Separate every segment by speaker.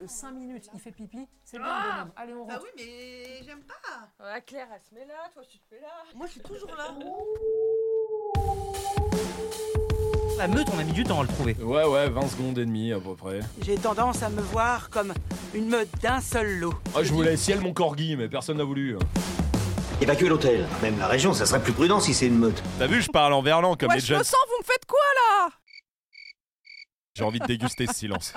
Speaker 1: de 5 minutes, il fait pipi, c'est bien le bonhomme. Allez, on rentre.
Speaker 2: Bah oui, mais j'aime pas.
Speaker 3: Ah, Claire, elle se met là, toi tu te mets là.
Speaker 2: Moi, je suis toujours là.
Speaker 4: La meute, on a mis du temps à le trouver.
Speaker 5: Ouais, ouais, 20 secondes et demie à peu près.
Speaker 6: J'ai tendance à me voir comme une meute d'un seul lot.
Speaker 5: Ah, je voulais ciel mon corgi, mais personne n'a voulu. hein.
Speaker 7: Évacuer l'hôtel, même la région, ça serait plus prudent si c'est une meute.
Speaker 8: T'as vu, je parle en verlan comme
Speaker 9: Moi,
Speaker 8: les
Speaker 9: je
Speaker 8: jeunes.
Speaker 9: me sens, vous me faites quoi là
Speaker 8: J'ai envie de déguster ce silence.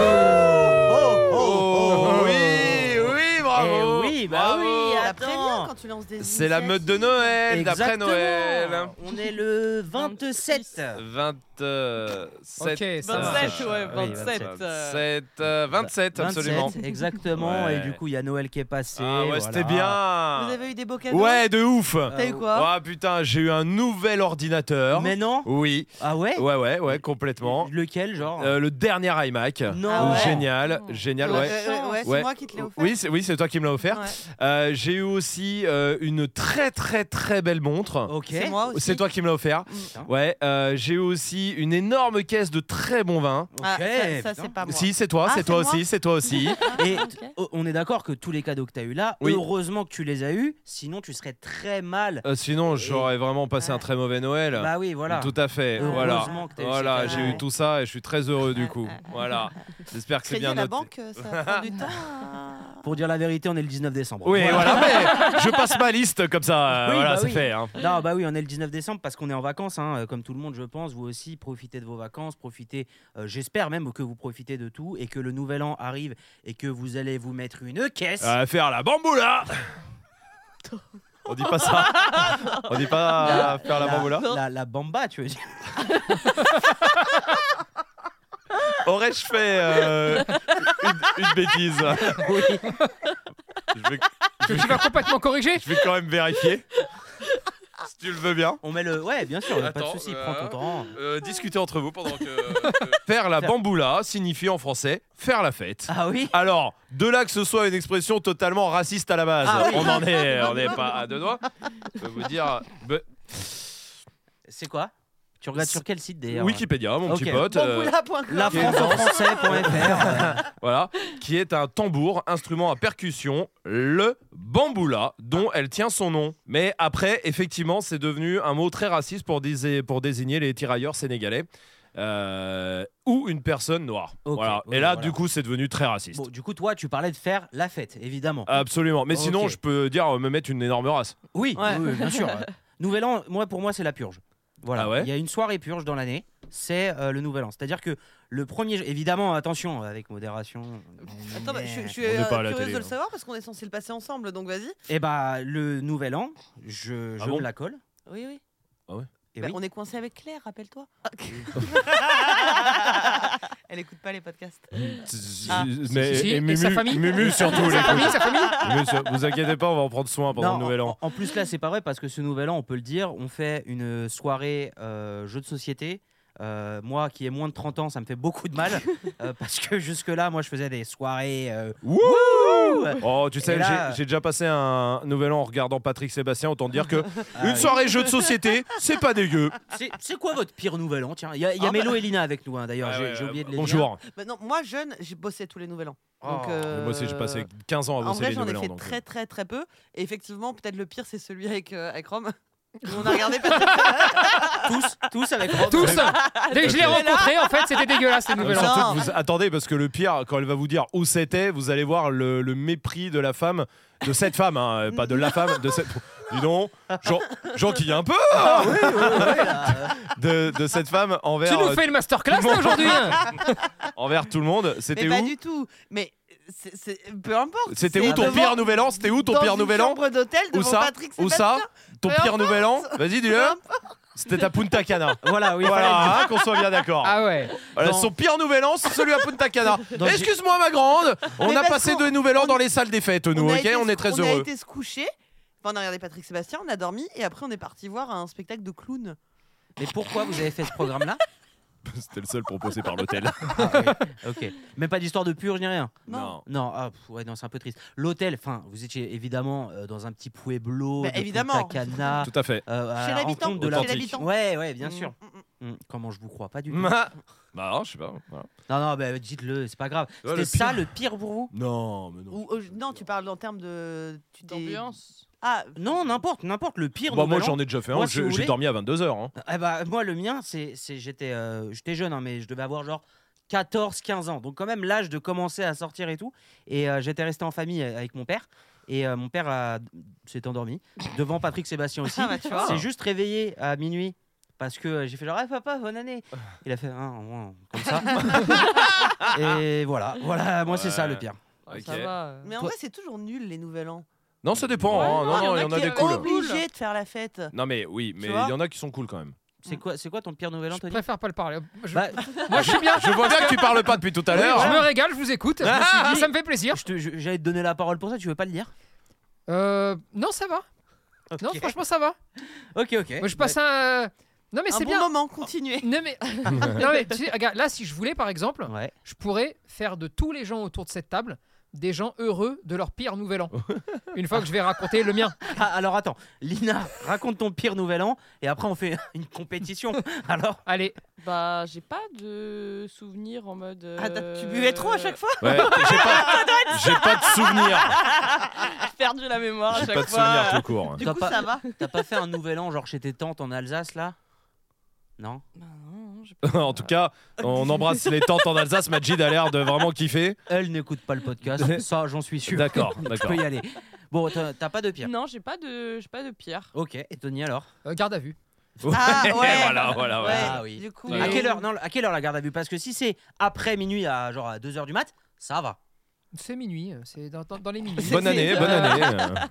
Speaker 7: Oh,
Speaker 8: Oh, oui, oui, bravo.
Speaker 4: Eh oui, bah
Speaker 8: bravo.
Speaker 4: oui,
Speaker 2: T'as
Speaker 4: attends.
Speaker 2: prévenu quand tu lances des.
Speaker 8: C'est la meute de Noël, d'après
Speaker 4: Exactement.
Speaker 8: Noël. hein.
Speaker 4: On est le 27.
Speaker 8: 27.
Speaker 1: Ok, ça
Speaker 8: Ah,
Speaker 1: va.
Speaker 9: 27, ouais,
Speaker 4: oui,
Speaker 9: 27.
Speaker 8: 27, euh, 27, absolument.
Speaker 4: 27, exactement.
Speaker 8: Ouais.
Speaker 4: Et du coup, il y a Noël qui est passé.
Speaker 8: Ah ouais,
Speaker 4: voilà.
Speaker 8: c'était
Speaker 2: Vous
Speaker 8: bien.
Speaker 2: avez eu des beaux cadeaux
Speaker 8: Ouais, de ouf.
Speaker 2: T'as eu quoi
Speaker 8: Ah putain, j'ai eu un nouvel ordinateur.
Speaker 4: Mais non
Speaker 8: Oui,
Speaker 4: Ah ouais,
Speaker 8: ouais, ouais, ouais, complètement.
Speaker 4: Lequel, genre
Speaker 8: Euh, le dernier iMac.
Speaker 4: Non.
Speaker 2: ouais.
Speaker 8: Génial, génial,
Speaker 2: Ouais,
Speaker 8: ouais.
Speaker 2: ouais, ouais, ouais, c'est
Speaker 8: Ouais.
Speaker 2: moi qui te l'ai offert.
Speaker 8: Oui, c'est oui, c'est toi qui me l'as offert.
Speaker 2: Ouais.
Speaker 8: Euh, j'ai eu aussi euh, une très très très belle montre.
Speaker 4: Ok.
Speaker 2: C'est moi Oh, aussi. Mm.
Speaker 8: C'est toi qui me l'as offert.
Speaker 4: Putain.
Speaker 8: Ouais, euh, j'ai eu aussi une énorme caisse de très bon vin.
Speaker 4: Ok.
Speaker 2: Ah, ça, ça, c'est
Speaker 4: putain.
Speaker 2: pas moi.
Speaker 8: Si, c'est toi,
Speaker 2: Ah,
Speaker 8: c'est
Speaker 2: c'est
Speaker 8: toi
Speaker 2: moi
Speaker 8: aussi, c'est toi aussi.
Speaker 4: Et t- oh, on est d'accord que tous les cadeaux que tu as eu là,
Speaker 8: Oui.
Speaker 4: heureusement que tu les as eus, sinon tu serais très mal.
Speaker 8: Euh, sinon, j'aurais vraiment passé un très mauvais Noël.
Speaker 4: Bah oui, voilà.
Speaker 8: Tout à fait. Voilà.
Speaker 4: Heureusement que t'as eu ces
Speaker 8: Voilà,
Speaker 4: cadeaux.
Speaker 8: j'ai eu tout ça et je suis très heureux du coup. Voilà. J'espère que c'est
Speaker 2: Crédit
Speaker 8: bien
Speaker 2: à
Speaker 8: noté.
Speaker 2: la banque, euh, ça prend du temps. à-
Speaker 4: Pour dire la vérité, on est le 19 décembre.
Speaker 8: Oui, voilà. mais je passe ma liste comme ça. euh,
Speaker 4: Oui,
Speaker 8: voilà,
Speaker 4: bah
Speaker 8: c'est
Speaker 4: oui.
Speaker 8: fait. hein.
Speaker 4: Non, bah oui, on est le 19 décembre parce qu'on est en vacances, hein, euh, comme tout le monde, je pense. Vous aussi, profitez de vos vacances, profitez, euh, j'espère même que vous profitez de tout et que le nouvel an arrive et que vous allez vous mettre une caisse.
Speaker 8: À Euh, faire la bamboula. On dit pas ça. On dit pas euh, faire la bamboula.
Speaker 4: la- la bamba, tu veux dire.
Speaker 8: Aurais-je fait euh, une, une bêtise
Speaker 4: Oui.
Speaker 8: je vais,
Speaker 1: Que tu vas complètement corriger
Speaker 8: je vais quand même vérifier. Si tu le veux bien.
Speaker 4: On met le. Ouais, bien sûr, y a pas de
Speaker 8: Attends,
Speaker 4: souci,
Speaker 8: euh,
Speaker 4: prends ton temps.
Speaker 8: Euh, discutez entre vous pendant que. euh, faire la
Speaker 4: Faire-
Speaker 8: bamboula signifie en français faire la fête.
Speaker 4: Ah oui
Speaker 8: Alors, de là que ce soit une expression totalement raciste à la base,
Speaker 4: Ah oui.
Speaker 8: on en est, on n'est pas à deux doigts. Je peux vous dire be-
Speaker 4: C'est quoi Tu regardes sur quel site d'ailleurs
Speaker 8: Wikipédia, mon
Speaker 4: Ok.
Speaker 8: petit pote, euh,
Speaker 2: Bamboula.com.
Speaker 4: La France en français.fr.
Speaker 8: voilà, qui est un tambour, instrument à percussion, le bamboula, dont elle tient son nom. Mais après, effectivement, c'est devenu un mot très raciste pour, dés- pour désigner les tirailleurs sénégalais. euh, ou une personne noire.
Speaker 4: Ok,
Speaker 8: Voilà.
Speaker 4: ouais,
Speaker 8: Et là,
Speaker 4: voilà.
Speaker 8: du coup, c'est devenu très raciste.
Speaker 4: Bon, du coup, toi, tu parlais de faire la fête, évidemment.
Speaker 8: Absolument. Mais
Speaker 4: Ok.
Speaker 8: sinon, je peux dire euh, me mettre une énorme race.
Speaker 4: Oui,
Speaker 2: Ouais.
Speaker 4: oui, oui, bien sûr. Nouvel an, moi pour moi c'est la purge. Voilà.
Speaker 8: Ah ouais
Speaker 4: Il y a une soirée purge dans l'année, c'est euh, le Nouvel An. C'est-à-dire que le premier, évidemment, attention, avec modération.
Speaker 2: Attends, bah, je, je suis
Speaker 8: On n'est
Speaker 2: euh,
Speaker 8: pas à la
Speaker 2: curieuse
Speaker 8: télé,
Speaker 2: de le
Speaker 8: hein.
Speaker 2: savoir parce qu'on est censé le passer ensemble, donc vas-y.
Speaker 4: Et bah le Nouvel An, je, je
Speaker 8: Ah bon
Speaker 4: me la colle.
Speaker 2: Oui, oui.
Speaker 4: Et
Speaker 8: Ah
Speaker 2: Bah,
Speaker 4: oui.
Speaker 2: On est coincé avec Claire, rappelle-toi. Elle écoute pas les podcasts. Ah.
Speaker 8: Mais,
Speaker 1: Si, si, si.
Speaker 8: et
Speaker 1: Et
Speaker 8: Mumu,
Speaker 1: sa famille
Speaker 8: Mumu surtout.
Speaker 1: Sa
Speaker 8: les
Speaker 1: famille,
Speaker 8: couilles.
Speaker 1: sa famille
Speaker 8: Mumu, sur- vous inquiétez pas, on va en prendre soin pendant
Speaker 4: Non,
Speaker 8: le nouvel
Speaker 4: en-
Speaker 8: an.
Speaker 4: En, en plus là, c'est pas vrai parce que ce Nouvel An, on peut le dire, on fait une soirée euh, jeu de société. Euh, moi qui ai moins de 30 ans, ça me fait beaucoup de mal euh, parce que jusque-là, moi je faisais des soirées. euh,
Speaker 8: Wouh Oh, tu
Speaker 4: Et
Speaker 8: sais,
Speaker 4: là-
Speaker 8: j'ai- j'ai déjà passé un nouvel an en regardant Patrick Sébastien. Autant dire que
Speaker 4: ah,
Speaker 8: une soirée jeu de société, c'est pas dégueu.
Speaker 4: C'est- C'est quoi votre pire nouvel an Tiens, il y a, il y a
Speaker 2: Ah,
Speaker 4: Mélo et Lina avec nous, hein, d'ailleurs.
Speaker 8: bah, Ah
Speaker 4: j'ai-
Speaker 8: ouais,
Speaker 4: J'ai oublié de les dire.
Speaker 8: Bonjour.
Speaker 2: Bah non, moi jeune, j'ai bossé tous les nouvel an. Donc,
Speaker 4: Oh.
Speaker 2: euh,
Speaker 8: Moi aussi, j'ai passé 15 ans
Speaker 2: En
Speaker 8: à bosser
Speaker 2: vrai,
Speaker 8: les
Speaker 2: j'en ai
Speaker 8: nouvel
Speaker 2: fait
Speaker 8: an. donc. euh.
Speaker 2: très très très peu. Et effectivement, peut-être le pire, c'est celui avec, euh, avec Rome. Où on a regardé pas
Speaker 4: Tous, tous avec Rob.
Speaker 1: Tous Dès que je l'ai rencontré, en fait, c'était dégueulasse, les
Speaker 8: Euh,
Speaker 1: nouvelles
Speaker 2: Non.
Speaker 8: surtout que vous attendez parce que le pire, quand elle va vous dire où c'était, vous allez voir le, le mépris de la femme, de cette femme, hein, euh, pas de la femme, de cette. Dis donc, gen- gentille un peu
Speaker 2: Ah
Speaker 8: hein, de, de cette femme
Speaker 1: Tu
Speaker 8: envers,
Speaker 1: nous
Speaker 8: euh,
Speaker 1: fais une masterclass, là, aujourd'hui hein
Speaker 8: envers tout le monde. C'était
Speaker 2: Mais pas
Speaker 8: où
Speaker 2: du tout. Mais c'est- c'est- peu importe.
Speaker 8: C'était
Speaker 2: C'est
Speaker 8: où ton
Speaker 2: devant-
Speaker 8: pire nouvel an C'était où ton
Speaker 2: dans
Speaker 8: pire
Speaker 2: une
Speaker 8: nouvel an
Speaker 2: chambre d'hôtel
Speaker 8: Où
Speaker 2: devant
Speaker 8: ça
Speaker 2: Patrick
Speaker 8: Où ça
Speaker 2: Sébastien.
Speaker 8: Ton
Speaker 2: Peu
Speaker 8: pire
Speaker 2: importe.
Speaker 8: nouvel an Vas-y, dis-le. C'était à Punta Cana.
Speaker 4: Voilà, oui.
Speaker 8: Voilà, hein, qu'on soit bien d'accord.
Speaker 1: Ah ouais.
Speaker 8: Voilà,
Speaker 4: dans-
Speaker 8: Son pire nouvel an, c'est celui à Punta Cana.
Speaker 4: Dans-
Speaker 8: Excuse-moi, ma grande. On
Speaker 2: Mais
Speaker 8: a
Speaker 2: parce
Speaker 8: passé
Speaker 2: qu'on-
Speaker 8: deux nouvel an
Speaker 2: on-
Speaker 8: dans les salles des fêtes, nous,
Speaker 2: a
Speaker 8: ok
Speaker 2: été
Speaker 8: On
Speaker 2: se-
Speaker 8: est très
Speaker 2: On a
Speaker 8: heureux.
Speaker 2: été se coucher. Enfin, on a regardé Patrick Sébastien, on a dormi et après on est parti voir un spectacle de clown.
Speaker 4: Mais pourquoi vous avez fait ce programme-là
Speaker 8: C'était le seul proposé par l'hôtel.
Speaker 4: Ah, oui. Ok. Même pas d'histoire de purge ni rien.
Speaker 2: Non.
Speaker 4: Non, ah, pff, ouais, non, c'est un peu triste. L'hôtel, enfin, vous étiez évidemment euh, dans un petit pueblo,
Speaker 2: Bah,
Speaker 4: de Punta
Speaker 2: évidemment.
Speaker 4: Cana,
Speaker 8: Tout à fait.
Speaker 4: euh, à
Speaker 2: Chez
Speaker 4: la
Speaker 2: l'habitant,
Speaker 4: rencontre de
Speaker 8: chez
Speaker 4: la-
Speaker 2: l'habitant.
Speaker 4: Ouais, ouais, bien sûr.
Speaker 2: Mm, mm, mm.
Speaker 4: Mm, Comment je vous crois Pas du tout. non,
Speaker 8: bah, non, je sais pas. voilà.
Speaker 4: non, bah, dites-le, c'est pas grave.
Speaker 8: Ouais,
Speaker 4: C'était
Speaker 8: le
Speaker 4: ça
Speaker 8: pire.
Speaker 4: le pire pour vous
Speaker 8: Non, mais non.
Speaker 2: Ou, euh, non, tu parles en termes de. tu- des-
Speaker 9: D'ambiance.
Speaker 2: Ah,
Speaker 4: Non, n'importe, n'importe, le pire.
Speaker 8: Bah, moi
Speaker 4: Nouvel An.
Speaker 8: j'en ai déjà fait
Speaker 4: Moi,
Speaker 8: un,
Speaker 4: si
Speaker 8: j'ai
Speaker 4: vous
Speaker 8: j'ai
Speaker 4: voulez-
Speaker 8: dormi à hein. 22h.
Speaker 4: Eh bah, moi, le mien, c'est, c'est- j'étais, euh, j'étais jeune, hein, mais je devais avoir genre 14-15 ans. Donc, quand même, l'âge de commencer à sortir et tout. Et euh, j'étais resté en famille euh, avec mon père. Et euh, mon père a- s'est endormi devant Patrick Sébastien aussi.
Speaker 2: Ah bah, tu vois.
Speaker 4: s'est juste réveillé à minuit parce que euh, j'ai fait genre, hey, papa, bonne année. Il a fait un, un, un, comme ça. et voilà, voilà, moi, c'est ça
Speaker 8: Ouais.
Speaker 4: le pire.
Speaker 8: Ok.
Speaker 9: Ça va. euh.
Speaker 2: mais en
Speaker 4: Toi-
Speaker 2: vrai, c'est toujours nul les nouvel an.
Speaker 8: Non, ça dépend. hein.
Speaker 1: Ah,
Speaker 9: Ouais,
Speaker 8: Non, non, il y en a
Speaker 9: qui-
Speaker 8: des
Speaker 9: euh,
Speaker 8: cool.
Speaker 2: Obligé de faire la fête.
Speaker 8: Non, mais oui, mais
Speaker 2: Tu
Speaker 8: il
Speaker 2: vois
Speaker 8: y en a qui sont cool quand même.
Speaker 4: C'est quoi, c'est quoi ton pire nouvel an,
Speaker 1: Je
Speaker 4: Tony
Speaker 1: préfère pas le parler. Je-
Speaker 4: Bah,
Speaker 1: Moi, je suis bien.
Speaker 8: Je vois bien que tu parles pas depuis tout à l'heure.
Speaker 1: Je me régale, je vous écoute.
Speaker 8: Ah,
Speaker 1: Je me suis
Speaker 8: ah,
Speaker 1: dit, ça me fait plaisir.
Speaker 4: je te- je- j'allais te donner la parole pour ça, tu veux pas le dire
Speaker 1: Euh, non, ça va. Non,
Speaker 4: Ok.
Speaker 1: franchement, ça va.
Speaker 4: Ok, ok.
Speaker 1: Moi, je passe un. euh, Non, mais
Speaker 2: Un
Speaker 1: c'est
Speaker 2: bon
Speaker 1: bien.
Speaker 2: moment, continuez.
Speaker 1: Non, mais, non, mais tu sais, regarde, là, si je voulais, par exemple,
Speaker 4: Ouais.
Speaker 1: je pourrais faire de tous les gens autour de cette table des gens heureux de leur pire nouvel an. Une fois que je vais raconter le mien.
Speaker 4: Ah, alors attends, Lina, raconte ton pire nouvel an et après on fait une compétition. Alors,
Speaker 1: Allez,
Speaker 9: Bah, j'ai pas de souvenir en mode. euh,
Speaker 2: Attends, Ah, tu buvais trop à chaque fois
Speaker 8: Ouais, j'ai pas, j'ai pas de souvenir.
Speaker 9: J'ai perdu la mémoire à
Speaker 8: J'ai
Speaker 9: chaque
Speaker 8: pas de
Speaker 9: fois.
Speaker 8: souvenir tout court.
Speaker 2: Du
Speaker 4: T'as
Speaker 2: coup,
Speaker 4: pas-
Speaker 2: ça va.
Speaker 4: t'as pas fait un nouvel an genre chez tes tantes en Alsace là Non
Speaker 9: Bah non, j'ai
Speaker 8: en tout cas, on embrasse les tantes en Alsace. Majid a l'air de vraiment kiffer.
Speaker 4: Elle n'écoute pas le podcast, ça j'en suis sûr.
Speaker 8: D'accord,
Speaker 4: Tu
Speaker 8: d'accord.
Speaker 4: peux y aller. Bon, t'as t'as pas de pire.
Speaker 9: Non, j'ai pas de, j'ai pas de pierre.
Speaker 4: Ok, et Tony alors
Speaker 1: euh, garde à vue.
Speaker 2: Ah, ouais.
Speaker 8: voilà, voilà, ouais.
Speaker 4: Ah oui.
Speaker 2: Du coup,
Speaker 8: Ouais.
Speaker 4: à
Speaker 2: euh,
Speaker 4: quelle, heure, non, à quelle heure la garde à vue Parce que si c'est après minuit à genre à 2h du mat, ça va.
Speaker 1: C'est minuit, euh, c'est dans, dans- dans les minuit.
Speaker 8: Bonne année, bonne année.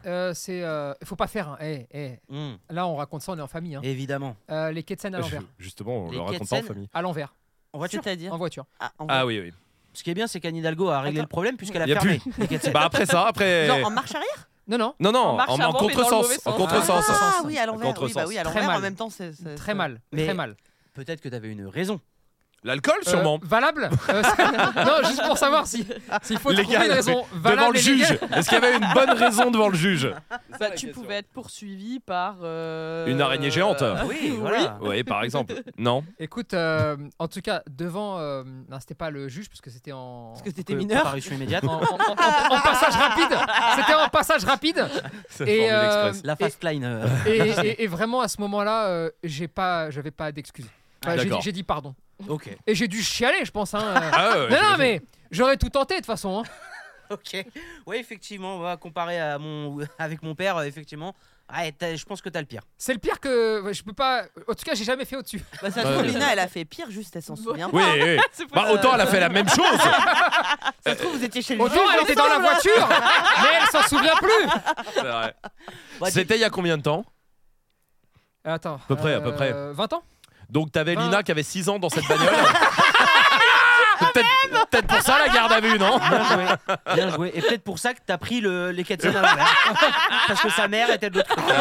Speaker 1: Euh, c'est, euh, faut pas faire. un- eh, eh,
Speaker 2: Mmh.
Speaker 4: Hmm,
Speaker 1: Là, on raconte ça, on est en famille. hein.
Speaker 4: évidemment.
Speaker 1: Euh, les Ketsen à l'envers.
Speaker 8: Justement, on
Speaker 4: Les
Speaker 8: le raconte pas en
Speaker 4: Ketsen.
Speaker 8: famille.
Speaker 1: À l'envers,
Speaker 4: En voiture
Speaker 2: C'est-à-dire
Speaker 1: en voiture.
Speaker 2: Ah, en
Speaker 8: Ah
Speaker 2: voiture.
Speaker 8: oui, oui.
Speaker 4: Ce qui est bien, c'est qu'Anne Hidalgo a réglé
Speaker 2: Attends.
Speaker 4: le problème puisqu'elle a,
Speaker 8: Y a
Speaker 4: fermé. les quêtes.
Speaker 8: Bah après ça, après.
Speaker 2: Genre en marche arrière
Speaker 1: Non, non,
Speaker 8: Non, non,
Speaker 9: En
Speaker 8: en,
Speaker 9: marche
Speaker 8: en
Speaker 9: avant, mais dans le
Speaker 8: contresens.
Speaker 9: mauvais
Speaker 8: En
Speaker 9: sens.
Speaker 8: contresens.
Speaker 2: Ah oui, à l'envers. Oui,
Speaker 8: Contresens.
Speaker 2: bah oui, à
Speaker 1: Très
Speaker 2: l'envers en
Speaker 1: mal.
Speaker 2: même temps, c'est. c'est-
Speaker 1: très
Speaker 2: c'est-
Speaker 1: mal,
Speaker 4: Mais-
Speaker 1: très mal.
Speaker 4: Peut-être que t'avais une raison.
Speaker 8: L'alcool,
Speaker 1: Euh,
Speaker 8: sûrement.
Speaker 1: valable Euh, c'est- Non, juste pour savoir si s'il faut trouver
Speaker 8: Légal,
Speaker 1: une raison valable
Speaker 8: Devant le
Speaker 1: et légale.
Speaker 8: juge. Est-ce qu'il y avait une bonne raison devant le juge
Speaker 9: Bah, tu pouvais être poursuivi par. euh,
Speaker 8: Une araignée géante.
Speaker 9: euh,
Speaker 2: Ah
Speaker 4: Oui, voilà.
Speaker 8: Oui, par exemple. Non.
Speaker 1: Écoute, euh, en tout cas, devant, euh, non, c'était pas le juge parce que c'était en,
Speaker 2: Parce que t'étais
Speaker 4: Que-
Speaker 2: mineur.
Speaker 4: Parution immédiate.
Speaker 1: en, en- en- en passage rapide. C'était en passage rapide. Et, euh,
Speaker 4: La fast line. euh,
Speaker 1: et, et- et vraiment à ce moment-là, euh, j'ai pas, j'avais pas d'excuses. Enfin, j'ai,
Speaker 8: Ah, D'accord.
Speaker 1: dit- j'ai dit pardon.
Speaker 4: Ok.
Speaker 1: Et j'ai dû chialer, je pense. hein.
Speaker 8: Ah ouais, ouais,
Speaker 1: non, non,
Speaker 8: j'imagine.
Speaker 1: mais j'aurais tout tenté de toute façon. hein.
Speaker 4: Ok. Oui, effectivement, bah, comparé à mon... avec mon père, euh, effectivement, ouais, t'as- je pense que t'as le pire.
Speaker 1: C'est le pire que ouais, je peux pas. En tout cas, j'ai jamais fait au-dessus.
Speaker 2: Bah, ça se
Speaker 8: Ouais,
Speaker 2: trouve,
Speaker 8: bien
Speaker 2: Lina, elle a fait pire, juste elle s'en souvient.
Speaker 8: Oui, oui.
Speaker 9: c'est pour
Speaker 8: Bah,
Speaker 9: ça.
Speaker 8: autant elle a fait la même chose.
Speaker 2: Ça se trouve, vous étiez chez le
Speaker 1: Autant elle était dans la voiture, mais elle s'en souvient plus.
Speaker 8: C'est vrai.
Speaker 4: Bah,
Speaker 8: C'était il y a combien de temps
Speaker 1: Euh, Attends. À
Speaker 8: peu près, à peu près.
Speaker 1: 20 ans.
Speaker 8: Donc t'avais
Speaker 1: Vingt.
Speaker 8: Lina qui avait 6 ans dans cette bagnole. Peut-être peut-être pour ça la garde à vue, non
Speaker 4: Bien joué. Bien joué. Et peut-être pour ça que t'as pris le... les 400 à l'envers. Parce que sa mère était de l'autre côté.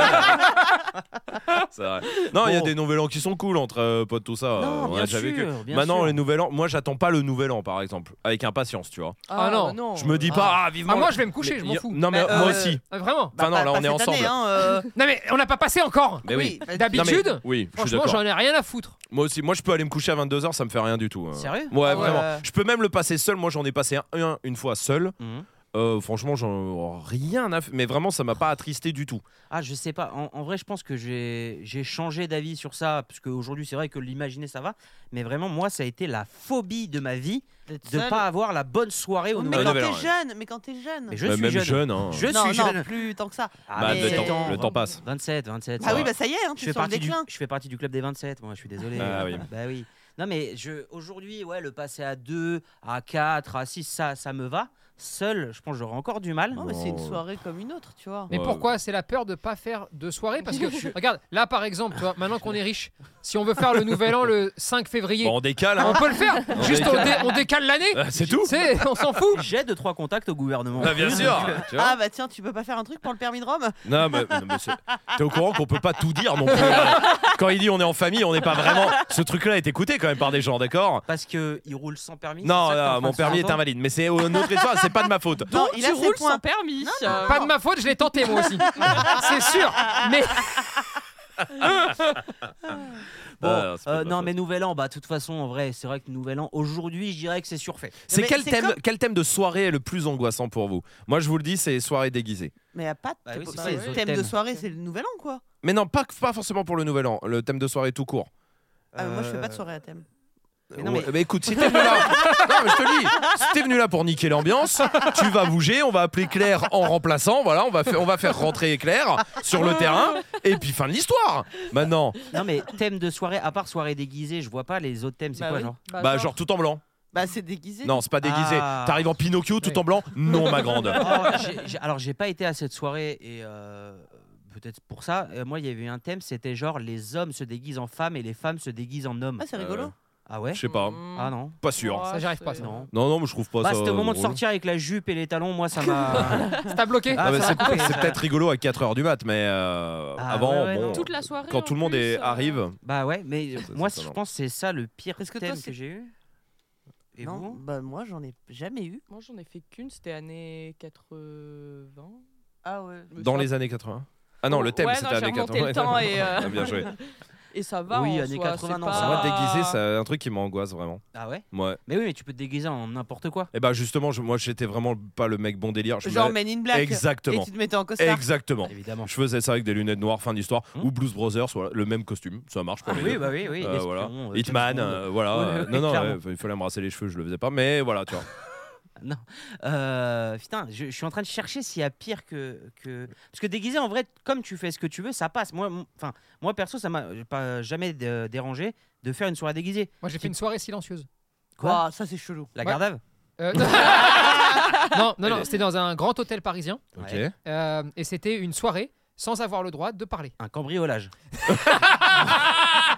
Speaker 8: C'est vrai. Non, il y a
Speaker 4: Ah, Bon.
Speaker 8: des nouvel an qui sont cool entre euh, potes, tout ça.
Speaker 4: Non,
Speaker 8: Euh, on
Speaker 4: bien
Speaker 8: a déjà
Speaker 4: sûr,
Speaker 8: vécu.
Speaker 4: bien
Speaker 8: Maintenant,
Speaker 4: sûr.
Speaker 8: les nouvel an, moi j'attends pas le nouvel an par exemple, avec impatience, tu vois.
Speaker 1: Ah, non.
Speaker 9: bah
Speaker 2: Oh
Speaker 8: Je me dis
Speaker 4: Ah.
Speaker 8: pas, ah vivement.
Speaker 1: Ah, moi,
Speaker 8: le-
Speaker 1: je vais me coucher,
Speaker 8: Mais
Speaker 1: je m'en
Speaker 8: y-
Speaker 1: fous.
Speaker 8: Non, mais
Speaker 2: Bah,
Speaker 8: moi
Speaker 2: euh,
Speaker 8: aussi.
Speaker 1: Ah, Vraiment.
Speaker 8: Enfin, non, là on est ensemble.
Speaker 2: hein.
Speaker 1: Non mais on n'a pas passé encore.
Speaker 8: Mais oui. Non, mais-
Speaker 1: D'habitude,
Speaker 8: Oui, je suis
Speaker 1: franchement,
Speaker 8: d'accord.
Speaker 1: j'en ai rien à foutre.
Speaker 8: Moi aussi, moi je peux aller me coucher à 22h, ça me fait rien du tout. euh.
Speaker 4: Sérieux
Speaker 8: Ouais,
Speaker 4: Ah
Speaker 8: vraiment. Je peux même le passer seul. Moi, j'en ai passé un, un- une fois seul.
Speaker 4: Mhm.
Speaker 8: Euh, franchement, j'en rien à. f- Mais vraiment, ça m'a pas attristé du tout.
Speaker 4: Ah, je sais pas. En, en vrai, je pense que j'ai j'ai changé d'avis sur ça. Parce qu'aujourd'hui, c'est vrai que l'imaginer, ça va. Mais vraiment, moi, ça a été la phobie de ma vie de
Speaker 2: seule.
Speaker 4: pas avoir la bonne soirée au
Speaker 2: Oh, Mais
Speaker 4: Nouvel
Speaker 8: Ouais,
Speaker 4: An.
Speaker 2: quand
Speaker 8: nouvelle
Speaker 2: t'es
Speaker 8: heure, ouais.
Speaker 2: jeune, mais quand t'es jeune.
Speaker 4: Mais je
Speaker 8: Bah,
Speaker 4: suis
Speaker 8: même
Speaker 4: jeune.
Speaker 8: hein.
Speaker 4: Je
Speaker 2: non,
Speaker 4: suis
Speaker 2: non,
Speaker 4: jeune.
Speaker 2: plus tant que ça.
Speaker 4: Ah,
Speaker 8: Bah,
Speaker 2: mais-
Speaker 8: le,
Speaker 4: 27
Speaker 2: sept
Speaker 8: temps,
Speaker 4: ans,
Speaker 8: le temps passe.
Speaker 4: 27, 27.
Speaker 2: Ah
Speaker 4: ouais.
Speaker 2: oui, bah ça y est, hein,
Speaker 4: je
Speaker 2: tu
Speaker 4: fais,
Speaker 2: sens le
Speaker 4: partie du,
Speaker 2: déclin.
Speaker 4: je fais partie du club des 27, moi je suis désolé.
Speaker 8: Ah oui.
Speaker 4: Bah oui. Non mais je aujourd'hui, ouais, le passer à 2, à 4, à 6, ça, ça me va. Seul, je pense que j'aurai encore du mal.
Speaker 2: Non, mais c'est une
Speaker 8: Bon.
Speaker 2: soirée comme une autre, tu vois.
Speaker 1: Mais
Speaker 8: Ouais.
Speaker 1: pourquoi C'est la peur de pas faire de soirée parce que regarde, là par exemple, tu vois, maintenant qu'on est riche, Si on veut faire le nouvel an le 5 février,
Speaker 8: Bon, on décale,
Speaker 1: on
Speaker 8: hein.
Speaker 1: peut le faire.
Speaker 8: On
Speaker 1: Juste on,
Speaker 8: décale.
Speaker 1: dé- on décale l'année.
Speaker 8: Ah, C'est tout
Speaker 1: C'est- on s'en fout.
Speaker 4: J'ai deux trois contacts au gouvernement.
Speaker 8: Ah, Bien sûr tu vois.
Speaker 2: Ah bah tiens, tu peux pas faire un truc pour le permis de Rome
Speaker 8: Non, mais, non, mais c'est- t'es au courant qu'on peut pas tout dire non plus. hein. Quand il dit on est en famille, on n'est pas vraiment. Ce truc-là est écouté quand même par des gens, d'accord
Speaker 4: Parce que il roule sans permis.
Speaker 8: Non,
Speaker 4: c'est ça que t'es en
Speaker 8: non,
Speaker 4: train
Speaker 8: mon
Speaker 4: de
Speaker 8: permis
Speaker 4: dire.
Speaker 8: est invalide, mais c'est une autre histoire, c'est pas de ma faute.
Speaker 2: Non, il
Speaker 9: tu
Speaker 2: a ses
Speaker 9: roules sans
Speaker 2: points.
Speaker 9: permis. euh,
Speaker 1: Pas de ma faute, je l'ai tenté moi aussi. C'est sûr. Mais
Speaker 4: Bon,
Speaker 8: Ah, c'est pas de
Speaker 4: euh,
Speaker 8: ma
Speaker 4: non,
Speaker 8: faute.
Speaker 4: mais Nouvel An, bah, de toute façon, en vrai, c'est vrai que Nouvel An, aujourd'hui, je dirais que c'est surfait.
Speaker 8: C'est
Speaker 2: mais
Speaker 8: quel
Speaker 2: c'est
Speaker 8: thème,
Speaker 2: comme-
Speaker 8: quel thème de soirée est le plus angoissant pour vous Moi, je vous le dis, c'est soirée déguisée.
Speaker 2: Mais y a pas de
Speaker 4: Bah oui, c'est
Speaker 2: bah
Speaker 4: ça,
Speaker 2: oui,
Speaker 4: les autres
Speaker 2: thème de
Speaker 4: thèmes.
Speaker 2: soirée, c'est le nouvel an quoi.
Speaker 8: Mais non, pas, pas forcément pour le nouvel an, le thème de soirée tout court.
Speaker 2: Ah, mais moi je fais pas de
Speaker 4: Euh,
Speaker 2: soirée à thème.
Speaker 4: Mais non,
Speaker 8: Ouais,
Speaker 4: mais-
Speaker 8: bah écoute, si t'es venu là, non, mais je te le dis, si t'es venu là pour niquer l'ambiance, tu vas bouger, on va appeler Claire en remplaçant, voilà, on va, fa- on va faire rentrer Claire sur le terrain, et puis fin de l'histoire. Maintenant,
Speaker 4: Non, mais thème de soirée, à part soirée déguisée, je vois pas les autres thèmes. C'est
Speaker 9: Bah
Speaker 4: quoi,
Speaker 9: oui.
Speaker 4: genre
Speaker 8: bah genre tout en blanc.
Speaker 2: Bah c'est déguisé.
Speaker 8: Non, c'est pas déguisé.
Speaker 4: Ah.
Speaker 8: T'arrives en Pinocchio tout
Speaker 4: Oui.
Speaker 8: en blanc Non, ma grande.
Speaker 4: Oh, j'ai- j'ai- Alors, j'ai pas été à cette soirée et. euh, Peut-être pour ça, euh, moi il y avait un thème, c'était genre les hommes se déguisent en femmes et les femmes se déguisent en hommes.
Speaker 2: Ah c'est rigolo.
Speaker 8: Euh,
Speaker 4: Ah ouais
Speaker 8: Je sais pas,
Speaker 9: hmm,
Speaker 4: Ah non.
Speaker 8: pas sûr.
Speaker 9: ouais,
Speaker 1: Ça, j'arrive pas,
Speaker 9: c'est-
Speaker 1: ça.
Speaker 4: Non.
Speaker 8: Non, non, mais je trouve pas
Speaker 4: Bah,
Speaker 8: ça.
Speaker 4: c'était au moment de
Speaker 8: drôle.
Speaker 4: sortir avec la jupe et les talons, moi ça m'a.
Speaker 1: ça t'a bloqué.
Speaker 4: Ah,
Speaker 8: Non, mais
Speaker 4: ça
Speaker 8: bah, c'est
Speaker 4: m'a coupé,
Speaker 8: c'est
Speaker 4: ça.
Speaker 8: peut-être rigolo à 4h du mat, mais euh,
Speaker 4: Ah,
Speaker 8: avant,
Speaker 4: ouais, ouais,
Speaker 8: bon,
Speaker 4: non.
Speaker 9: Toute la soirée.
Speaker 8: quand
Speaker 9: en
Speaker 8: tout le monde
Speaker 9: plus,
Speaker 8: est,
Speaker 9: euh,
Speaker 8: arrive,
Speaker 4: Bah ouais, mais
Speaker 8: ça,
Speaker 4: moi
Speaker 8: ça
Speaker 4: je
Speaker 8: va.
Speaker 4: pense que c'est ça le pire
Speaker 2: Est-ce que toi,
Speaker 4: thème
Speaker 2: c'est-
Speaker 4: que j'ai eu. Et
Speaker 2: non,
Speaker 4: vous
Speaker 2: bah moi j'en ai jamais eu.
Speaker 9: Moi j'en ai fait qu'une, c'était années 80.
Speaker 2: Ah ouais.
Speaker 8: dans les années 80. Ah non, le thème
Speaker 9: Ouais, non,
Speaker 8: c'était
Speaker 9: j'ai
Speaker 8: années
Speaker 9: remonté
Speaker 8: 80.
Speaker 9: le temps et, euh,
Speaker 8: Ah, bien joué.
Speaker 9: Et ça va.
Speaker 4: Oui,
Speaker 9: en
Speaker 4: années
Speaker 9: soi,
Speaker 4: 80,
Speaker 9: c'est
Speaker 4: non,
Speaker 9: pas-
Speaker 4: ça
Speaker 8: Moi, déguisé, c'est un truc qui m'angoisse vraiment.
Speaker 4: Ah ouais
Speaker 8: Ouais.
Speaker 4: Mais oui, mais tu peux te déguiser en n'importe quoi.
Speaker 8: Et bah, justement, je- moi, j'étais vraiment pas le mec bon délire. Je me
Speaker 2: Genre
Speaker 8: mettais-
Speaker 2: Men in Black. Et
Speaker 8: Exactement.
Speaker 2: tu te mettais en costard.
Speaker 8: Exactement.
Speaker 4: Évidemment.
Speaker 8: Je faisais ça avec des lunettes noires, fin d'histoire.
Speaker 4: Hmm.
Speaker 8: Ou Blues Brothers, voilà, le même costume. Ça marche pour les
Speaker 4: oui,
Speaker 8: deux.
Speaker 4: bah oui, oui.
Speaker 8: Euh,
Speaker 4: l'espion,
Speaker 8: voilà.
Speaker 4: euh,
Speaker 8: Hitman,
Speaker 4: James Bond.
Speaker 8: euh, voilà.
Speaker 4: Ouais,
Speaker 8: euh,
Speaker 4: ouais,
Speaker 8: non, non,
Speaker 4: clairement.
Speaker 8: ouais, il fallait me rasser les cheveux, je le faisais pas. Mais voilà, tu vois.
Speaker 4: Euh, putain, je, je suis en train de chercher s'il y a pire que, que. Parce que déguisé, en vrai, comme tu fais ce que tu veux, ça passe. Moi, mon- enfin, moi perso, ça m'a euh, pas jamais euh, dérangé de faire une soirée déguisée.
Speaker 1: Moi j'ai fait une soirée silencieuse.
Speaker 4: Quoi
Speaker 2: Ah, ça c'est chelou.
Speaker 4: La
Speaker 1: Ouais.
Speaker 4: garde à
Speaker 1: Euh, non. non, non, non, c'était dans un grand hôtel parisien
Speaker 8: Ok.
Speaker 4: Ouais.
Speaker 1: euh, et c'était une soirée sans avoir le droit de parler.
Speaker 4: un cambriolage.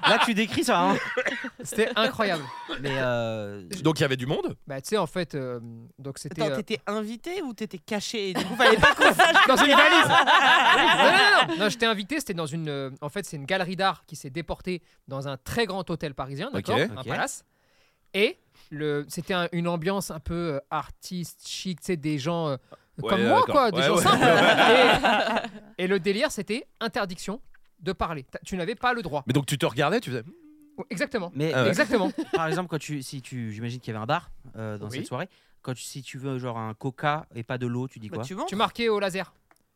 Speaker 4: Là, tu décris ça, hein.
Speaker 1: C'était incroyable.
Speaker 4: Mais euh,
Speaker 8: Donc, il y avait du monde
Speaker 1: bah, tu sais, en fait, euh, donc c'était
Speaker 2: Attends,
Speaker 1: euh,
Speaker 2: t'étais invité ou t'étais caché et du coup fallait pas qu'on sache
Speaker 1: dans une valise. non, non, non, non, j'étais invité. C'était dans une, euh, en fait, c'est une galerie d'art qui s'est déportée dans un très grand hôtel parisien, d'accord, un
Speaker 4: Ok.
Speaker 1: palace. Et le, c'était un- une ambiance un peu euh, artiste, chic, tu sais, des gens euh,
Speaker 8: Ouais,
Speaker 1: comme
Speaker 8: euh,
Speaker 1: moi,
Speaker 8: d'accord.
Speaker 1: quoi, des
Speaker 8: Ouais,
Speaker 1: gens
Speaker 8: ouais.
Speaker 1: simples. Et, et le délire, c'était interdiction de parler. T'as- Tu n'avais pas le droit.
Speaker 8: Mais donc, tu te regardais, tu faisais. hmm,
Speaker 1: Exactement.
Speaker 4: mais
Speaker 8: Ah ouais.
Speaker 1: Exactement.
Speaker 4: par exemple, quand tu, si tu, j'imagine qu'il y avait un bar euh, dans
Speaker 1: Oui.
Speaker 4: cette soirée. Quand tu, si tu veux genre un coca et pas de l'eau, tu dis
Speaker 2: Bah,
Speaker 4: quoi
Speaker 2: tu mens.
Speaker 1: tu marquais au laser.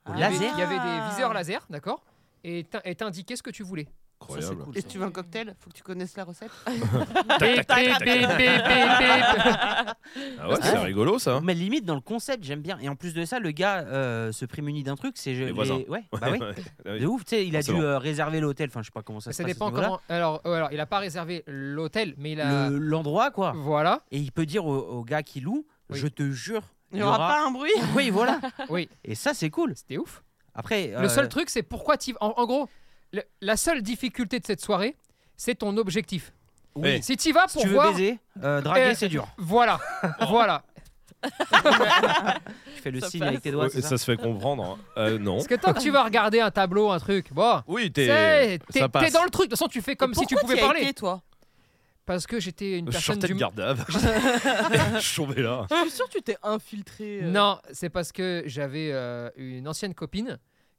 Speaker 4: Au
Speaker 1: Il y avait-
Speaker 4: laser
Speaker 1: Il y avait
Speaker 2: Ah.
Speaker 1: des viseurs laser, d'accord et t'in- et t'indiquais ce que tu voulais.
Speaker 4: Ça, c'est
Speaker 8: Incroyable.
Speaker 4: cool.
Speaker 2: Et
Speaker 4: ça.
Speaker 2: si tu veux un cocktail, faut que tu connaisses la recette.
Speaker 1: Bip, bip, bip, bip, bip, bip.
Speaker 8: Ah ouais, c'est rigolo ça.
Speaker 4: Mais limite dans le concept, j'aime bien. Et en plus de ça, le gars euh, se prémunit d'un truc, c'est je-
Speaker 8: Les voisins.
Speaker 4: Ouais, bah oui.
Speaker 8: Ah oui.
Speaker 4: De ouf, tu sais, il a dû
Speaker 8: Forcément.
Speaker 4: euh, réserver l'hôtel. Enfin, je sais pas comment ça, se
Speaker 1: Ça
Speaker 4: passe. à
Speaker 1: dépend
Speaker 4: ce niveau-là.
Speaker 1: comment. Alors, euh, alors, il a pas réservé l'hôtel, mais il a.
Speaker 4: Le- L'endroit, quoi.
Speaker 1: Voilà.
Speaker 4: Et il peut dire au, au gars qui loue,
Speaker 1: Oui.
Speaker 4: je te jure,
Speaker 2: Il y aura pas un bruit.
Speaker 4: Oui, voilà.
Speaker 1: Oui.
Speaker 4: Et ça, c'est cool.
Speaker 1: C'était ouf.
Speaker 4: Après, euh,
Speaker 1: Le seul truc, c'est pourquoi tu. En, en gros, le- la seule difficulté de cette soirée, c'est ton objectif.
Speaker 4: oui,
Speaker 8: Eh,
Speaker 1: Si tu vas
Speaker 4: si
Speaker 1: pour
Speaker 4: tu veux
Speaker 1: voir,
Speaker 4: baiser, euh, draguer,
Speaker 1: Eh.
Speaker 4: c'est dur.
Speaker 1: voilà, voilà.
Speaker 4: Tu fais le
Speaker 9: Ça
Speaker 4: signe
Speaker 9: passe.
Speaker 4: avec tes doigts.
Speaker 8: Ouais,
Speaker 4: c'est
Speaker 8: Ça,
Speaker 4: ça
Speaker 8: se fait comprendre. Euh, non.
Speaker 1: Parce que tant que tu vas regarder un tableau, un truc, bon,
Speaker 8: Oui, t'es.
Speaker 1: c'est-
Speaker 8: Ça
Speaker 1: t'es t'es
Speaker 8: passe.
Speaker 1: dans le truc. De toute façon, tu fais comme
Speaker 2: Et
Speaker 1: si tu
Speaker 2: pourquoi
Speaker 1: pouvais
Speaker 2: t'y as
Speaker 1: parler.
Speaker 2: été, toi
Speaker 1: Parce que j'étais une
Speaker 8: Je
Speaker 1: personne
Speaker 8: sortais
Speaker 1: du.
Speaker 8: de Gardave. Je suis tombé là.
Speaker 9: Je suis sûr que tu t'es infiltré. euh,
Speaker 1: Non, c'est parce que j'avais euh, une ancienne copine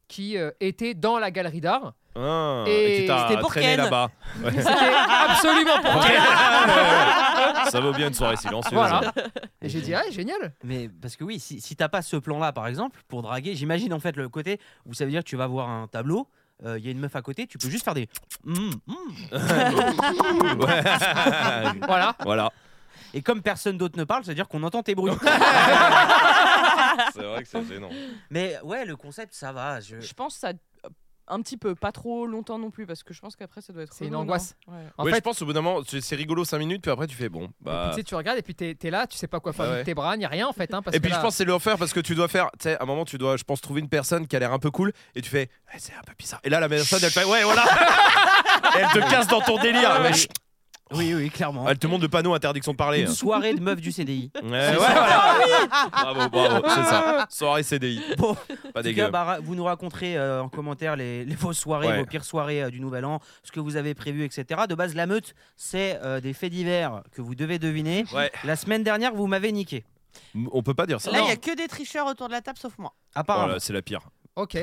Speaker 1: qui euh, était dans la galerie d'art.
Speaker 8: Ah,
Speaker 1: Et
Speaker 8: et qui t'a
Speaker 2: c'était pour
Speaker 8: traîné
Speaker 2: Ken.
Speaker 8: là-bas. Ouais.
Speaker 1: C'était absolument pour
Speaker 8: Ok.
Speaker 1: elle.
Speaker 8: ça vaut bien une soirée silencieuse.
Speaker 1: Voilà. Et j'ai dit, ah, génial.
Speaker 4: Mais parce que oui, si, si t'as pas ce plan-là, par exemple, pour draguer, j'imagine en fait le côté où ça veut dire que tu vas voir un tableau, euh, il y a une meuf à côté, tu peux juste faire des. Mm, mm.
Speaker 8: Ouais.
Speaker 1: Voilà.
Speaker 8: voilà.
Speaker 4: Et comme personne d'autre ne parle, ça veut dire qu'on entend tes bruits.
Speaker 8: C'est vrai que c'est gênant.
Speaker 4: Mais ouais, le concept, ça va. Je...
Speaker 9: Je pense que ça Un petit peu, pas trop longtemps non plus, parce que je pense qu'après ça doit être.
Speaker 1: C'est une
Speaker 9: relou, non
Speaker 1: angoisse.
Speaker 9: Ouais.
Speaker 1: En
Speaker 8: ouais,
Speaker 1: fait,
Speaker 8: je pense au bout d'un moment, c'est c'est rigolo 5 minutes, puis après tu fais bon. Bah...
Speaker 1: tu sais, tu regardes et puis t'es t'es là, tu sais pas quoi faire
Speaker 8: Ah
Speaker 1: de
Speaker 8: ouais.
Speaker 1: tes bras, ni rien en fait. hein, parce
Speaker 8: Et puis
Speaker 1: que
Speaker 8: je
Speaker 1: là-
Speaker 8: pense que c'est le faire parce que tu dois faire, tu sais, à un moment tu dois, je pense, trouver une personne qui a l'air un peu cool et tu fais, Eh, c'est un peu bizarre. Et là la personne elle fait, ouais voilà. Et elle te casse dans ton délire.
Speaker 4: Ouais.
Speaker 8: Mais chut,
Speaker 4: Oui, oui, clairement.
Speaker 8: Elle te montre Ah, le hein. panneau interdiction de parler.
Speaker 4: Une soirée de meufs du CDI.
Speaker 8: Ouais, ouais, voilà. Bravo, bravo, Ah c'est ça. Soirée CDI.
Speaker 4: Bon,
Speaker 8: Pas
Speaker 4: En tout
Speaker 8: dégueu.
Speaker 4: cas, bah, ra- vous nous raconterez euh, en commentaire les, les- vos soirées,
Speaker 8: Ouais.
Speaker 4: vos pires soirées euh, du Nouvel An, ce que vous avez prévu, etc. De base, la meute, c'est euh, des faits divers que vous devez deviner.
Speaker 8: Ouais.
Speaker 4: La semaine dernière, vous m'avez niqué.
Speaker 8: M- On peut pas dire ça.
Speaker 2: Là, il
Speaker 8: Non.
Speaker 2: n'y a que des tricheurs autour de la table sauf moi.
Speaker 4: Apparemment.
Speaker 8: Voilà, c'est la pire.
Speaker 1: Ok.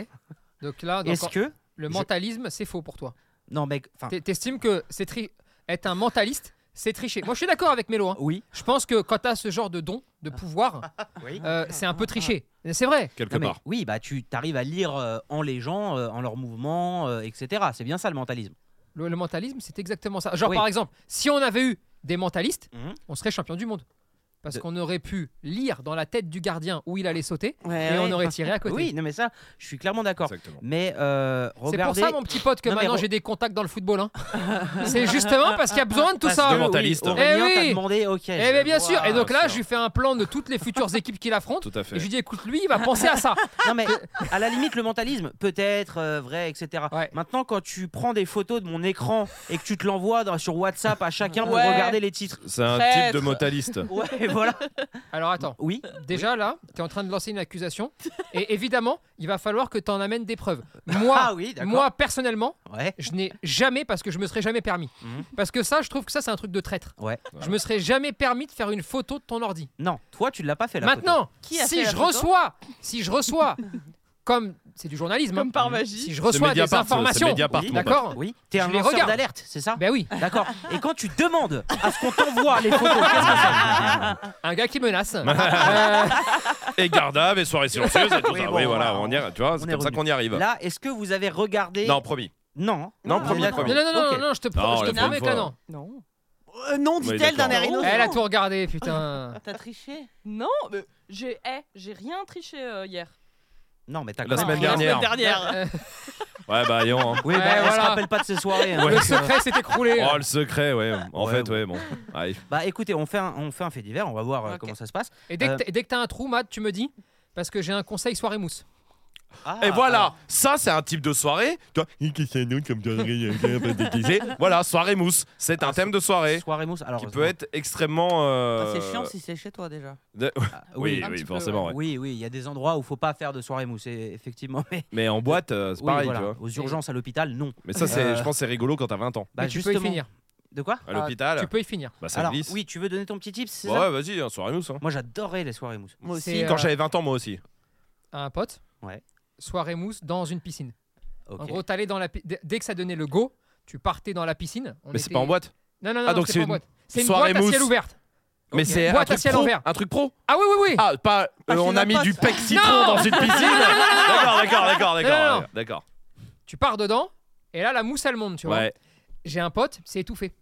Speaker 1: Donc là, donc,
Speaker 4: Est-ce que.
Speaker 1: le
Speaker 4: je-
Speaker 1: mentalisme, c'est faux pour toi.
Speaker 4: Non, mec, enfin.
Speaker 1: T'es- T'estimes que c'est tri... être un mentaliste, c'est tricher. Moi, je suis d'accord avec Mélo. hein.
Speaker 4: Oui.
Speaker 1: Je pense que quand t'as ce genre de don, de pouvoir,
Speaker 4: Oui.
Speaker 1: euh, c'est un peu tricher. Mais C'est vrai.
Speaker 8: Quelque
Speaker 4: Non, mais
Speaker 8: part.
Speaker 4: oui, bah tu t'arrives à lire euh, en les gens, euh, en leurs mouvements, euh, etc. C'est bien ça le mentalisme.
Speaker 1: Le, le mentalisme, c'est exactement ça. Genre,
Speaker 4: Oui.
Speaker 1: par exemple, si on avait eu des mentalistes,
Speaker 4: Mhm.
Speaker 1: on serait champion du monde. Parce
Speaker 4: De-
Speaker 1: qu'on aurait pu lire dans la tête du gardien où il allait sauter et
Speaker 2: Ouais,
Speaker 1: on aurait tiré à côté.
Speaker 4: Oui, non mais ça, je suis clairement d'accord.
Speaker 8: Exactement.
Speaker 4: Mais euh,
Speaker 1: C'est
Speaker 4: regardez.
Speaker 1: pour ça, mon petit pote, que
Speaker 4: Non, mais
Speaker 1: maintenant
Speaker 4: re-
Speaker 1: j'ai des contacts dans le football. hein. c'est justement parce qu'il y a besoin de tout
Speaker 4: Parce
Speaker 1: ça.
Speaker 8: que- Le mentaliste.
Speaker 4: Oui, Aurélien
Speaker 1: Eh oui.
Speaker 4: t'a demandé, ok.
Speaker 1: Eh
Speaker 4: je
Speaker 1: bien, bien
Speaker 4: vois.
Speaker 1: sûr. Et donc là,
Speaker 8: Bien
Speaker 1: je
Speaker 8: sûr.
Speaker 1: lui fais un plan de toutes les futures équipes qu'il affronte.
Speaker 8: Tout à
Speaker 1: Et je lui
Speaker 8: fait.
Speaker 1: dis, écoute, lui, il va penser à ça.
Speaker 4: Non mais à la limite le mentalisme peut-être euh, vrai etc.
Speaker 1: Ouais.
Speaker 4: Maintenant quand tu prends des photos de mon écran et que tu te l'envoies dans- sur WhatsApp à chacun pour
Speaker 9: Ouais.
Speaker 4: regarder les titres.
Speaker 8: C'est un
Speaker 9: Traître.
Speaker 8: type de motaliste.
Speaker 4: Ouais voilà.
Speaker 1: Alors attends,
Speaker 4: Oui.
Speaker 1: déjà là, tu es en train de lancer une accusation. Et évidemment, il va falloir que tu en amènes des preuves. Moi,
Speaker 4: ah oui d'accord.
Speaker 1: moi personnellement,
Speaker 4: Ouais.
Speaker 1: je n'ai jamais, parce que je me serais jamais permis.
Speaker 4: Mhm.
Speaker 1: Parce que ça, je trouve que ça, c'est un truc de traître.
Speaker 4: Ouais.
Speaker 1: Je me serais jamais permis de faire une photo de ton ordi.
Speaker 4: Non toi tu l'as pas fait là.
Speaker 1: Maintenant,
Speaker 2: Qui a
Speaker 1: si
Speaker 2: fait la
Speaker 1: je
Speaker 2: photo
Speaker 1: reçois, si je reççois, comme c'est du journalisme, hein,
Speaker 9: Comme par magie.
Speaker 1: si je
Speaker 8: C'est
Speaker 1: reçois des
Speaker 8: Mediapart, c'est- c'est
Speaker 1: informations,
Speaker 8: Mediapart,
Speaker 4: Oui, bah,
Speaker 8: mon pote.
Speaker 1: d'accord
Speaker 4: Oui. T'es
Speaker 1: Je
Speaker 4: un
Speaker 1: les
Speaker 4: lanceur
Speaker 1: regarde.
Speaker 4: d'alerte c'est ça.
Speaker 1: Ben oui,
Speaker 4: D'accord. Et quand tu demandes à ce qu'on t'envoie les photos, qu'est-ce que ça
Speaker 1: un gars qui menace. Euh,
Speaker 8: Et Garda, et soirées silencieuses et tout
Speaker 4: Oui,
Speaker 8: ça.
Speaker 4: bon,
Speaker 8: oui, voilà,
Speaker 4: voilà,
Speaker 8: on y arrive. Tu vois,
Speaker 4: on
Speaker 8: c'est
Speaker 4: est
Speaker 8: comme ça
Speaker 4: revenu.
Speaker 8: qu'on y arrive.
Speaker 4: Là, est-ce que vous avez regardé
Speaker 8: Non, promis.
Speaker 4: non,
Speaker 8: Non,
Speaker 4: on est
Speaker 8: premier,
Speaker 4: d'accord.
Speaker 1: non,
Speaker 8: premier.
Speaker 1: non, non, non,
Speaker 4: Ok.
Speaker 1: non, je te, pro-
Speaker 8: Non,
Speaker 1: je te
Speaker 8: la
Speaker 1: promets
Speaker 8: prochaine
Speaker 1: que là,
Speaker 8: fois.
Speaker 1: non.
Speaker 9: Non.
Speaker 2: Euh, non,
Speaker 8: Oui,
Speaker 2: dit-elle d'un air
Speaker 9: d'accord.
Speaker 2: innocent.
Speaker 1: Elle a tout regardé, putain.
Speaker 2: T'as triché
Speaker 9: Non, mais j'ai eh, j'ai rien triché euh, hier.
Speaker 4: Non, mais t'as
Speaker 8: La
Speaker 4: compris.
Speaker 8: semaine
Speaker 9: la
Speaker 8: dernière.
Speaker 9: semaine dernière.
Speaker 1: Euh,
Speaker 8: Ouais, bah, ayons. hein.
Speaker 4: Oui, bah,
Speaker 1: Ouais,
Speaker 4: on se
Speaker 1: voilà.
Speaker 4: rappelle pas de ces soirées. hein.
Speaker 8: Ouais.
Speaker 1: Le secret s'est écroulé.
Speaker 8: Oh, le secret, ouais. En
Speaker 4: Ouais,
Speaker 8: fait,
Speaker 4: bon.
Speaker 8: ouais, bon. Allez.
Speaker 4: Bah écoutez, on fait un, on fait un fait divers, on va voir euh,
Speaker 2: Ok.
Speaker 4: comment ça se passe.
Speaker 1: Et dès
Speaker 4: Euh.
Speaker 1: que t'as- dès que t'as un trou, Matt, tu me dis. Parce que j'ai un conseil soirée mousse.
Speaker 4: Ah,
Speaker 8: Et voilà, ça c'est un type de soirée. Tu vois, il qui s'est nous comme euh, toi, rien, rien, pas déguisé. voilà, soirée mousse. C'est un thème de
Speaker 4: ah,
Speaker 8: soirée
Speaker 4: Soirée mousse. Alors
Speaker 8: qui peut être extrêmement. euh,
Speaker 2: Ah, C'est chiant si c'est chez toi déjà.
Speaker 8: de-
Speaker 4: ah,
Speaker 8: Oui,
Speaker 4: oui.
Speaker 9: un
Speaker 8: oui,
Speaker 9: petit peu,
Speaker 8: forcément. ouais.
Speaker 4: Oui, oui, il y a des endroits où faut pas faire de soirée mousse, et- effectivement. Mais
Speaker 8: Mais en boîte, euh, c'est
Speaker 4: oui,
Speaker 8: pareil,
Speaker 4: voilà,
Speaker 8: tu vois.
Speaker 4: aux urgences à l'hôpital, non.
Speaker 8: Mais ça, c'est,
Speaker 4: Euh.
Speaker 8: je pense, que c'est rigolo quand t'as 20 ans.
Speaker 4: Bah
Speaker 1: Mais tu peux y finir.
Speaker 4: De quoi
Speaker 8: À l'hôpital,
Speaker 1: Tu peux y finir.
Speaker 8: bah, ça
Speaker 4: Alors,
Speaker 8: glisse.
Speaker 4: oui, tu veux donner ton petit tip, c'est
Speaker 8: Bah
Speaker 4: ça
Speaker 8: ouais, vas-y, hein, soirée mousse. hein.
Speaker 4: Moi, j'adorais les soirées mousse.
Speaker 2: Moi
Speaker 1: C'est,
Speaker 2: aussi.
Speaker 1: euh,
Speaker 8: Quand j'avais 20 ans, moi aussi.
Speaker 1: À un pote.
Speaker 4: Ouais.
Speaker 1: Soirée mousse dans une piscine.
Speaker 4: Ok.
Speaker 1: En gros, t'allais dans la. pi- dès- Dès que ça donnait le go, tu partais dans la piscine. On
Speaker 8: Mais c'est
Speaker 1: était-
Speaker 8: pas en boîte.
Speaker 1: Non, non, non,
Speaker 8: Ah, donc
Speaker 1: c'est
Speaker 8: c'est
Speaker 1: pas en
Speaker 8: une
Speaker 1: boîte. C'est une
Speaker 8: soirée
Speaker 1: boîte à ciel
Speaker 8: mousse.
Speaker 1: ouvert.
Speaker 8: Mais c'est
Speaker 1: Boîte
Speaker 8: un
Speaker 1: à
Speaker 8: truc
Speaker 1: ciel
Speaker 8: pro.
Speaker 1: ouvert.
Speaker 8: Un truc pro.
Speaker 1: Ah oui, oui, oui.
Speaker 8: Ah, pas.
Speaker 2: Ah,
Speaker 8: euh,
Speaker 2: chez
Speaker 8: on a
Speaker 2: notre
Speaker 8: mis
Speaker 2: pote.
Speaker 8: du pec citron
Speaker 1: Non
Speaker 8: dans une piscine. d'accord, d'accord, d'accord,
Speaker 1: Non, non,
Speaker 8: d'accord.
Speaker 1: non.
Speaker 8: D'accord.
Speaker 1: Tu pars dedans, et là, la mousse, elle monte, tu vois.
Speaker 8: Ouais.
Speaker 1: J'ai un pote, c'est étouffé.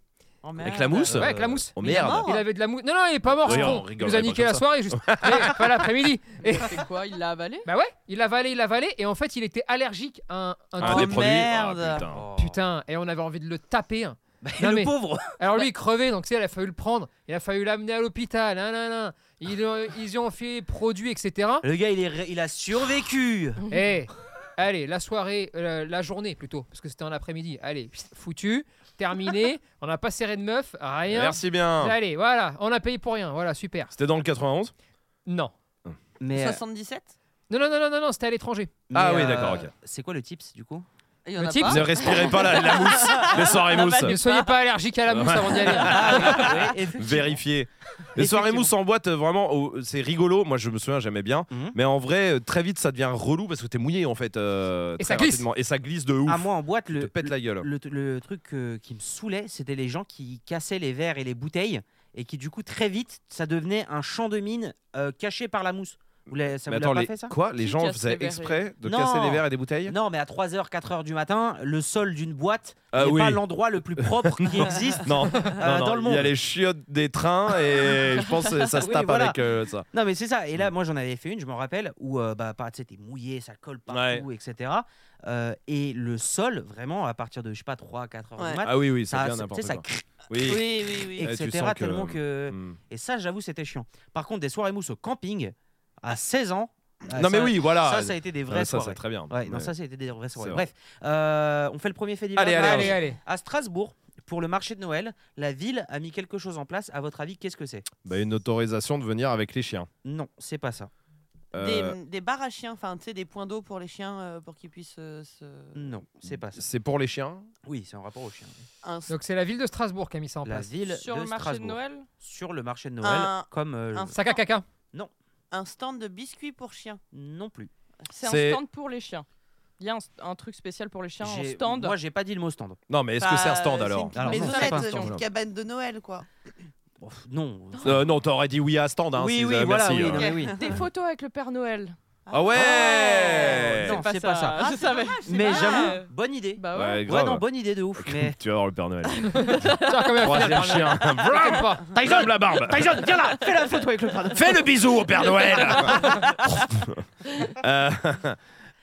Speaker 2: Oh,
Speaker 8: Avec
Speaker 2: merde.
Speaker 8: la mousse.
Speaker 1: Ouais, avec la mousse.
Speaker 8: Oh
Speaker 2: Mais il est
Speaker 8: merde.
Speaker 2: mort.
Speaker 1: Il avait de la mousse. Non, non, il est pas mort,
Speaker 8: Oui,
Speaker 1: c'est
Speaker 8: on
Speaker 1: con. Il
Speaker 8: rigolerait
Speaker 1: nous a
Speaker 8: pas
Speaker 1: niqué
Speaker 8: comme
Speaker 1: la
Speaker 8: ça.
Speaker 1: soirée, juste. Mais pas l'après-midi. Et-
Speaker 9: C'est quoi Il l'a avalé
Speaker 1: Bah ouais, il l'a avalé, il l'a avalé, et en fait, il était allergique à un, un
Speaker 8: Un
Speaker 1: truc.
Speaker 8: des produits. Ah,
Speaker 2: merde.
Speaker 8: putain.
Speaker 4: Oh.
Speaker 1: Putain, et on avait envie de le taper. hein.
Speaker 4: Bah,
Speaker 1: Non,
Speaker 4: le
Speaker 1: mais-
Speaker 4: pauvre.
Speaker 1: Alors lui, il crevait, donc tu sais, il a fallu le prendre, il a fallu l'amener à l'hôpital, hein, nan, nan. Ils, ont- ils y ont fait produits, etc.
Speaker 4: Le gars, il, est, ré- il a survécu.
Speaker 1: Eh, allez, la soirée, euh, la journée plutôt, parce que c'était en après-midi. Allez, pss, foutu, terminé, on n'a pas serré de meuf, rien.
Speaker 8: Merci bien.
Speaker 1: Allez, voilà, on a payé pour rien, voilà, super.
Speaker 8: C'était dans le 91
Speaker 1: Non.
Speaker 4: Mais, euh,
Speaker 2: 77
Speaker 1: Non, non, non, non, non, non, c'était à l'étranger.
Speaker 8: Ah
Speaker 4: mais,
Speaker 8: oui,
Speaker 4: euh,
Speaker 8: d'accord, ok.
Speaker 4: C'est quoi le tips du coup
Speaker 2: Il y en
Speaker 1: Le
Speaker 2: a
Speaker 1: type,
Speaker 2: pas
Speaker 8: Ne respirez pas la, la mousse, les soirées
Speaker 2: Non,
Speaker 8: mousse.
Speaker 1: Ne soyez pas allergique à la mousse
Speaker 8: Ouais.
Speaker 1: avant d'y aller.
Speaker 4: Ah oui, oui, effectivement.
Speaker 8: Vérifiez. Les soirées mousse en boîte, euh, vraiment, oh, c'est rigolo. Moi, je me souviens, j'aimais bien.
Speaker 4: Mhm.
Speaker 8: Mais en vrai, euh, très vite, ça devient relou parce que t'es mouillé en fait. euh,
Speaker 1: Et
Speaker 8: très
Speaker 1: ça glisse.
Speaker 8: rapidement. Et ça glisse de ouf.
Speaker 4: Ah, moi en boîte,
Speaker 8: te
Speaker 4: le,
Speaker 8: pète la gueule.
Speaker 4: le, le truc euh, qui me saoulait, c'était les gens qui cassaient les verres et les bouteilles et qui, du coup, très vite, ça devenait un champ de mine euh, caché par la mousse. Vous l'avez- Ça
Speaker 8: Mais
Speaker 4: vous l'a
Speaker 8: attends,
Speaker 4: pas
Speaker 8: les...
Speaker 4: fait ça
Speaker 8: quoi Les
Speaker 9: Qui
Speaker 8: gens
Speaker 9: casse les
Speaker 8: faisaient
Speaker 9: verres,
Speaker 8: exprès de
Speaker 4: Non.
Speaker 8: casser des verres et des bouteilles
Speaker 4: Non, mais à 3h, 4h du matin, le sol d'une boîte
Speaker 8: Ah
Speaker 4: n'est
Speaker 8: oui.
Speaker 4: pas l'endroit le plus propre qui existe.
Speaker 8: Non,
Speaker 4: euh,
Speaker 8: non,
Speaker 4: dans
Speaker 8: non,
Speaker 4: le
Speaker 8: il y a
Speaker 4: monde.
Speaker 8: les chiottes des trains et je pense que ça se
Speaker 4: Oui,
Speaker 8: tape
Speaker 4: voilà.
Speaker 8: avec euh, ça.
Speaker 4: Non, mais c'est ça. Et
Speaker 8: Mm.
Speaker 4: là, moi, j'en avais fait une, je m'en rappelle, où euh, bah, pas- tu sais, t'es mouillé, ça colle partout, etc. Euh, et le sol, vraiment, à partir de, je sais pas, 3, 4 heures
Speaker 2: Ouais.
Speaker 4: du mat,
Speaker 8: Ah oui, oui,
Speaker 4: ça,
Speaker 8: ça vient
Speaker 4: ça- tu
Speaker 8: n'importe
Speaker 4: sais, ça
Speaker 8: quoi.
Speaker 4: crie,
Speaker 8: Oui,
Speaker 2: Oui, oui, oui.
Speaker 8: Et tu
Speaker 4: etc.
Speaker 8: sens que-
Speaker 4: tellement que.
Speaker 8: Mm.
Speaker 4: Et ça, j'avoue, c'était chiant. Par contre, des soirées mousse au camping, à 16 ans. euh,
Speaker 8: Non, mais
Speaker 4: ça-
Speaker 8: oui, voilà.
Speaker 4: Ça, ça a été des vraies
Speaker 8: Ouais, ça, c'est
Speaker 4: soirées.
Speaker 8: très bien.
Speaker 4: Ouais, non,
Speaker 8: Mais-
Speaker 4: ça, c'était des vraies soirées.
Speaker 8: C'est
Speaker 4: Bref, euh, on fait le premier fait divers.
Speaker 8: Allez,
Speaker 4: là.
Speaker 1: Allez, allez.
Speaker 4: À Strasbourg, pour le marché de Noël, la ville a mis quelque chose en place. À votre avis, qu'est-ce que c'est
Speaker 8: Bah, une autorisation de venir avec les chiens.
Speaker 4: Non, c'est pas ça.
Speaker 2: Des,
Speaker 8: Euh,
Speaker 2: des bars à chiens, enfin, tu sais, des points d'eau pour les chiens euh, pour qu'ils puissent euh, se.
Speaker 4: Non, c'est pas ça.
Speaker 8: C'est pour les chiens
Speaker 4: Oui, c'est en rapport aux chiens.
Speaker 2: Un,
Speaker 1: Donc c'est la ville de Strasbourg qui a mis ça en
Speaker 4: La
Speaker 1: place.
Speaker 4: ville
Speaker 9: Sur
Speaker 4: de
Speaker 9: le marché
Speaker 4: Strasbourg.
Speaker 9: de Noël
Speaker 4: Sur le marché de Noël,
Speaker 2: Un-
Speaker 4: comme euh,
Speaker 2: un-
Speaker 1: Saka caca.
Speaker 2: un stand de biscuits pour chiens.
Speaker 4: non plus.
Speaker 9: C'est un
Speaker 8: C'est-
Speaker 9: stand pour les chiens. Il y a un, st- un truc spécial pour les chiens en
Speaker 4: J'ai-
Speaker 9: stand.
Speaker 4: Moi, j'ai pas dit le mot stand.
Speaker 8: Non, mais est-ce que c'est un stand
Speaker 2: Bah,
Speaker 8: alors
Speaker 4: Alors,
Speaker 2: C'est
Speaker 4: non,
Speaker 2: une
Speaker 4: c'est
Speaker 2: petite
Speaker 4: pas un
Speaker 2: maisonnette,
Speaker 4: stand,
Speaker 2: une
Speaker 4: non.
Speaker 2: petite cabane de Noël, quoi.
Speaker 4: Bon, Oh, pff, non.
Speaker 8: Euh, Non, t'aurais dit oui à stand. Hein,
Speaker 4: oui,
Speaker 8: si-
Speaker 4: oui,
Speaker 8: euh,
Speaker 4: voilà,
Speaker 8: merci,
Speaker 4: oui,
Speaker 8: euh.
Speaker 4: non, mais oui.
Speaker 9: Des photos avec le Père Noël.
Speaker 8: Ah ouais
Speaker 4: Eh, Oh, Non, c'est pas ça.
Speaker 9: Je savais.
Speaker 4: Mais
Speaker 9: Ah, pas-
Speaker 4: j'avoue, bonne idée.
Speaker 9: Bah ouais.
Speaker 8: Ouais,
Speaker 4: Ouais,
Speaker 8: grave.
Speaker 4: non, bonne idée de ouf. Mais
Speaker 8: Tu vas voir le Père Noël.
Speaker 1: Tiens, quand même,
Speaker 8: Troisième chien. Vroom
Speaker 1: t'inquiète pas.
Speaker 8: Tyson la barbe
Speaker 4: Tyson, viens là, fais la photo avec le Prado.
Speaker 8: Fais le bisou au Père Noël Euh,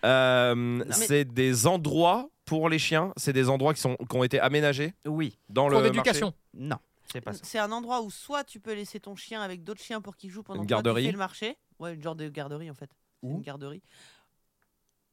Speaker 8: euh, C'est des endroits pour les chiens, c'est des endroits qui, sont, qui ont été aménagés
Speaker 4: Oui,
Speaker 8: dans
Speaker 1: Cours
Speaker 8: le
Speaker 1: d'éducation.
Speaker 4: non, c'est pas ça.
Speaker 2: C'est un endroit où soit tu peux laisser ton chien avec d'autres chiens pour qu'il joue pendant
Speaker 8: Une
Speaker 2: que toi, tu
Speaker 8: garderie.
Speaker 2: fais le marché. Ouais, une genre de garderie en fait. C'est
Speaker 4: Où
Speaker 2: une garderie.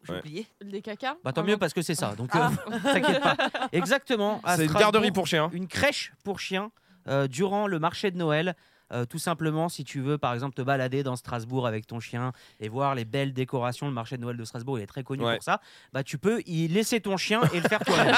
Speaker 2: J'ai
Speaker 8: Ouais.
Speaker 2: oublié.
Speaker 9: Des cacas Ah
Speaker 4: Bah tant
Speaker 9: Un
Speaker 4: mieux
Speaker 9: endroit-
Speaker 4: parce que c'est ça. Donc euh,
Speaker 1: Ah.
Speaker 4: t'inquiète pas. Exactement. à
Speaker 8: marché. C'est une
Speaker 4: Ah, Strasbourg,
Speaker 8: garderie pour chiens.
Speaker 4: une crèche pour chiens euh, durant le marché de Noël. Euh, tout simplement, si tu veux, par exemple, te balader dans Strasbourg avec ton chien et voir les belles décorations, le marché de Noël de Strasbourg, il est très connu
Speaker 8: Ouais.
Speaker 4: pour ça. Bah, tu peux y laisser ton chien et le faire toi-même.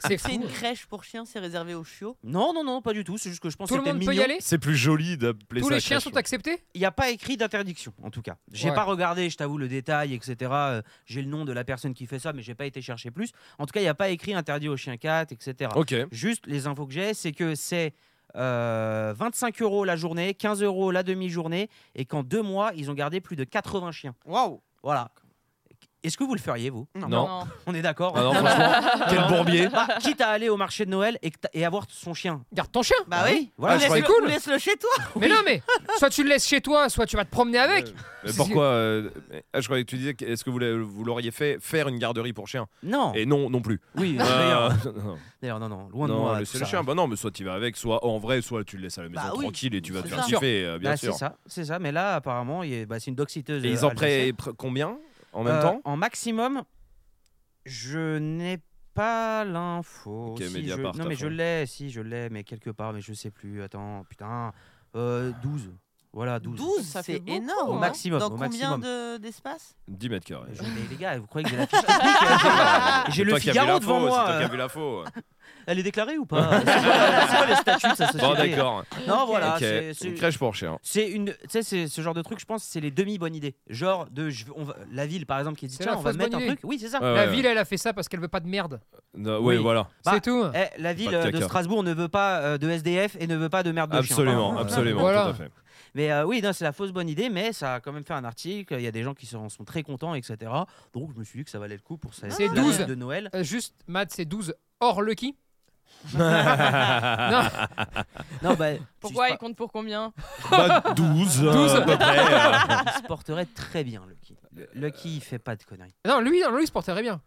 Speaker 1: C'est fou.
Speaker 2: C'est une crèche pour chiens, c'est réservé aux chiots.
Speaker 4: non, non, non, pas du tout. C'est juste que je pense
Speaker 1: Tout
Speaker 4: que
Speaker 1: le
Speaker 4: c'était
Speaker 1: monde
Speaker 4: mignon.
Speaker 1: peut y aller
Speaker 8: C'est plus joli d'appeler
Speaker 1: Tous
Speaker 8: ça
Speaker 1: les chiens
Speaker 8: crèche,
Speaker 1: sont
Speaker 8: ouais.
Speaker 1: acceptés
Speaker 4: Il n'y a pas écrit d'interdiction, en tout cas. J'ai
Speaker 1: Ouais.
Speaker 4: pas regardé, je t'avoue, le détail, etc. Euh, J'ai le nom de la personne qui fait ça, mais j'ai pas été chercher plus. En tout cas, il n'y a pas écrit interdit aux chiens 4, etc.
Speaker 8: Ok.
Speaker 4: Juste les infos que j'ai, c'est que c'est euh, 25 euros la journée, 15 euros la demi-journée, et qu'en deux mois, ils ont gardé plus de 80 chiens.
Speaker 2: Waouh
Speaker 4: Voilà. Est-ce que vous le feriez, vous
Speaker 8: Non.
Speaker 4: On est d'accord
Speaker 8: Ah non,
Speaker 4: hein
Speaker 8: franchement, quel bourbier.
Speaker 4: Bah, Quitte à aller au marché de Noël et, que t'a- et avoir son chien.
Speaker 1: Garde ton chien.
Speaker 2: Bah oui.
Speaker 4: Voilà.
Speaker 8: Ah, je
Speaker 2: laisse
Speaker 8: croyais-
Speaker 2: le,
Speaker 1: cool.
Speaker 2: laisse-le chez toi.
Speaker 8: Bah
Speaker 1: Mais non, mais soit tu le laisses chez toi, soit tu vas te promener avec.
Speaker 8: Mais pourquoi euh, ah, Je croyais que tu disais que- est-ce que vous l'a- vous l'auriez fait faire une garderie pour chiens
Speaker 4: Non.
Speaker 8: Et non, non plus.
Speaker 4: Oui,
Speaker 8: Euh,
Speaker 4: d'ailleurs,
Speaker 8: non,
Speaker 4: d'ailleurs, non, non, loin de
Speaker 8: non,
Speaker 4: moi.
Speaker 8: laisser
Speaker 4: tout
Speaker 8: le
Speaker 4: ça.
Speaker 8: chien. Bah non, mais soit tu vas avec, soit en vrai, soit tu le laisses à la maison
Speaker 2: Bah oui,
Speaker 8: tranquille et tu vas te
Speaker 2: c'est
Speaker 8: faire
Speaker 2: ça.
Speaker 8: kiffer, euh, bien
Speaker 4: Bah, c'est
Speaker 8: sûr.
Speaker 4: ça, c'est ça. Mais là, apparemment, il y a- bah, c'est une doxiteuse.
Speaker 8: Et
Speaker 4: euh,
Speaker 8: ils en prêtent
Speaker 4: alsacienne.
Speaker 8: pr- combien en même
Speaker 4: Euh,
Speaker 8: temps
Speaker 4: En maximum, je n'ai pas l'info.
Speaker 8: Ok,
Speaker 4: Si, je-
Speaker 8: Mediapart,
Speaker 4: Non,
Speaker 8: à
Speaker 4: mais je
Speaker 8: fond.
Speaker 4: l'ai, si, je l'ai, mais quelque part, mais je sais plus. Attends, putain. Euh, 12. Voilà, 12.
Speaker 2: 12,
Speaker 9: Ça fait
Speaker 2: c'est
Speaker 9: beaucoup,
Speaker 2: énorme.
Speaker 4: Au
Speaker 2: hein.
Speaker 4: maximum,
Speaker 2: Dans
Speaker 4: au
Speaker 2: combien
Speaker 4: maximum.
Speaker 2: de- d'espace
Speaker 8: 10 mètres carrés.
Speaker 4: Je- mais les gars, vous croyez que j'ai la fiche technique euh,
Speaker 2: Ah.
Speaker 4: J'ai- J'ai
Speaker 8: C'est
Speaker 4: le
Speaker 8: toi qui as vu
Speaker 4: Figaro
Speaker 8: la
Speaker 4: devant
Speaker 8: faux, C'est toi qui as
Speaker 4: moi. euh.
Speaker 8: vu la faux.
Speaker 4: Elle est déclarée ou pas C'est quoi- c'est quoi les statuts de sa société
Speaker 8: Bon, d'accord.
Speaker 4: Non, voilà.
Speaker 8: ok.
Speaker 4: c'est-
Speaker 8: Une
Speaker 4: c'est-
Speaker 8: crèche pour chiens.
Speaker 4: C'est une, tu sais, c'est ce genre de truc. Je pense, c'est les demi bonnes idées. Genre de, je- on va- la ville par exemple qui dit
Speaker 1: C'est
Speaker 4: tiens,
Speaker 1: la
Speaker 4: on va
Speaker 1: fausse
Speaker 4: mettre
Speaker 1: bonne
Speaker 4: un
Speaker 1: idée.
Speaker 4: truc. Oui, c'est ça.
Speaker 8: Ouais,
Speaker 1: La
Speaker 8: ouais.
Speaker 1: ville, elle a fait ça parce qu'elle veut pas de merde.
Speaker 8: Non, oui,
Speaker 4: Oui.
Speaker 8: voilà.
Speaker 4: Bah,
Speaker 1: C'est tout.
Speaker 4: Eh, la ville
Speaker 8: Pas de
Speaker 4: de,
Speaker 8: caca.
Speaker 4: Strasbourg ne veut pas euh, de SDF et ne veut pas de merde de chien.
Speaker 8: Absolument,
Speaker 4: Pardon.
Speaker 8: absolument,
Speaker 1: Voilà.
Speaker 8: tout à fait.
Speaker 4: Mais euh, oui, non, c'est la fausse bonne idée, mais ça a quand même fait un article. Il y a des gens qui sont, sont très contents, etc. Donc je me suis dit que ça valait le coup pour cette
Speaker 1: C'est
Speaker 4: la
Speaker 1: 12.
Speaker 4: fête de Noël.
Speaker 1: Euh, juste, Matt, c'est 12 hors Lucky.
Speaker 4: Non, bah,
Speaker 9: Pourquoi
Speaker 4: tu
Speaker 9: il compte pour combien
Speaker 8: Bah, 12, euh,
Speaker 1: 12.
Speaker 8: à peu près. euh.
Speaker 4: il se porterait très bien, Lucky. Le- Lucky, il fait pas de conneries.
Speaker 1: Non, lui, non, lui, il se porterait bien.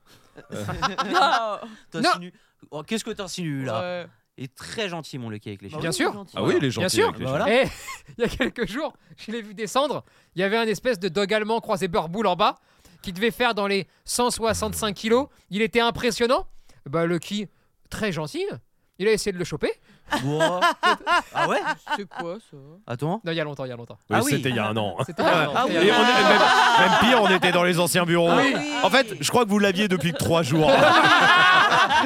Speaker 9: Ah
Speaker 2: Bah
Speaker 4: T'insinues- Oh, Qu'est-ce que t'insinues là
Speaker 9: Ouais.
Speaker 4: Il est très gentil, mon Lucky,
Speaker 2: Bah
Speaker 4: avec les chiens.
Speaker 1: Bien sûr.
Speaker 8: Ah oui, les
Speaker 1: Bien
Speaker 8: gentils.
Speaker 1: sûr.
Speaker 8: avec les
Speaker 4: Bah,
Speaker 8: chiens.
Speaker 4: voilà.
Speaker 2: Ah.
Speaker 1: Et il y a quelques jours, je l'ai vu descendre. Il y avait un espèce de dog allemand croisé Burboul en bas qui devait faire dans les 165 kilos. Il était impressionnant. Bah, Lucky, très gentil. Il a essayé de le choper.
Speaker 4: Wow. ah ouais
Speaker 9: C'est quoi ça
Speaker 4: Attends.
Speaker 1: Non, il y a longtemps, il y a longtemps.
Speaker 8: Oui,
Speaker 4: Ah oui.
Speaker 8: C'était il y a un an.
Speaker 1: C'était il y a
Speaker 4: Ah
Speaker 1: longtemps, c'était il y a
Speaker 8: Et
Speaker 1: longtemps.
Speaker 8: on est- même, même pire, on était dans les anciens bureaux.
Speaker 1: Ah oui.
Speaker 8: En fait, je crois que vous l'aviez depuis que trois jours.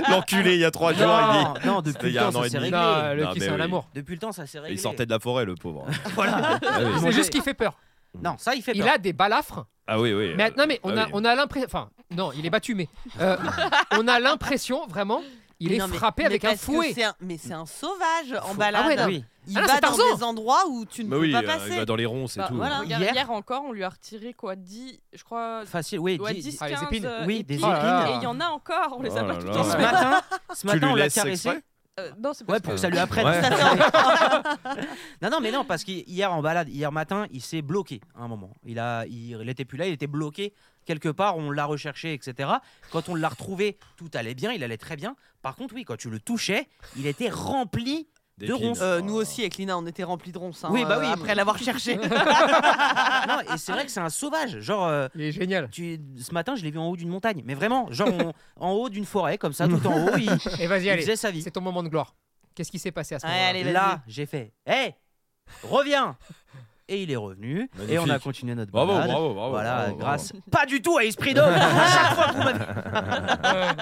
Speaker 8: L'enculé, il y a trois jours, Ah, il dit.
Speaker 4: Non, non,
Speaker 8: C'était
Speaker 4: depuis
Speaker 8: il y
Speaker 4: le
Speaker 8: a
Speaker 4: temps,
Speaker 8: un an et
Speaker 4: ça s'est
Speaker 8: demi. Ah,
Speaker 4: réglé.
Speaker 1: Non,
Speaker 8: Non,
Speaker 1: Lucky,
Speaker 8: mais
Speaker 1: c'est un
Speaker 8: oui.
Speaker 1: amour.
Speaker 4: Depuis le temps, ça s'est réglé.
Speaker 8: Il sortait de la forêt, le pauvre.
Speaker 4: Voilà.
Speaker 8: Ah oui.
Speaker 1: C'est juste qu'il fait peur.
Speaker 4: Non, ça, il fait
Speaker 1: Il
Speaker 4: peur.
Speaker 1: a des balafres.
Speaker 8: Ah oui, oui.
Speaker 1: Mais non, mais on
Speaker 8: ah
Speaker 1: a,
Speaker 8: oui.
Speaker 1: on a l'impression. Enfin, non, il est battu, mais euh, on a l'impression vraiment. il
Speaker 2: Mais
Speaker 1: est
Speaker 2: non, mais-
Speaker 1: frappé
Speaker 2: mais
Speaker 1: avec un
Speaker 2: parce que
Speaker 1: fouet.
Speaker 2: c'est Mais c'est un sauvage en balade.
Speaker 1: Ah ouais, non.
Speaker 4: Oui.
Speaker 2: Il
Speaker 1: Ah là,
Speaker 2: va
Speaker 1: c'est
Speaker 2: dans
Speaker 1: Tarzan.
Speaker 2: des endroits où tu ne
Speaker 8: Bah
Speaker 2: peux
Speaker 8: oui,
Speaker 2: pas
Speaker 8: euh, il
Speaker 2: passer.
Speaker 8: va dans les ronds, c'est
Speaker 9: Bah,
Speaker 8: tout. hein.
Speaker 2: voilà.
Speaker 9: regarde, hier,
Speaker 4: Hier
Speaker 9: encore, on lui a retiré quoi 10, je crois,
Speaker 4: Facile, oui.
Speaker 9: ouais,
Speaker 4: dis-
Speaker 9: 10,
Speaker 1: Ah, les
Speaker 9: 15
Speaker 1: épines.
Speaker 9: euh,
Speaker 4: Oui, des
Speaker 9: épines,
Speaker 1: épines.
Speaker 9: Et il y en a encore, on les
Speaker 8: Oh
Speaker 9: a pas
Speaker 8: là
Speaker 9: tout
Speaker 8: là.
Speaker 4: dis-
Speaker 9: le temps.
Speaker 4: Ce
Speaker 8: Ouais.
Speaker 4: matin, ce
Speaker 8: Tu
Speaker 4: matin
Speaker 8: lui
Speaker 4: on l'a
Speaker 8: laisses
Speaker 4: caressé.
Speaker 8: exprès
Speaker 9: Euh, non, c'est pas
Speaker 4: Ouais, pour que ça lui apprenne.
Speaker 8: Ouais.
Speaker 4: non, non, mais non, parce qu'hier en balade, hier matin, il s'est bloqué à un moment. Il a, il, il était plus là, il était bloqué quelque part. On l'a recherché, etc. Quand on l'a retrouvé, tout allait bien, il allait très bien. Par contre, oui, quand tu le touchais, il était rempli.
Speaker 8: Des
Speaker 4: De
Speaker 8: pins.
Speaker 4: ronces.
Speaker 2: Euh, nous aussi avec Lina, on était remplis de ronces. hein,
Speaker 4: Oui, bah
Speaker 2: euh,
Speaker 4: oui.
Speaker 2: Après l'avoir cherché.
Speaker 4: Non, et c'est vrai que c'est un sauvage. Genre, euh,
Speaker 1: Il est génial.
Speaker 4: tu, ce matin, je l'ai vu en haut d'une montagne. Mais vraiment, genre on- en haut d'une forêt, comme ça, tout en haut, il,
Speaker 1: Et Eh, vas-y,
Speaker 4: il
Speaker 1: allez,
Speaker 4: faisait sa vie.
Speaker 1: c'est ton moment de gloire. Qu'est-ce qui s'est passé à ce
Speaker 2: Ouais,
Speaker 1: moment-là
Speaker 2: allez, vas-y.
Speaker 4: Là, j'ai fait Hé, reviens Et il est revenu. Et on a
Speaker 8: Magnifique.
Speaker 4: continué notre
Speaker 8: Bravo,
Speaker 4: balade.
Speaker 8: bravo, bravo.
Speaker 4: voilà,
Speaker 8: bravo, bravo.
Speaker 4: grâce pas du tout à Esprit d'Homme. à chaque fois que vous m'avez-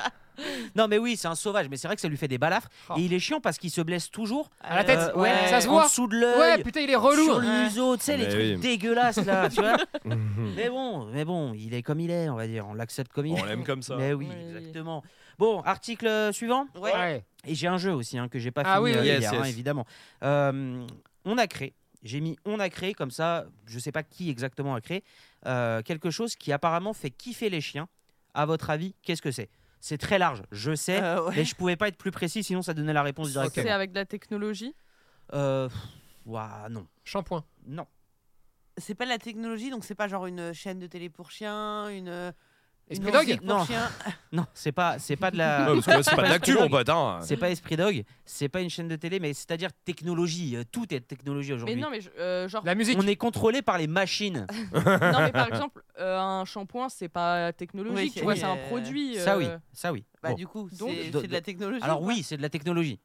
Speaker 4: non, mais oui, c'est un sauvage, mais c'est vrai que ça lui fait des balafres.
Speaker 1: Oh.
Speaker 4: Et il est chiant parce qu'il se blesse toujours.
Speaker 1: À la tête,
Speaker 4: Euh,
Speaker 1: ouais,
Speaker 4: ouais,
Speaker 1: ça se
Speaker 4: En
Speaker 1: voit.
Speaker 4: dessous de
Speaker 1: Ouais,
Speaker 4: l'œil.
Speaker 1: putain, il est relou.
Speaker 4: euh, sur
Speaker 1: hein.
Speaker 4: l'uso, tu sais, les
Speaker 8: Mais
Speaker 4: trucs
Speaker 8: oui.
Speaker 4: dégueulasses là, tu vois.
Speaker 8: Mhm.
Speaker 4: Mais bon, mais bon, il est comme il est, on va dire, on l'accepte comme il
Speaker 8: On
Speaker 4: est.
Speaker 8: l'aime comme ça.
Speaker 4: Mais oui,
Speaker 9: Oui.
Speaker 4: exactement. Bon, article euh, suivant.
Speaker 2: Ouais.
Speaker 1: Ouais.
Speaker 4: Et j'ai un jeu aussi hein, que j'ai pas
Speaker 1: Ah
Speaker 4: fini
Speaker 1: oui,
Speaker 4: euh,
Speaker 8: oui. Yes,
Speaker 4: hier, hein,
Speaker 8: yes.
Speaker 4: évidemment. Euh, on a créé. J'ai mis on a créé comme ça. Je sais pas qui exactement a créé euh, quelque chose qui apparemment fait kiffer les chiens. À votre avis, qu'est-ce que c'est C'est très large. Je sais.
Speaker 2: Euh, ouais.
Speaker 4: Mais je pouvais pas être plus précis, sinon ça donnait la réponse
Speaker 1: Ok.
Speaker 4: directement.
Speaker 9: C'est avec de la technologie
Speaker 4: Euh, pff, ouah, non,
Speaker 1: Shampoing.
Speaker 4: non.
Speaker 2: C'est pas de la technologie, donc c'est pas genre une chaîne de télé pour chiens, une.
Speaker 1: Esprit Dog
Speaker 2: musique pour
Speaker 4: Non.
Speaker 2: chiens.
Speaker 4: Non, c'est pas, c'est pas de la.
Speaker 8: Ouais, parce que là, c'est pas de l'actu, mon
Speaker 4: Esprit Dog.
Speaker 8: pote. hein.
Speaker 4: C'est pas Esprit Dog, c'est pas une chaîne de télé, mais c'est-à-dire technologie. euh, Tout est technologie
Speaker 9: Mais
Speaker 4: aujourd'hui.
Speaker 9: non, mais je- euh, genre,
Speaker 1: La musique.
Speaker 4: On est contrôlé par les machines.
Speaker 9: non, mais par exemple, euh, un shampoing, c'est pas
Speaker 2: Oui,
Speaker 9: technologique,
Speaker 2: c'est-
Speaker 9: tu vois, c'est un
Speaker 2: euh,
Speaker 9: produit.
Speaker 4: Ça oui,
Speaker 9: euh,
Speaker 4: ça oui.
Speaker 2: Bah,
Speaker 4: Bon.
Speaker 2: du coup,
Speaker 4: Donc-
Speaker 2: c'est
Speaker 4: Do-
Speaker 2: c'est de
Speaker 4: do-
Speaker 2: la technologie.
Speaker 4: Alors
Speaker 2: ou
Speaker 4: oui, c'est de la technologie.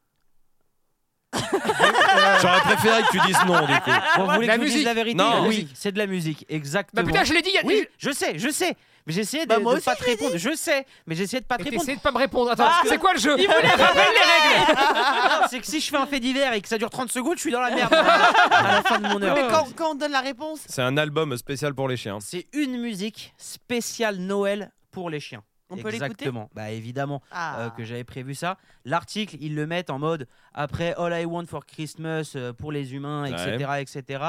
Speaker 8: J'aurais préféré que tu dises non, du coup.
Speaker 4: Bon, vous voulez
Speaker 1: La
Speaker 4: que je vous dise
Speaker 1: musique.
Speaker 4: la vérité
Speaker 8: Non.
Speaker 1: La
Speaker 4: Oui,
Speaker 1: musique.
Speaker 4: c'est de la musique, exactement.
Speaker 1: Bah putain, je l'ai dit il y a
Speaker 4: oui, je sais, je sais. Mais j'essayais de,
Speaker 2: Bah, moi
Speaker 4: de
Speaker 2: aussi,
Speaker 4: pas te répondre. Je sais, mais j'essayais de pas te
Speaker 1: Et
Speaker 4: répondre.
Speaker 1: t'essayais de pas me répondre. Attends,
Speaker 4: Ah,
Speaker 1: c'est quoi le jeu
Speaker 4: Il voulait
Speaker 1: Rappelle les règles
Speaker 4: Ah, c'est que si je fais un fait divers et que ça dure 30 secondes, je suis dans la merde à la fin de mon
Speaker 2: pas. Mais
Speaker 4: heure.
Speaker 2: quand, quand on donne la réponse,
Speaker 8: C'est un album spécial pour les chiens.
Speaker 4: C'est une musique spéciale Noël pour les chiens.
Speaker 2: on peut l'écouter.
Speaker 4: Exactement. Bah évidemment
Speaker 2: Ah.
Speaker 4: euh, que j'avais prévu ça. L'article, ils le mettent en mode après All I Want for Christmas euh, pour les humains, etc., etc.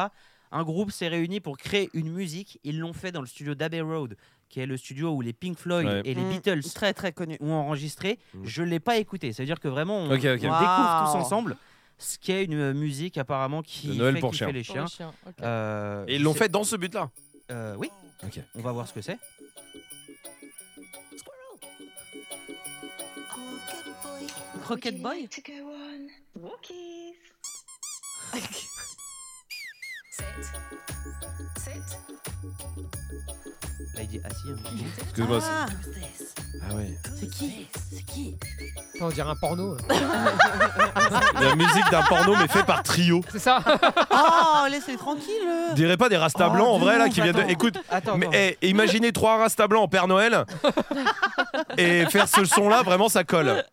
Speaker 4: Un groupe s'est réuni pour créer une musique. Ils l'ont fait dans le studio d'Abbey Road, qui est le studio où les Pink Floyd
Speaker 8: Ouais.
Speaker 4: et les
Speaker 2: Mm,
Speaker 4: Beatles
Speaker 2: Très très connu.
Speaker 4: ont enregistré.
Speaker 8: Mm.
Speaker 4: Je l'ai pas écouté. Ça veut dire que vraiment, on,
Speaker 8: Ok, ok.
Speaker 4: on
Speaker 2: Wow.
Speaker 4: découvre tous ensemble ce qu'est une euh, musique apparemment qui
Speaker 8: De Noël
Speaker 4: fait
Speaker 8: pour
Speaker 4: kiffer
Speaker 8: chiens.
Speaker 4: les
Speaker 9: pour les
Speaker 4: chiens.
Speaker 9: chiens, ok.
Speaker 4: Euh,
Speaker 8: Et ils l'ont
Speaker 4: c'est-
Speaker 8: fait dans ce but-là.
Speaker 4: euh, oui.
Speaker 8: Ok.
Speaker 4: On va voir ce que c'est.
Speaker 2: Rocket Boy
Speaker 4: Là, il dit assis. hein.
Speaker 8: Excuse-moi.
Speaker 2: Ah,
Speaker 8: c'est- Ah ouais.
Speaker 2: C'est qui C'est qui
Speaker 1: Attends, On dirait un porno. euh. là.
Speaker 8: La musique d'un porno, mais fait par trio.
Speaker 1: C'est ça
Speaker 2: Oh, laissez-le tranquille
Speaker 8: On dirait pas des rasta
Speaker 4: Oh,
Speaker 8: blancs en
Speaker 4: de
Speaker 8: vrai là
Speaker 4: ouf,
Speaker 8: qui viennent de.
Speaker 4: attends.
Speaker 8: Écoute,
Speaker 4: Attends,
Speaker 8: mais
Speaker 4: attends.
Speaker 8: eh, imaginez trois rasta blancs en Père Noël et faire ce son là, vraiment ça colle.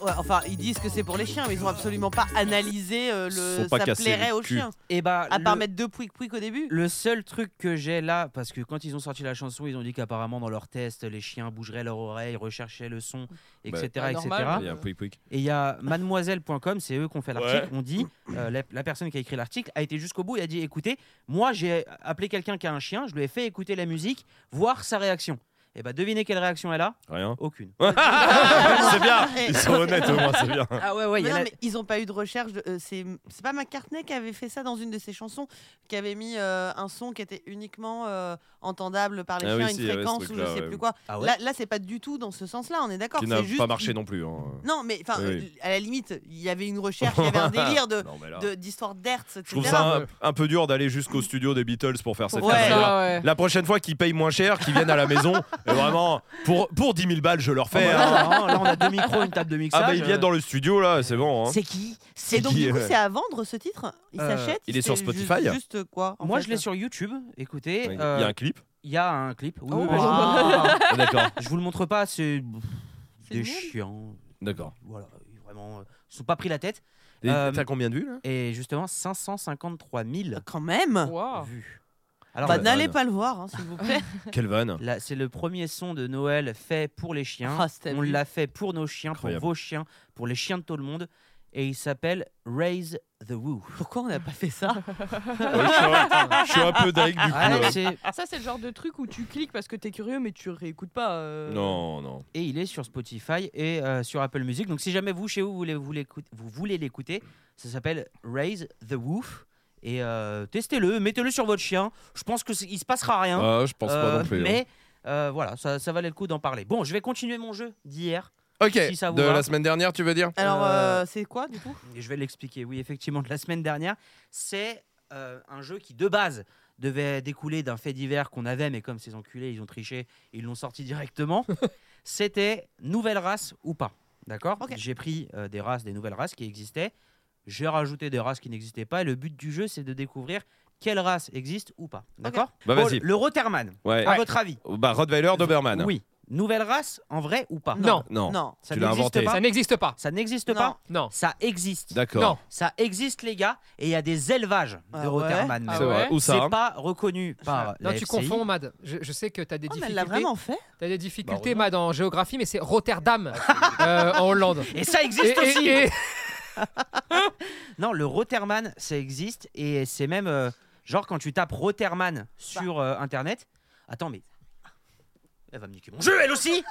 Speaker 2: Ouais, enfin, ils disent que c'est pour les chiens, mais ils ont absolument pas analysé euh,
Speaker 8: Ils
Speaker 2: le.
Speaker 8: sont pas
Speaker 2: ça
Speaker 8: cassés
Speaker 2: plairait
Speaker 8: le
Speaker 2: aux
Speaker 8: cul.
Speaker 2: chiens.
Speaker 4: Eh bah,
Speaker 2: À part
Speaker 4: le-
Speaker 2: mettre deux pouic pouic au début.
Speaker 4: Le seul truc que j'ai là, parce que quand ils ont sorti la chanson, ils ont dit qu'apparemment dans leur test, les chiens bougeraient leur oreille, recherchaient le son, etc.
Speaker 9: Bah,
Speaker 4: etc.
Speaker 9: normal.
Speaker 8: Il y a un pouic pouic.
Speaker 4: Et il y a mademoiselle.com, c'est eux qui ont fait l'article. On dit, euh, la, la personne qui a écrit l'article a été jusqu'au bout et a dit écoutez, moi j'ai appelé quelqu'un qui a un chien, je lui ai fait écouter la musique, voir sa réaction. Et bah devinez quelle réaction elle a
Speaker 8: Rien.
Speaker 4: Aucune.
Speaker 8: c'est bien. Ils sont honnêtes au moins, c'est bien.
Speaker 4: Ah ouais, ouais,
Speaker 2: Mais non, mais ils ont pas eu de recherche. de- euh, c'est c'est pas McCartney qui avait fait ça dans une de ses chansons, qui avait mis euh, un son qui était uniquement euh, entendable par les
Speaker 8: Ah oui,
Speaker 2: chiens,
Speaker 8: si,
Speaker 2: une
Speaker 8: il y avait ce
Speaker 2: fréquence ou je
Speaker 8: truc-là,
Speaker 2: sais
Speaker 8: ouais.
Speaker 2: plus quoi.
Speaker 4: Ah ouais
Speaker 2: Là, là c'est pas du tout dans ce sens-là, on est d'accord.
Speaker 8: Qui n'a
Speaker 2: c'est juste
Speaker 8: pas marché non plus. hein.
Speaker 2: Non, mais enfin,
Speaker 8: Oui,
Speaker 2: euh,
Speaker 8: oui.
Speaker 2: à la limite, il y avait une recherche, il y avait un délire de
Speaker 8: Non, mais là,
Speaker 2: de- d'histoire d'Hertz, etc.
Speaker 8: Je trouve ça un, un peu dur d'aller jusqu'au studio des Beatles pour faire cette
Speaker 2: Ouais.
Speaker 8: carrière.
Speaker 9: Ça, ouais.
Speaker 8: La prochaine fois qu'ils payent moins cher, qu'ils viennent à la maison, et vraiment, pour, pour 10 000 balles, je leur fais. hein.
Speaker 4: là on a deux micros, une table de mixage.
Speaker 8: Ah bah ils viennent
Speaker 4: euh,
Speaker 8: dans le studio là, c'est bon. hein.
Speaker 4: C'est qui
Speaker 2: Et donc,
Speaker 8: qui,
Speaker 2: du coup,
Speaker 8: euh,
Speaker 2: c'est à vendre ce titre Il
Speaker 4: Euh,
Speaker 2: s'achète
Speaker 8: il est sur
Speaker 2: c'est
Speaker 8: Spotify
Speaker 2: Juste, juste quoi en
Speaker 4: Moi
Speaker 2: fait
Speaker 4: je l'ai sur YouTube, écoutez.
Speaker 8: Il y
Speaker 4: euh,
Speaker 8: a un clip.
Speaker 4: Il y a un clip. Oui,
Speaker 2: Oh,
Speaker 4: oui,
Speaker 2: wow.
Speaker 4: vas-y.
Speaker 8: Ah, d'accord,
Speaker 4: je vous le montre pas, c'est
Speaker 9: C'est
Speaker 4: des
Speaker 9: nul.
Speaker 4: chiens.
Speaker 8: d'accord.
Speaker 4: Voilà, vraiment, euh, ils se sont pas pris la tête.
Speaker 8: Et
Speaker 4: Euh,
Speaker 8: T'as combien de vues là
Speaker 4: Et justement, 553 000
Speaker 2: Quand même
Speaker 9: Waouh.
Speaker 4: vues. Alors,
Speaker 2: Bah,
Speaker 8: ouais.
Speaker 2: N'allez pas le voir, hein, s'il vous plaît.
Speaker 8: Quelle vanne
Speaker 4: là, c'est le premier son de Noël fait pour les chiens.
Speaker 2: Ah, c'était
Speaker 4: On
Speaker 2: vu.
Speaker 4: l'a fait pour nos chiens,
Speaker 8: Incroyable.
Speaker 4: pour vos chiens, pour les chiens de tout le monde. Et il s'appelle Raise the Woo.
Speaker 2: Pourquoi on n'a pas fait ça
Speaker 8: Oui, je, suis un, je suis un peu deg du coup.
Speaker 4: Ouais,
Speaker 8: euh.
Speaker 4: Ah, c'est-
Speaker 9: Ça, c'est le genre de truc où tu cliques parce que t'es curieux, mais tu réécoutes pas. euh.
Speaker 8: Non, non.
Speaker 4: et il est sur Spotify et euh, sur Apple Music. Donc si jamais vous, chez vous, voulez, vous, l'écoute- vous voulez l'écouter, ça s'appelle Raise the Woof. Et euh, testez-le, mettez-le sur votre chien. Je pense que c'est- il se passera rien.
Speaker 8: Ah, je pense pas
Speaker 4: Euh,
Speaker 8: non plus.
Speaker 4: Mais euh, voilà, ça, ça valait le coup d'en parler. Bon, je vais continuer mon jeu d'hier.
Speaker 8: Ok,
Speaker 4: si ça vous
Speaker 8: de
Speaker 4: va.
Speaker 8: la semaine dernière, tu veux dire
Speaker 2: Alors,
Speaker 4: Euh,
Speaker 2: euh, c'est quoi du coup
Speaker 4: Et je vais l'expliquer. Oui, effectivement, de la semaine dernière, c'est euh, un jeu qui, de base, devait découler d'un fait divers qu'on avait, mais comme ces enculés, ils ont triché, ils l'ont sorti directement. C'était nouvelle race ou pas. D'accord
Speaker 2: Ok.
Speaker 4: J'ai pris euh, des races, des nouvelles races qui existaient. J'ai rajouté des races qui n'existaient pas. Et le but du jeu, c'est de découvrir quelle race existe ou pas. D'accord
Speaker 8: Bah
Speaker 4: Bon,
Speaker 8: vas-y.
Speaker 4: Le Rotterman,
Speaker 8: Ouais.
Speaker 4: à votre avis
Speaker 8: Bah Rottweiler, Doberman.
Speaker 4: Oui. Nouvelle race, en vrai ou pas
Speaker 1: Non.
Speaker 8: Non.
Speaker 2: Non.
Speaker 4: Ça
Speaker 8: Tu l'as
Speaker 4: n'existe
Speaker 8: inventé.
Speaker 4: pas.
Speaker 1: Ça n'existe pas.
Speaker 4: Ça n'existe
Speaker 2: Non.
Speaker 4: pas.
Speaker 1: Non.
Speaker 4: Ça existe.
Speaker 1: Non.
Speaker 8: D'accord.
Speaker 4: Ça existe, les gars, et il y a des élevages de
Speaker 2: Ah ouais
Speaker 4: Roterman.
Speaker 1: Ah
Speaker 8: C'est
Speaker 1: ouais.
Speaker 8: vrai. Où ça hein
Speaker 4: C'est pas reconnu par
Speaker 1: Non,
Speaker 4: la
Speaker 1: tu
Speaker 4: FCI.
Speaker 1: confonds, Mad. Je, je sais que t'as des
Speaker 2: Oh, mais elle l'a
Speaker 1: difficultés.
Speaker 2: vraiment fait
Speaker 1: T'as des difficultés,
Speaker 4: Bah,
Speaker 1: Mad, en géographie, mais c'est Rotterdam euh, en Hollande.
Speaker 4: Et ça existe
Speaker 1: Et- et-
Speaker 4: aussi
Speaker 1: et-
Speaker 4: Non, le Roterman, ça existe, et c'est même... euh, genre, quand tu tapes Roterman sur euh, Internet... Attends, mais... Elle va me niquer mon jeu, elle aussi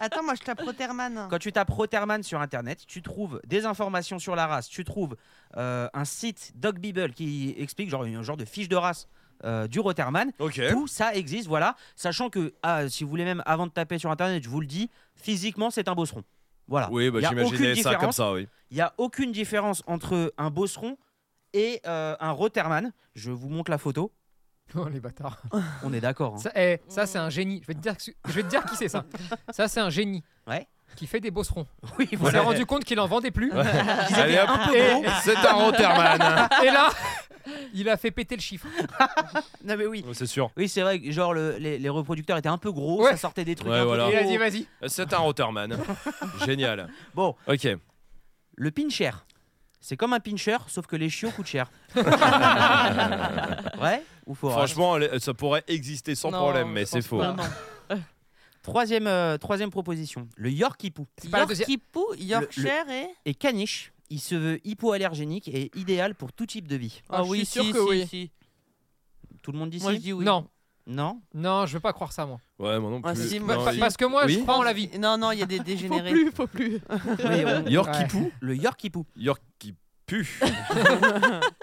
Speaker 2: Attends, moi je tape Roterman.
Speaker 4: Quand tu tapes Roterman sur internet, tu trouves des informations sur la race, tu trouves euh, un site Dog Bible qui explique genre un genre de fiche de race euh, du Roterman.
Speaker 8: Ok.
Speaker 4: Tout ça existe, voilà. Sachant que ah, si vous voulez même avant de taper sur internet, je vous le dis, physiquement c'est un bosseron. Voilà.
Speaker 8: Oui, bah
Speaker 4: Il y a
Speaker 8: j'imaginais
Speaker 4: aucune
Speaker 8: ça comme
Speaker 4: différence.
Speaker 8: ça, oui.
Speaker 4: Il n'y a aucune différence entre un bosseron et euh, un Roterman. Je vous montre la photo.
Speaker 1: Oh, les bâtards.
Speaker 4: On est d'accord. hein.
Speaker 1: Ça, eh, ça, c'est un génie. Je vais te dire, que- je vais te dire qui c'est ça. Ça, c'est un génie.
Speaker 4: Ouais.
Speaker 1: Qui fait des bosserons.
Speaker 4: Oui,
Speaker 1: On s'est
Speaker 4: voilà.
Speaker 1: rendu compte qu'il en vendait plus.
Speaker 8: Allez hop,
Speaker 1: gros.
Speaker 8: c'est un Roterman.
Speaker 1: Et là, il a fait péter le chiffre.
Speaker 4: Non mais oui.
Speaker 8: c'est sûr.
Speaker 4: Oui, c'est vrai que genre le- les, les reproducteurs étaient un peu gros,
Speaker 1: Ouais.
Speaker 4: ça sortait des trucs
Speaker 8: Ouais,
Speaker 4: un peu
Speaker 8: voilà.
Speaker 1: Il a
Speaker 4: gros.
Speaker 1: dit, vas-y.
Speaker 8: C'est un Roterman. Génial.
Speaker 4: Bon,
Speaker 8: Ok.
Speaker 4: Le pincher. C'est comme un pincher, sauf que les chiots coûtent cher. ouais ou faux hein
Speaker 8: Franchement, les- ça pourrait exister sans
Speaker 9: Non,
Speaker 8: problème,
Speaker 9: je
Speaker 8: mais c'est
Speaker 9: pense
Speaker 8: faux.
Speaker 9: pas.
Speaker 4: Troisième, euh, troisième proposition. Le York hippou
Speaker 1: C'est pas la deuxième.
Speaker 2: Yorkipou, Yorkshire et.
Speaker 4: est caniche. Il se veut hypoallergénique et idéal pour tout type de vie.
Speaker 9: Ah oui,
Speaker 2: Oh, je suis
Speaker 9: sûr
Speaker 2: si,
Speaker 9: que
Speaker 2: si,
Speaker 9: oui.
Speaker 2: si.
Speaker 4: Tout le monde dit
Speaker 2: Moi je
Speaker 4: si
Speaker 2: dis oui.
Speaker 1: Non,
Speaker 4: Non
Speaker 1: non, je veux pas croire ça, moi.
Speaker 8: Ouais, moi non
Speaker 2: Ah,
Speaker 8: plus.
Speaker 2: si,
Speaker 8: Non,
Speaker 2: moi,
Speaker 1: Pa-
Speaker 2: si.
Speaker 8: il-
Speaker 1: Parce que moi,
Speaker 8: Oui.
Speaker 1: je crois en la vie.
Speaker 2: Non, non, il y a des
Speaker 9: Faut
Speaker 2: dégénérés.
Speaker 9: plus, faut plus.
Speaker 4: Oui, on-
Speaker 8: York qui
Speaker 1: Ouais.
Speaker 8: pue.
Speaker 4: Le York hippou
Speaker 8: York qui pue.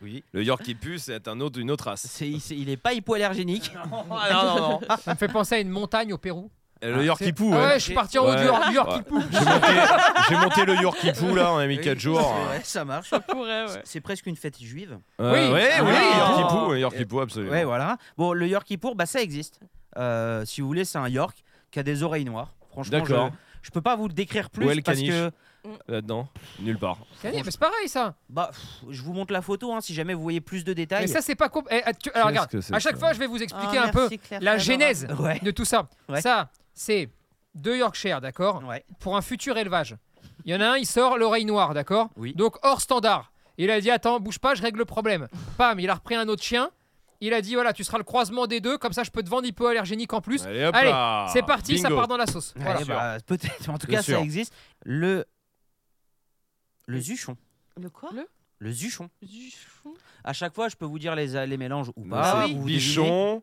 Speaker 4: Oui.
Speaker 8: Le York qui pue, c'est un autre, une autre race.
Speaker 4: C'est, il, c'est- il est pas hypoallergénique. non,
Speaker 8: non, non.
Speaker 2: Oh,
Speaker 1: Ça me fait penser à une montagne au Pérou.
Speaker 8: Le York qui pue,
Speaker 1: Ah
Speaker 8: ouais.
Speaker 1: je suis parti en haut du
Speaker 8: Ouais.
Speaker 1: York- du York.
Speaker 8: Ouais. J'ai monté- J'ai monté le York qui pue là, on a mis 4 jours. hein.
Speaker 4: ça marche.
Speaker 9: Ça pourrait, ouais.
Speaker 4: C'est presque une fête juive.
Speaker 8: Euh,
Speaker 1: Oui.
Speaker 8: ouais,
Speaker 1: Ah.
Speaker 8: oui, York
Speaker 4: Ah.
Speaker 8: qui pue, ouais, York qui pue, absolument.
Speaker 4: Ouais, voilà. Bon, le York Kippour, bah, ça existe. Euh, si vous voulez, c'est un York qui a des oreilles noires. Franchement, je,
Speaker 8: D'accord.
Speaker 4: je peux pas vous le décrire plus
Speaker 8: Où est le
Speaker 4: parce
Speaker 8: caniche
Speaker 4: que
Speaker 8: Là-dedans, nulle part.
Speaker 1: Tiens, mais C'est pareil, ça.
Speaker 4: bah, pff, je vous montre la photo hein, si jamais vous voyez plus de détails.
Speaker 1: Mais ça, c'est pas. compl- Eh, ah, tu- Alors, regarde,
Speaker 8: que c'est
Speaker 1: à chaque
Speaker 8: ça
Speaker 1: fois, je vais vous expliquer
Speaker 2: Ah,
Speaker 1: un peu
Speaker 2: merci, Claire,
Speaker 1: la
Speaker 2: c'est
Speaker 1: genèse
Speaker 4: Ouais.
Speaker 1: de tout ça.
Speaker 4: Ouais.
Speaker 1: Ça, c'est deux Yorkshire, d'accord
Speaker 4: Ouais.
Speaker 1: pour un futur élevage. Il y en a un, il sort l'oreille noire, d'accord
Speaker 4: Oui.
Speaker 1: Donc hors standard. Il a dit attends, bouge pas, je règle le problème. Pam, il a repris un autre chien. Il a dit voilà, tu seras le croisement des deux, comme ça je peux te vendre hypoallergénique en plus.
Speaker 8: Allez, hop
Speaker 1: Allez,
Speaker 8: là.
Speaker 1: C'est parti, ça
Speaker 8: Bingo.
Speaker 1: part dans la sauce. Voilà.
Speaker 4: Ouais, bah, peut-être. En tout
Speaker 8: Bien
Speaker 4: cas,
Speaker 8: sûr.
Speaker 4: ça existe. Le le zuchon.
Speaker 2: Le quoi
Speaker 4: Le zuchon.
Speaker 9: Zuchon.
Speaker 4: À chaque fois, je peux vous dire les, les mélanges ou
Speaker 8: Bah,
Speaker 4: pas.
Speaker 8: c'est
Speaker 4: ou vous devinez.
Speaker 8: Bichon.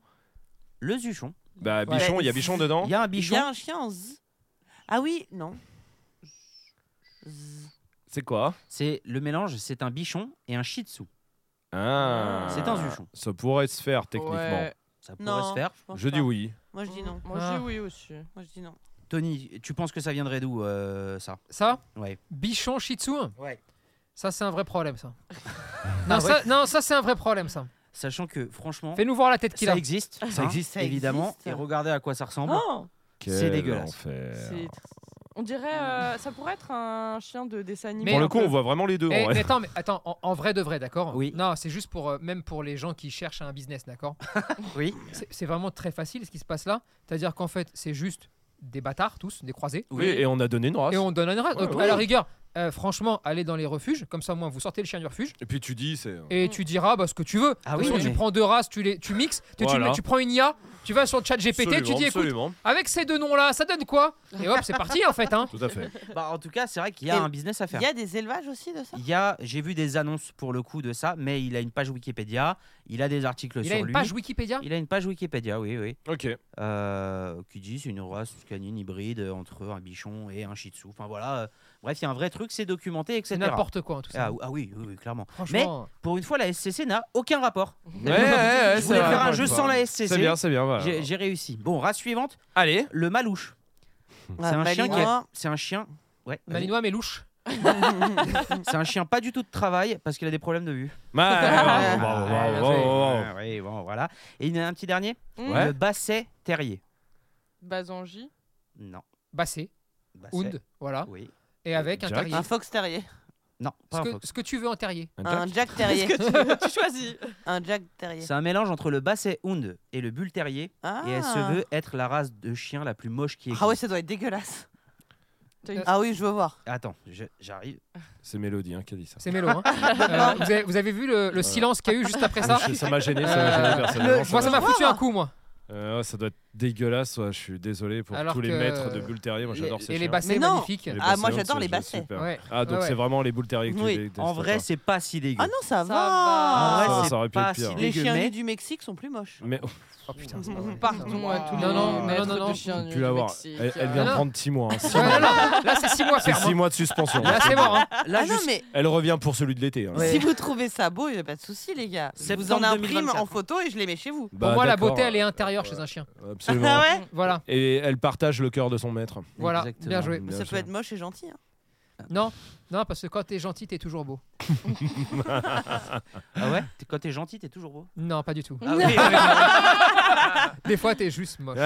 Speaker 4: Le zuchon.
Speaker 8: Bah,
Speaker 1: Ah Ouais.
Speaker 8: bichon, il y a bichon dedans.
Speaker 4: Il y a un
Speaker 2: Il
Speaker 4: bichon.
Speaker 2: y a un chien en Z. Ah oui, non. Z.
Speaker 8: C'est quoi
Speaker 4: C'est le mélange. C'est un bichon et un shih tzu.
Speaker 8: ah.
Speaker 4: C'est un zuchon.
Speaker 8: Ça pourrait se faire techniquement.
Speaker 9: Ouais.
Speaker 4: Ça pourrait
Speaker 2: Non,
Speaker 4: se faire.
Speaker 2: je pense
Speaker 8: Je dis
Speaker 2: pas.
Speaker 8: oui.
Speaker 2: Moi je dis non.
Speaker 9: Moi, je
Speaker 1: Ah.
Speaker 9: dis oui aussi.
Speaker 2: Moi je dis non.
Speaker 4: Tony, tu penses que ça viendrait d'où euh, ça
Speaker 1: Ça
Speaker 4: Ouais.
Speaker 1: Bichon Shih Tzu hein.
Speaker 4: Ouais.
Speaker 1: Ça c'est un vrai problème ça. non,
Speaker 4: Ah
Speaker 1: ça non, ça c'est un vrai problème ça.
Speaker 4: Sachant que franchement,
Speaker 1: Fais-nous voir la tête qu'il
Speaker 4: ça
Speaker 1: a.
Speaker 4: existe, ça
Speaker 2: Hein
Speaker 4: existe
Speaker 2: Ça
Speaker 4: évidemment.
Speaker 2: existe.
Speaker 4: Et regardez à quoi ça ressemble.
Speaker 9: Oh
Speaker 4: C'est
Speaker 8: Quel
Speaker 4: dégueulasse.
Speaker 8: enfer.
Speaker 9: C'est- On dirait, euh, ça pourrait être un chien de dessin animé.
Speaker 1: Mais-
Speaker 8: Pour
Speaker 9: un
Speaker 8: le coup,
Speaker 9: peu.
Speaker 8: on voit vraiment les deux.
Speaker 1: Eh,
Speaker 8: en vrai.
Speaker 1: mais attends, mais attends, en, en vrai de vrai, d'accord
Speaker 4: Oui.
Speaker 1: Non, c'est juste pour euh, même pour les gens qui cherchent un business, d'accord
Speaker 4: Oui.
Speaker 1: C'est c'est vraiment très facile ce qui se passe là. C'est-à-dire qu'en fait, c'est juste des bâtards tous, des croisés.
Speaker 8: Oui, et on a donné une race.
Speaker 4: Ah,
Speaker 1: Et on donne une race.
Speaker 8: Ouais,
Speaker 1: Donc,
Speaker 8: ouais.
Speaker 1: À la rigueur, euh, franchement, allez dans les refuges, comme ça au moins vous sortez le chien du refuge
Speaker 8: Et puis tu dis, c'est.
Speaker 1: et tu diras bah, ce que tu veux.
Speaker 4: Ah
Speaker 1: De toute
Speaker 4: oui,
Speaker 1: façon,
Speaker 4: mais-
Speaker 1: tu prends deux races, tu les tu mixes, tu, tu-
Speaker 8: Voilà.
Speaker 1: tu, prends une IA, tu vas sur le chat GPT, tu
Speaker 8: Absolument,
Speaker 1: dis écoute,
Speaker 8: absolument.
Speaker 1: avec ces deux noms-là, ça donne quoi Et hop, c'est parti en fait. Hein.
Speaker 5: Tout à fait.
Speaker 4: Bah, en tout cas, c'est vrai qu'il y a
Speaker 2: Et
Speaker 4: un business à faire.
Speaker 2: Il y a des élevages aussi de ça
Speaker 4: Il y a, j'ai vu des annonces pour le coup de ça, mais il a une page Wikipédia, il a des articles
Speaker 1: Il
Speaker 4: Euh, sur
Speaker 1: a une
Speaker 4: lui.
Speaker 1: page Wikipédia
Speaker 4: il a une page Wikipédia, oui, oui,
Speaker 8: Ok.
Speaker 4: euh, qui dit c'est une race canine hybride entre un bichon et un shih tzu. Enfin voilà, euh, bref, il y a un vrai truc, c'est documenté, etc.
Speaker 1: C'est n'importe quoi en tout ça.
Speaker 4: ah, ou- ah oui, oui, oui, clairement.
Speaker 1: Franchement,
Speaker 4: Pour une fois, la SCC n'a aucun rapport.
Speaker 8: Ouais, ouais, ouais,
Speaker 4: Je
Speaker 8: c'est
Speaker 4: voulais
Speaker 8: vrai,
Speaker 4: faire un
Speaker 8: encore
Speaker 4: jeu
Speaker 8: une fois.
Speaker 4: sans la
Speaker 8: C'est
Speaker 4: SCC.
Speaker 8: bien, c'est bien. voilà.
Speaker 4: J'ai j'ai réussi. Bon, race suivante,
Speaker 8: Allez.
Speaker 4: le malouche. C'est
Speaker 2: Ah,
Speaker 4: un chien qui
Speaker 2: Malinois.
Speaker 4: a- C'est un chien. Ouais. vas-y.
Speaker 1: malinois mais louche.
Speaker 4: C'est un chien pas du tout de travail parce qu'il a des problèmes de vue.
Speaker 8: Bah, bravo, bravo,
Speaker 4: Ah,
Speaker 8: bravo,
Speaker 4: ouais,
Speaker 8: bravo, bravo.
Speaker 4: ouais, ouais, bon, voilà. Et il y en a un petit dernier
Speaker 9: Hum,
Speaker 8: Ouais.
Speaker 4: Le basset terrier.
Speaker 9: Bazanji.
Speaker 4: Non.
Speaker 1: Bassé,
Speaker 4: Basset,
Speaker 1: Hound, voilà.
Speaker 4: Oui.
Speaker 1: Et avec un
Speaker 8: Jack.
Speaker 1: terrier.
Speaker 2: Un fox terrier.
Speaker 4: Non,
Speaker 1: Ce
Speaker 4: Ah, pas un
Speaker 1: que,
Speaker 4: fox.
Speaker 1: ce que tu veux en terrier.
Speaker 2: Un Jack terrier.
Speaker 9: tu choisis.
Speaker 2: Un Jack terrier.
Speaker 4: C'est un mélange entre le basset hound et le bull terrier.
Speaker 2: Ah.
Speaker 4: Et elle se veut être la race de chien la plus moche qui existe.
Speaker 2: Ah ouais, ça doit être dégueulasse.
Speaker 9: T'as une-
Speaker 2: Ah oui, je veux voir.
Speaker 4: Attends, je- j'arrive.
Speaker 8: C'est Mélodie hein, qui a dit ça.
Speaker 1: C'est mélo. hein. Euh, vous, avez, vous avez vu le, le silence qu'il y a eu juste après ça
Speaker 8: Ah, Je- Ça m'a gêné, ça m'a gêné
Speaker 1: Euh,
Speaker 8: personnellement. ça
Speaker 1: Moi, ça m'a
Speaker 2: voir,
Speaker 1: foutu un
Speaker 2: hein.
Speaker 1: coup, moi.
Speaker 8: Euh, ouais, ça doit être dégueulasse, ouais, je suis désolé pour
Speaker 1: Alors
Speaker 8: tous les
Speaker 1: que-
Speaker 8: maîtres de boules terriers, moi j'adore ces
Speaker 1: Et les
Speaker 8: chiens.
Speaker 1: bassés
Speaker 2: Mais non.
Speaker 1: magnifiques.
Speaker 8: Les
Speaker 2: Ah, moi,
Speaker 8: bassets,
Speaker 2: j'adore
Speaker 8: c'est-
Speaker 2: les
Speaker 8: c'est
Speaker 2: bassets.
Speaker 8: super.
Speaker 1: Ouais.
Speaker 8: Ah donc
Speaker 1: Ouais,
Speaker 8: c'est
Speaker 1: ouais.
Speaker 8: vraiment les boules terriers que tu
Speaker 2: Oui.
Speaker 8: détestes,
Speaker 4: En vrai,
Speaker 8: toi.
Speaker 4: c'est pas si dégueu.
Speaker 2: Ah non, ça,
Speaker 9: Ça
Speaker 2: va.
Speaker 9: va.
Speaker 4: en
Speaker 8: ça,
Speaker 4: vrai,
Speaker 8: ça
Speaker 4: Ah c'est
Speaker 8: aurait pu
Speaker 4: pas
Speaker 8: être pire.
Speaker 4: si
Speaker 2: Les
Speaker 4: dégueu,
Speaker 2: chiens
Speaker 4: mais-
Speaker 2: nus du Mexique sont plus moches.
Speaker 8: Mais
Speaker 1: Oh putain, c'est pas vrai.
Speaker 9: Pardon à tous
Speaker 1: Non,
Speaker 9: les
Speaker 1: non,
Speaker 9: maîtres
Speaker 1: non, non, non.
Speaker 9: de chiens
Speaker 8: pu
Speaker 9: du
Speaker 8: l'avoir.
Speaker 9: Mexique,
Speaker 8: Elle, elle
Speaker 9: euh,
Speaker 8: vient de
Speaker 1: non.
Speaker 8: prendre 6 mois. hein, six
Speaker 1: Ouais,
Speaker 8: mois.
Speaker 1: non, non. Là, c'est 6 mois
Speaker 8: C'est
Speaker 1: ferme.
Speaker 8: 6
Speaker 1: hein.
Speaker 8: mois de suspension.
Speaker 1: Là, c'est mort. hein.
Speaker 4: Là,
Speaker 2: ah non,
Speaker 4: juste-
Speaker 2: mais
Speaker 8: Elle revient pour celui de l'été. hein.
Speaker 4: Ouais.
Speaker 2: si vous trouvez ça beau, il n'y a pas de souci, les gars. Je vous en
Speaker 4: Septembre
Speaker 2: imprime
Speaker 4: 2024.
Speaker 2: en photo et je les mets chez vous.
Speaker 1: Pour
Speaker 8: Bah,
Speaker 1: moi, la
Speaker 8: d'accord,
Speaker 1: beauté, elle est
Speaker 8: euh,
Speaker 1: intérieure
Speaker 8: ouais.
Speaker 1: chez un chien.
Speaker 8: Absolument.
Speaker 2: Ah ouais
Speaker 1: Voilà,
Speaker 8: Et elle partage le cœur de son maître.
Speaker 1: voilà.
Speaker 4: Exactement.
Speaker 1: Bien joué.
Speaker 8: Bien
Speaker 2: Mais Ça
Speaker 8: sûr.
Speaker 2: peut être moche et gentil. hein.
Speaker 1: Non, non, parce que quand t'es gentil, t'es toujours beau.
Speaker 4: Ah ouais T'es- Quand t'es gentil, t'es toujours beau.
Speaker 1: Non, pas du tout.
Speaker 4: Ah oui.
Speaker 1: Des fois, t'es juste moche.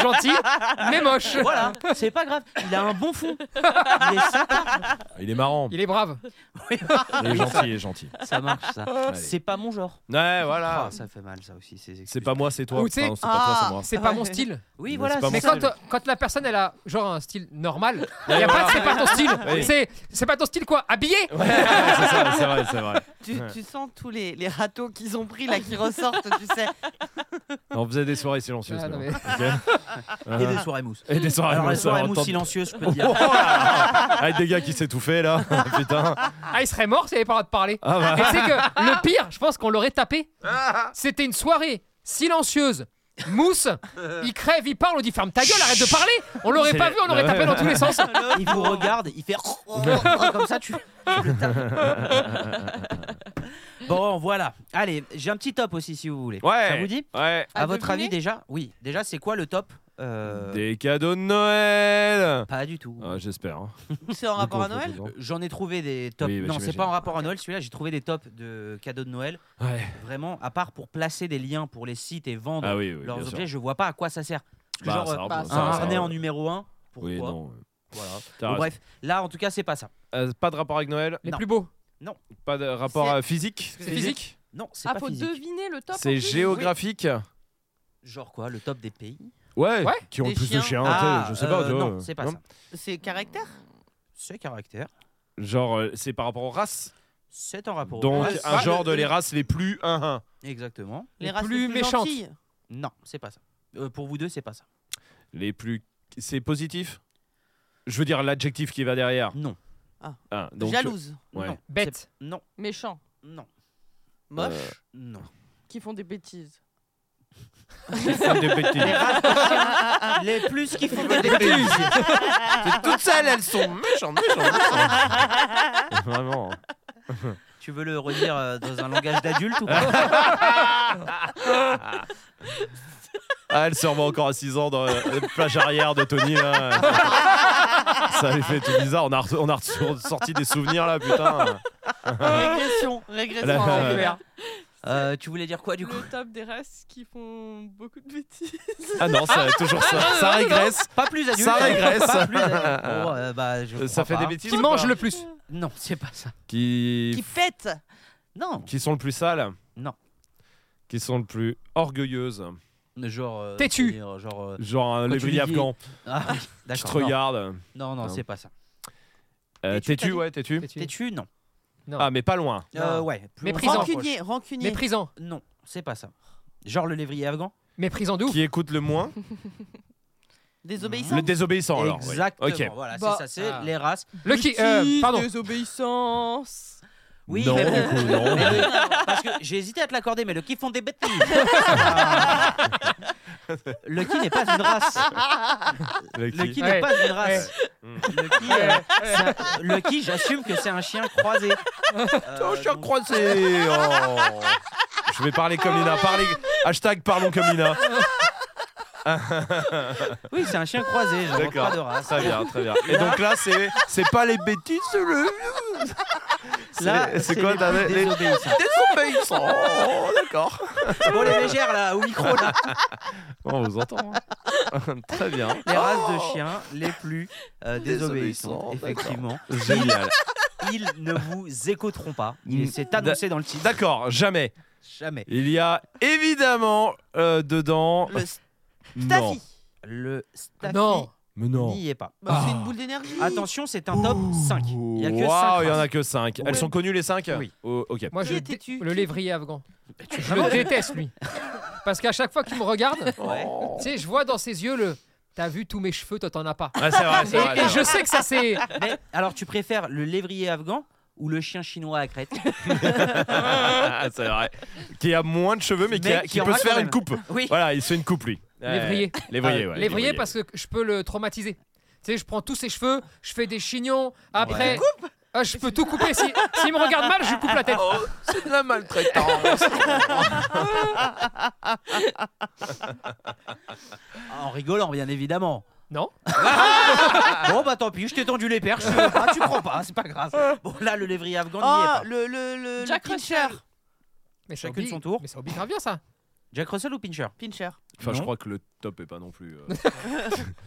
Speaker 1: gentil, mais moche.
Speaker 4: voilà, c'est pas grave. Il a un bon fond. Il est sympa.
Speaker 8: Il est marrant.
Speaker 1: Il est brave.
Speaker 8: Il est gentil, il est gentil.
Speaker 4: Ça marche, ça.
Speaker 8: Allez.
Speaker 4: C'est pas mon genre.
Speaker 8: Ouais, voilà.
Speaker 4: Ah, ça fait mal, ça aussi. ces
Speaker 8: C'est
Speaker 4: excuses.
Speaker 8: pas moi, c'est toi.
Speaker 1: Ou tu sais-
Speaker 8: Pardon, c'est pas toi, c'est moi.
Speaker 1: C'est pas mon
Speaker 2: Ouais.
Speaker 1: style.
Speaker 4: Oui,
Speaker 8: Mais
Speaker 4: voilà.
Speaker 8: c'est pas
Speaker 1: Mais
Speaker 4: c'est
Speaker 8: mon
Speaker 4: ça,
Speaker 1: quand,
Speaker 4: le-
Speaker 1: euh, quand la personne, elle a genre un style normal, y
Speaker 8: Ouais,
Speaker 1: a pas
Speaker 8: voilà.
Speaker 1: de c'est pas ton style.
Speaker 8: Oui.
Speaker 1: C'est c'est pas ton style quoi Habillé
Speaker 8: Ouais, c'est ça, c'est vrai, c'est vrai.
Speaker 2: Tu,
Speaker 8: Ouais.
Speaker 2: tu sens tous les, les râteaux qu'ils ont pris là qui ressortent, tu sais.
Speaker 8: On faisait des soirées silencieuses.
Speaker 1: Ah, non,
Speaker 8: maintenant.
Speaker 1: mais-
Speaker 8: Ok. Euh,
Speaker 4: Et des soirées mousse.
Speaker 8: Et des soirées
Speaker 4: Alors, les
Speaker 8: mousses,
Speaker 4: soirées
Speaker 8: on
Speaker 4: mousse
Speaker 8: tente-
Speaker 4: silencieuses, je peux te
Speaker 8: Oh
Speaker 4: dire.
Speaker 8: là là, Avec des gars qui s'étouffaient là, putain.
Speaker 1: Ah, il serait mort s'il avait pas le droit de parler.
Speaker 8: Ah bah.
Speaker 1: Et c'est que le pire, je pense qu'on l'aurait tapé. C'était une soirée silencieuse. Mousse, il crève, il parle, on dit ferme ta gueule, arrête de parler. On l'aurait
Speaker 8: C'est-
Speaker 1: pas vu, on l'aurait
Speaker 8: Bah ouais.
Speaker 1: tapé dans tous les sens.
Speaker 4: Il vous regarde, il fait Oh, comme ça, tu. tu le tapes. bon, voilà. Allez, j'ai un petit top aussi si vous voulez.
Speaker 8: Ouais.
Speaker 4: Ça vous dit
Speaker 8: Ouais.
Speaker 4: À,
Speaker 9: À
Speaker 4: votre
Speaker 9: deviner
Speaker 4: avis déjà Oui. Déjà, c'est quoi le top Euh,
Speaker 8: Des cadeaux de Noël.
Speaker 4: Pas du tout.
Speaker 8: Ah, J'espère. hein.
Speaker 2: C'est en rapport à Noël
Speaker 4: Euh, J'en ai trouvé des tops.
Speaker 8: Oui, bah,
Speaker 4: non, c'est
Speaker 8: j'imagine.
Speaker 4: pas en rapport à Noël. Celui-là, j'ai trouvé des tops de cadeaux de Noël.
Speaker 8: Ouais.
Speaker 4: Vraiment, à part pour placer des liens pour les sites et vendre
Speaker 8: Ah oui, oui.
Speaker 4: leurs
Speaker 8: bien sûr.
Speaker 4: objets, je vois pas à quoi ça sert. Parce que
Speaker 8: Bah,
Speaker 4: genre,
Speaker 8: ça
Speaker 4: euh,
Speaker 8: va,
Speaker 9: bah,
Speaker 8: bon,
Speaker 9: ça
Speaker 4: un
Speaker 8: va, ça
Speaker 4: harnais
Speaker 8: va.
Speaker 4: en numéro 1 Pourquoi
Speaker 8: Oui, non.
Speaker 4: Voilà.
Speaker 8: T'as
Speaker 4: Bon,
Speaker 8: raison.
Speaker 4: bref, là en tout cas, c'est pas ça.
Speaker 8: Euh, pas de rapport avec Noël.
Speaker 1: Les
Speaker 4: Non.
Speaker 1: plus beaux.
Speaker 8: Pas de rapport
Speaker 9: C'est-
Speaker 8: euh, physique.
Speaker 1: C'est physique.
Speaker 4: Non, c'est
Speaker 9: Ah,
Speaker 4: pas
Speaker 9: faut
Speaker 4: physique.
Speaker 9: deviner le top. en
Speaker 8: C'est
Speaker 9: plus.
Speaker 8: géographique.
Speaker 4: Genre quoi, le top des pays
Speaker 8: Ouais,
Speaker 1: Ouais.
Speaker 8: Qui ont
Speaker 2: Des
Speaker 8: le plus
Speaker 2: chiens.
Speaker 8: de chiens.
Speaker 4: Ah,
Speaker 8: tu sais, je sais pas.
Speaker 4: euh,
Speaker 8: tu vois,
Speaker 4: non,
Speaker 8: euh,
Speaker 4: c'est pas ça.
Speaker 2: C'est caractère
Speaker 4: C'est caractère.
Speaker 8: Genre, euh, c'est par rapport aux races.
Speaker 4: C'est en rapport. aux
Speaker 8: Donc,
Speaker 4: races.
Speaker 8: un
Speaker 1: Ah,
Speaker 8: genre
Speaker 1: le-
Speaker 8: de les races les plus 1-1.
Speaker 4: Exactement.
Speaker 1: Les
Speaker 2: races
Speaker 1: plus
Speaker 2: les
Speaker 1: méchantes.
Speaker 2: gentilles.
Speaker 4: Non, c'est pas ça. Euh, pour vous deux, c'est pas ça.
Speaker 8: Les plus. C'est positif Je veux dire l'adjectif qui va derrière.
Speaker 4: Non.
Speaker 8: Ah, donc,
Speaker 2: Jalouse.
Speaker 8: Ouais.
Speaker 4: Non.
Speaker 1: Bête.
Speaker 4: c'est- Non.
Speaker 9: Méchants
Speaker 4: Non.
Speaker 2: Moche.
Speaker 4: Non.
Speaker 9: qui font des bêtises.
Speaker 8: euh, font des bêtises.
Speaker 4: Les races de chiens, les plus qui font des bêtises.
Speaker 8: C'est toutes celles, elles sont méchantes, méchantes, méchantes. Vraiment. hein.
Speaker 4: Tu veux le redire euh, dans un langage d'adulte ou pas
Speaker 8: Ah, elle se revoit encore à 6 ans dans la la plage arrière de Tony. Là. Ça lui fait tout bizarre. On a, re- on a re- sorti des souvenirs là, putain.
Speaker 2: Régression. Régression.
Speaker 8: Là,
Speaker 2: en enfer.
Speaker 4: Euh, Tu voulais dire quoi du coup
Speaker 9: Le top des races qui font beaucoup de bêtises.
Speaker 8: Ah non, ça, toujours ça.
Speaker 4: Ah
Speaker 8: ça régresse.
Speaker 4: Pas plus adulte.
Speaker 8: Ça régresse.
Speaker 4: Pas plus adulte. Bon, euh, bah, je crois
Speaker 8: Ça fait
Speaker 4: pas.
Speaker 8: des bêtises.
Speaker 1: Qui
Speaker 8: ou
Speaker 1: mange
Speaker 8: pas
Speaker 1: le plus
Speaker 4: Non, c'est pas ça.
Speaker 2: Qui
Speaker 8: Qui...
Speaker 2: fête.
Speaker 4: Non.
Speaker 8: qui sont le plus sales
Speaker 4: Non.
Speaker 8: Qui sont le plus orgueilleuses
Speaker 4: Genre. euh,
Speaker 1: Têtu.
Speaker 4: c'est-à-dire, Genre. euh,
Speaker 8: Genre euh,
Speaker 4: Quand
Speaker 8: les
Speaker 4: tu
Speaker 8: bris
Speaker 4: lui dis-
Speaker 8: afghans
Speaker 4: Ah, oui,
Speaker 8: qui te
Speaker 4: d'accord. non.
Speaker 8: regardent.
Speaker 4: Non, non,
Speaker 8: Non.
Speaker 4: c'est pas ça.
Speaker 8: Euh,
Speaker 2: Têtu,
Speaker 8: Têtu,
Speaker 2: t'as
Speaker 8: ouais, têtu.
Speaker 1: Têtu.
Speaker 4: Têtu, non.
Speaker 1: Non.
Speaker 8: Ah, mais pas loin.
Speaker 4: Euh, ouais. plus-
Speaker 1: Méprisant.
Speaker 4: on se rapproche.
Speaker 2: Rancunier, rancunier.
Speaker 1: Méprisant.
Speaker 4: Non, c'est pas ça. Genre le lévrier afghan
Speaker 1: Méprisant d'où
Speaker 8: Qui écoute le moins
Speaker 2: Désobéissant.
Speaker 8: Le désobéissant, Oh, alors. oui.
Speaker 4: Exactement.
Speaker 8: Ok.
Speaker 4: Voilà,
Speaker 9: Bah,
Speaker 4: c'est ça, c'est
Speaker 1: ah.
Speaker 4: les races.
Speaker 1: Le qui euh,
Speaker 9: Justice,
Speaker 1: Pardon.
Speaker 9: Désobéissance.
Speaker 4: Oui,
Speaker 8: non,
Speaker 4: mais bon.
Speaker 8: du coup, non.
Speaker 4: Mais oui, parce que j'ai hésité à te l'accorder, mais le qui font des bêtises. Ah. le qui n'est pas une race. Le qui n'est
Speaker 1: Ouais.
Speaker 4: pas une race.
Speaker 8: Mm.
Speaker 4: Le qui, euh, c'est un- le qui, j'assume que c'est un chien croisé. Euh,
Speaker 8: Oh, je suis
Speaker 4: donc-
Speaker 8: croisé oh. Je vais parler comme Lina. Parlez... Hashtag parlons comme Lina.
Speaker 4: Oui, c'est un chien croisé, je ne
Speaker 8: D'accord.
Speaker 4: pas de race.
Speaker 8: Très bien, très bien. Et donc là, c'est c'est pas les bêtises, c'est le. c'est-
Speaker 4: Là,
Speaker 8: c'est quoi
Speaker 4: les
Speaker 8: t'as-
Speaker 4: plus
Speaker 8: les-
Speaker 4: désobéissants.
Speaker 8: Désobéissant Oh, D'accord.
Speaker 4: Bon, les légères, là, au micro, là.
Speaker 8: On vous entend. hein. très bien.
Speaker 4: Les races de chiens les plus euh, désobéissantes,
Speaker 8: Désobéissantes,
Speaker 4: effectivement.
Speaker 8: Génial.
Speaker 4: Ils ne vous écouteront pas.
Speaker 8: Mm.
Speaker 4: Il s'est annoncé dans le titre.
Speaker 8: D'accord, jamais.
Speaker 4: Jamais.
Speaker 8: Il y a évidemment euh, dedans.
Speaker 2: Le
Speaker 8: Non.
Speaker 2: Staffy.
Speaker 4: Le staff
Speaker 1: Non.
Speaker 8: Mais non.
Speaker 4: n'y est pas.
Speaker 2: Bah, C'est
Speaker 8: Ah.
Speaker 2: une boule d'énergie.
Speaker 4: Attention, c'est un top 5. Il n'y a que
Speaker 8: Waouh,
Speaker 4: 5.
Speaker 8: il y en a que 5. Elles
Speaker 4: Ouais.
Speaker 8: sont connues les 5
Speaker 4: Oui.
Speaker 8: ok.
Speaker 1: Moi,
Speaker 2: Qui
Speaker 1: je
Speaker 2: était
Speaker 1: dé-
Speaker 2: tu
Speaker 1: le
Speaker 2: Qui-
Speaker 1: lévrier afghan. Je le déteste, lui. Parce qu'à chaque fois qu'il me regarde,
Speaker 8: Oh.
Speaker 1: tu sais, je vois dans ses yeux le. T'as vu tous mes cheveux, toi t'en as pas.
Speaker 8: Ah, c'est vrai,
Speaker 1: Et,
Speaker 8: c'est vrai.
Speaker 1: et
Speaker 8: c'est
Speaker 1: je sais que ça c'est.
Speaker 4: Mais alors, tu préfères le lévrier afghan ou le chien chinois à crête
Speaker 8: vrai. c'est vrai. Qui a moins de cheveux, mais qui, a-
Speaker 4: Mais qui
Speaker 8: qui
Speaker 4: en
Speaker 8: peut
Speaker 4: a
Speaker 8: se faire
Speaker 4: quand
Speaker 8: une
Speaker 4: même.
Speaker 8: coupe.
Speaker 4: Oui. Ah,
Speaker 8: Voilà, il se fait une coupe, lui.
Speaker 1: Lévrier.
Speaker 8: Euh, Lévrier, ouais.
Speaker 1: Lévrier parce que je peux le traumatiser. Tu sais, je prends tous ses cheveux, je fais des chignons. Après, Ah, je peux tout couper. Si- S'il me regarde mal, je lui coupe la tête.
Speaker 4: Oh.
Speaker 8: c'est de la maltraitance.
Speaker 4: En rigolant, bien évidemment.
Speaker 1: Non.
Speaker 4: Bon, bah tant pis, je t'ai tendu les perches. Ah, tu prends pas, c'est pas grave. Bon, là, le lévrier afghan n'y est
Speaker 1: Ah,
Speaker 2: Oh,
Speaker 4: pas.
Speaker 2: le, le, le,
Speaker 9: Jack
Speaker 2: le pincher.
Speaker 9: Russell.
Speaker 1: Mais ça
Speaker 4: Chacune
Speaker 1: oublie-
Speaker 4: son tour.
Speaker 1: Mais ça oublie grave bien ça.
Speaker 4: Jack Russell ou Pincher
Speaker 2: Pincher.
Speaker 8: Enfin, je
Speaker 4: Non.
Speaker 8: crois que le top est pas non plus. euh,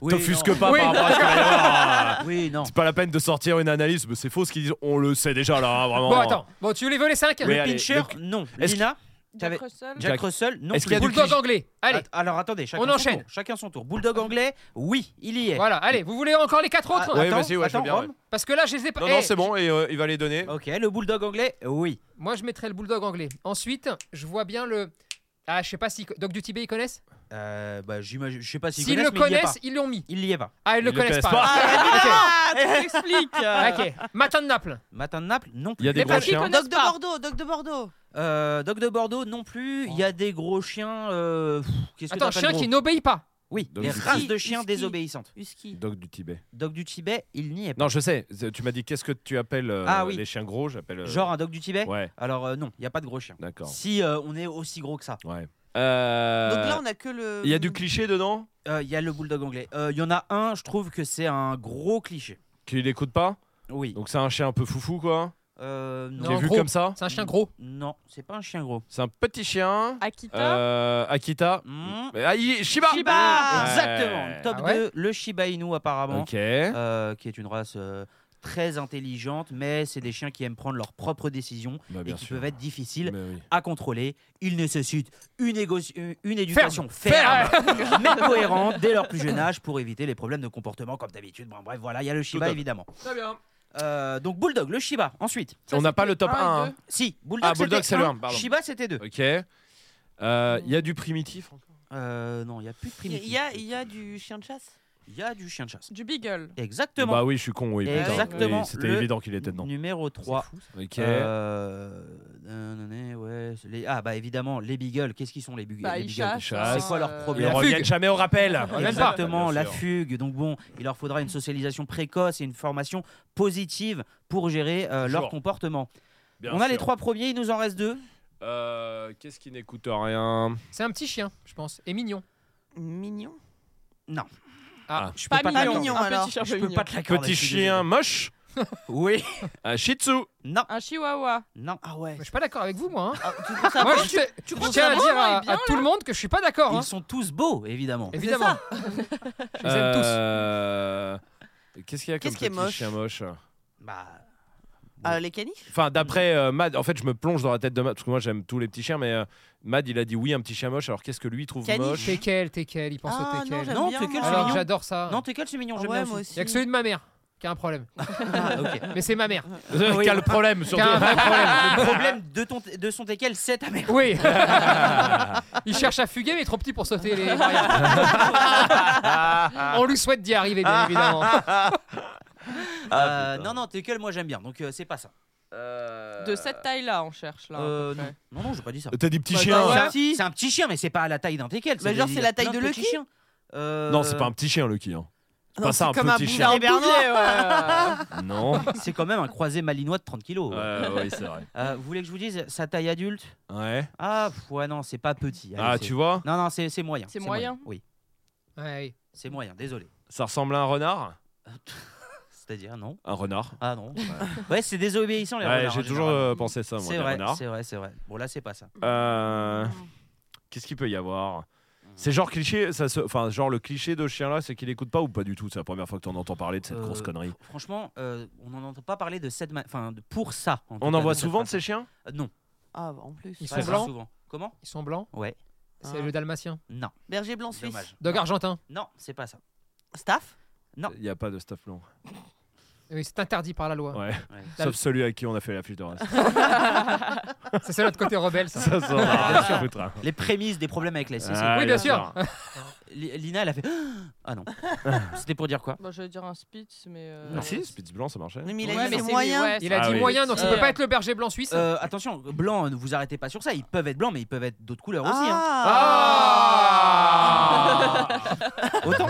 Speaker 4: Oui,
Speaker 8: T'offusques
Speaker 4: non.
Speaker 8: pas
Speaker 1: Oui.
Speaker 8: par rapport à ce qu'il va y avoir.
Speaker 4: Oui, non.
Speaker 8: C'est pas la peine de sortir une analyse, mais c'est faux ce qu'ils disent. On le sait déjà là, hein, vraiment.
Speaker 1: Bon, attends. Bon, tu les veux les 5
Speaker 8: Oui, allez,
Speaker 4: Pincher,
Speaker 8: le-
Speaker 4: non.
Speaker 8: Est-ce que-
Speaker 4: Lina,
Speaker 9: Jack
Speaker 4: T'avais-
Speaker 9: Russell.
Speaker 4: Jack,
Speaker 8: Jack-
Speaker 4: Russell, non.
Speaker 8: Est-ce qu'il y a
Speaker 4: plus.
Speaker 8: du
Speaker 1: Bulldog
Speaker 8: cliché.
Speaker 1: anglais. Allez,
Speaker 4: Att- Alors attendez, chacun
Speaker 1: On
Speaker 4: son
Speaker 1: enchaîne.
Speaker 4: tour. Chacun son tour. Bulldog anglais, oui, il y est.
Speaker 1: voilà. Allez, vous voulez encore les quatre autres
Speaker 8: Ouais,
Speaker 4: Attends,
Speaker 8: vas-y, ouais, je veux
Speaker 4: attends,
Speaker 8: bien,
Speaker 4: Rome. Ah.
Speaker 1: Parce que là, je les ai pas.
Speaker 8: Non,
Speaker 1: Eh,
Speaker 8: non, c'est bon, et euh, il va les donner.
Speaker 4: Ok, le bulldog anglais, oui.
Speaker 1: Moi, je mettrais le bulldog anglais. Ensuite, je vois bien le. Ah, je sais pas si Doc du Tibet ils connaissent.
Speaker 4: Euh, bah, j'imagine, je sais pas s'ils
Speaker 1: S'ils le
Speaker 4: connaissent, mais il y est
Speaker 1: connaissent, ils l'ont mis.
Speaker 4: pas. il y est pas.
Speaker 1: Ah, ils, le
Speaker 8: Ils
Speaker 1: connaissent pas.
Speaker 2: Ah,
Speaker 9: Explique.
Speaker 1: Ah, ok. Ok. Matin de Naples.
Speaker 4: Matin de Naples, non plus.
Speaker 8: Il y a des
Speaker 1: Les
Speaker 8: gros
Speaker 1: papis
Speaker 8: chiens.
Speaker 9: connaissent-
Speaker 2: Doc de
Speaker 9: pas.
Speaker 2: Bordeaux, Doc de Bordeaux.
Speaker 4: Euh, Doc de Bordeaux, non plus. Il y
Speaker 8: Oh.
Speaker 4: a des gros chiens. euh, pff, Qu'est-ce que
Speaker 1: Attends,
Speaker 4: t'appelles
Speaker 1: chien
Speaker 4: gros
Speaker 1: qui n'obéit pas.
Speaker 4: Oui,
Speaker 8: Doc
Speaker 4: les
Speaker 8: du
Speaker 4: races
Speaker 2: Ski,
Speaker 4: de
Speaker 2: du
Speaker 4: chiens
Speaker 2: ski.
Speaker 4: désobéissantes.
Speaker 2: Husky.
Speaker 8: Dog du Tibet.
Speaker 4: Dog du Tibet, il n'y est pas.
Speaker 8: Non, je sais. c'est- Tu m'as dit qu'est-ce que tu appelles euh,
Speaker 4: Ah oui.
Speaker 8: les chiens gros J'appelle. euh,
Speaker 4: Genre un dog du Tibet
Speaker 8: Ouais,
Speaker 4: Alors euh, non, il n'y a pas de gros chiens.
Speaker 8: d'accord.
Speaker 4: Si euh, on est aussi gros que ça.
Speaker 8: Ouais.
Speaker 2: Donc là,
Speaker 8: Euh,
Speaker 2: on a que le.
Speaker 8: Il y a du cliché dedans
Speaker 4: Euh, Il y a le bulldog anglais. Euh, Il y en a un, je trouve que c'est un gros cliché.
Speaker 8: Qu'il n'écoute pas
Speaker 4: Oui.
Speaker 8: Donc c'est un chien un peu foufou, quoi.
Speaker 4: Euh, non.
Speaker 8: Qui est
Speaker 1: Non,
Speaker 8: vu
Speaker 1: gros.
Speaker 8: comme ça
Speaker 1: C'est un chien gros.
Speaker 4: Non, c'est pas un chien gros.
Speaker 8: C'est un petit chien.
Speaker 9: Akita.
Speaker 8: Euh, Akita.
Speaker 4: Hmm.
Speaker 8: Mais, ah, il- Shiba.
Speaker 2: Shiba.
Speaker 8: Ouais.
Speaker 4: Exactement. Top
Speaker 1: Ah ouais
Speaker 4: 2, le Shiba Inu apparemment,
Speaker 8: Ok.
Speaker 4: euh, qui est une race euh, très intelligente, mais c'est des chiens qui aiment prendre leurs propres décisions
Speaker 8: Bah,
Speaker 4: et
Speaker 8: bien
Speaker 4: qui
Speaker 8: sûr.
Speaker 4: peuvent être difficiles
Speaker 8: Mais oui.
Speaker 4: à contrôler. Ils nécessitent une, égo- une- une éducation ferme,
Speaker 1: Ferme.
Speaker 4: mais cohérente dès leur plus jeune âge pour éviter les problèmes de comportement comme d'habitude. Bon, bref, voilà, il y a le Shiba
Speaker 8: Tout à-
Speaker 4: évidemment. Euh, donc Bulldog, le Shiba. Ensuite,
Speaker 9: Ça,
Speaker 8: On n'a pas
Speaker 9: c'était
Speaker 8: le top
Speaker 9: un et
Speaker 8: 1.
Speaker 9: deux.
Speaker 4: si Bulldog,
Speaker 8: Ah, Bulldog, c'est
Speaker 4: c'était
Speaker 8: le
Speaker 4: 1,
Speaker 8: un, pardon.
Speaker 4: Shiba c'était 2.
Speaker 8: Ok. Euh, Il y a du primitif.
Speaker 4: Euh, non, il n'y a plus de
Speaker 2: Il
Speaker 4: primitif.
Speaker 2: y a, il y a du chien de chasse.
Speaker 4: Il y a du chien de chasse.
Speaker 9: Du Beagle.
Speaker 4: Exactement.
Speaker 8: Bah oui, je suis con. Oui, putain.
Speaker 4: Exactement.
Speaker 8: Oui, C'était
Speaker 4: Le-
Speaker 8: évident qu'il était dedans.
Speaker 4: Numéro 3.
Speaker 8: Ok.
Speaker 4: Euh, euh, non, non, ouais, c'est les- ah bah évidemment les beagles. Qu'est-ce qu'ils sont les beagles
Speaker 9: Bah,
Speaker 4: Les
Speaker 9: ils
Speaker 4: beagles.
Speaker 9: chassent.
Speaker 8: chassent.
Speaker 4: C'est quoi leur
Speaker 9: euh,
Speaker 8: Ils ne
Speaker 4: problème
Speaker 1: la
Speaker 8: reviennent
Speaker 1: fugue.
Speaker 8: jamais au rappel.
Speaker 1: Ah, même pas.
Speaker 4: Exactement,
Speaker 8: Bien
Speaker 4: la
Speaker 8: sûr.
Speaker 4: fugue. Donc bon, il leur faudra une socialisation précoce et une formation positive pour gérer euh, leur
Speaker 8: Toujours.
Speaker 4: comportement.
Speaker 8: Bien
Speaker 4: On a les
Speaker 8: sûr.
Speaker 4: trois premiers, il nous en reste deux.
Speaker 8: Euh, Qu'est-ce qui n'écoute rien
Speaker 1: C'est un petit chien, je pense. Et mignon.
Speaker 2: Mignon.
Speaker 1: Ah.
Speaker 4: Je
Speaker 9: Pas
Speaker 4: peux pas,
Speaker 9: mignon.
Speaker 4: te-
Speaker 2: mignon,
Speaker 9: un
Speaker 2: alors.
Speaker 9: petit chien
Speaker 4: je peux
Speaker 9: mignon.
Speaker 4: pas te l'accorder.
Speaker 8: Petit
Speaker 4: je suis désolé.
Speaker 8: chien moche
Speaker 4: Oui.
Speaker 8: Un Euh, Shih Tzu
Speaker 4: Non,
Speaker 9: Un chihuahua.
Speaker 4: non.
Speaker 2: Ah ouais.
Speaker 1: Je suis pas d'accord avec vous, moi. hein.
Speaker 2: Ah, tu trouves ça
Speaker 1: Moi,
Speaker 2: bon
Speaker 1: je, sais-
Speaker 2: tu
Speaker 1: je
Speaker 2: crois que
Speaker 1: tiens à
Speaker 2: la
Speaker 1: dire
Speaker 9: maman
Speaker 1: à,
Speaker 9: est bien,
Speaker 1: à tout le monde que je suis pas d'accord. hein.
Speaker 4: Ils sont tous beaux, évidemment.
Speaker 1: Évidemment.
Speaker 2: Ah,
Speaker 1: je les aime tous.
Speaker 8: Euh, Qu'est-ce qu'il y a comme
Speaker 2: Qu'est-ce qui est
Speaker 8: petit
Speaker 2: moche
Speaker 8: chien moche
Speaker 4: Bah,
Speaker 2: Ah, les caniches
Speaker 8: Enfin, d'après euh, Mad, en fait, je me plonge dans la tête de Mad, parce que moi j'aime tous les petits chiens, mais euh, Mad il a dit oui, un petit chien moche, alors qu'est-ce que lui trouve
Speaker 2: Caniche.
Speaker 8: moche
Speaker 1: Tekel, Tekel, il pense
Speaker 2: Ah
Speaker 1: au
Speaker 2: non,
Speaker 1: Tekel.
Speaker 2: j'aime
Speaker 4: Non,
Speaker 2: bien.
Speaker 4: c'est que le
Speaker 2: moi.
Speaker 1: Alors
Speaker 4: mignon.
Speaker 1: j'adore ça.
Speaker 4: non, t'es quel, c'est mignon,
Speaker 2: Ah
Speaker 4: j'aime
Speaker 2: ouais,
Speaker 4: bien aussi.
Speaker 2: moi
Speaker 4: Ah,
Speaker 2: aussi.
Speaker 1: Il y a que celui de ma mère. qui a un problème.
Speaker 4: ok.
Speaker 1: Mais c'est ma mère.
Speaker 4: Oui.
Speaker 8: Qui a le problème surtout.
Speaker 1: Qui a un vrai problème.
Speaker 4: Le problème de, ton, de son teckel, c'est ta mère.
Speaker 1: Oui. il cherche à fuguer, mais il est trop petit pour sauter les barrières. On lui souhaite d'y arriver, bien évidemment.
Speaker 8: Ah,
Speaker 4: Euh, non, non, teckel, moi j'aime bien, donc euh, c'est pas ça.
Speaker 9: De cette taille-là, on cherche là. à peu
Speaker 4: Euh,
Speaker 9: près.
Speaker 4: non, non, non, j'ai pas dit ça.
Speaker 8: T'as des petits
Speaker 2: Bah,
Speaker 8: chiens.
Speaker 2: ouais.
Speaker 4: C'est un petit- C'est un petit chien, mais c'est pas à la taille d'un teckel.
Speaker 2: Bah, genre,
Speaker 4: des-
Speaker 2: c'est
Speaker 4: il y a
Speaker 2: la taille
Speaker 4: plein
Speaker 2: de
Speaker 4: petits
Speaker 2: Lucky
Speaker 4: chiens. Euh,
Speaker 8: Non, c'est pas un petit chien, le qui. hein. C'est
Speaker 2: Non,
Speaker 8: pas ça, un
Speaker 2: c'est comme un
Speaker 8: petit
Speaker 2: boulard.
Speaker 8: chien.
Speaker 2: Un bernois.
Speaker 8: Non.
Speaker 4: C'est quand même un croisé malinois de 30 kilos.
Speaker 8: Ouais, oui, c'est vrai.
Speaker 4: Euh, vous voulez que je vous dise sa taille adulte
Speaker 8: Ouais.
Speaker 4: Ah, pff, ouais, non, c'est pas petit. Allez,
Speaker 8: Ah,
Speaker 4: c'est-
Speaker 8: tu vois,
Speaker 4: Non, non, c'est c'est moyen.
Speaker 9: C'est moyen
Speaker 4: Oui,
Speaker 1: Ouais,
Speaker 4: c'est moyen, désolé.
Speaker 8: ça ressemble à un renard.
Speaker 4: C'est-à-dire, non
Speaker 8: Un renard.
Speaker 4: Ah non. Ouais, c'est désobéissant les
Speaker 8: Ouais,
Speaker 4: renards, en
Speaker 8: j'ai toujours
Speaker 4: général.
Speaker 8: euh, pensé ça, moi.
Speaker 4: C'est
Speaker 8: des
Speaker 4: vrai,
Speaker 8: renards.
Speaker 4: c'est vrai, c'est vrai. Bon, là, c'est pas ça.
Speaker 8: Euh, Qu'est-ce qu'il peut y avoir C'est genre cliché, ça se... enfin genre le cliché de ce chien là, c'est qu'il écoute pas ou pas du tout. C'est la première fois que t'en entends parler de cette
Speaker 4: Euh,
Speaker 8: grosse connerie.
Speaker 4: Franchement, euh, on n'en entend pas parler de cette. ma- Enfin, de- pour ça. tout
Speaker 8: On
Speaker 4: cas,
Speaker 8: en voit
Speaker 4: de cette
Speaker 8: souvent de
Speaker 4: façon.
Speaker 8: ces chiens
Speaker 4: Euh, Non.
Speaker 2: Ah, bah, en plus.
Speaker 1: Ils
Speaker 4: pas
Speaker 1: sont
Speaker 4: très
Speaker 1: blancs
Speaker 4: souvent. Comment
Speaker 1: Ils sont blancs.
Speaker 4: Ouais.
Speaker 1: C'est
Speaker 2: Ah.
Speaker 1: le dalmatien.
Speaker 4: Non.
Speaker 2: Berger blanc suisse.
Speaker 4: Dommage.
Speaker 1: Dog argentin.
Speaker 4: Non, c'est pas ça.
Speaker 2: Staff
Speaker 4: Non.
Speaker 8: Il y a pas de staff blanc.
Speaker 1: Oui, c'est interdit par la loi.
Speaker 8: Ouais.
Speaker 4: Ouais.
Speaker 8: Sauf celui à qui on a fait la fiche de race.
Speaker 1: Ça, c'est notre côté rebelle, ça.
Speaker 8: ça ça, on
Speaker 4: Ah,
Speaker 8: a rien à foutre, hein.
Speaker 4: Les prémices des problèmes avec les. c'est- c'est-
Speaker 8: Ah,
Speaker 1: oui, bien sûr.
Speaker 4: Li- Lina, elle a fait. Ah non. C'était pour dire quoi
Speaker 9: Bon, j'allais dire un spitz, mais. euh,
Speaker 8: Ah si, Spitz blanc, ça marchait.
Speaker 2: Mais il a
Speaker 9: ouais,
Speaker 2: dit
Speaker 9: mais
Speaker 2: c'est
Speaker 9: c'est-
Speaker 2: moyen.
Speaker 9: ouais,
Speaker 1: Il a
Speaker 8: Ah
Speaker 1: dit
Speaker 8: oui.
Speaker 1: moyen, donc ça
Speaker 9: Euh,
Speaker 1: peut pas être le berger blanc suisse.
Speaker 4: Euh, attention, blanc, ne vous arrêtez pas sur ça. Ils peuvent être blancs, mais ils peuvent être d'autres couleurs aussi. hein.
Speaker 8: Ah
Speaker 4: Autant.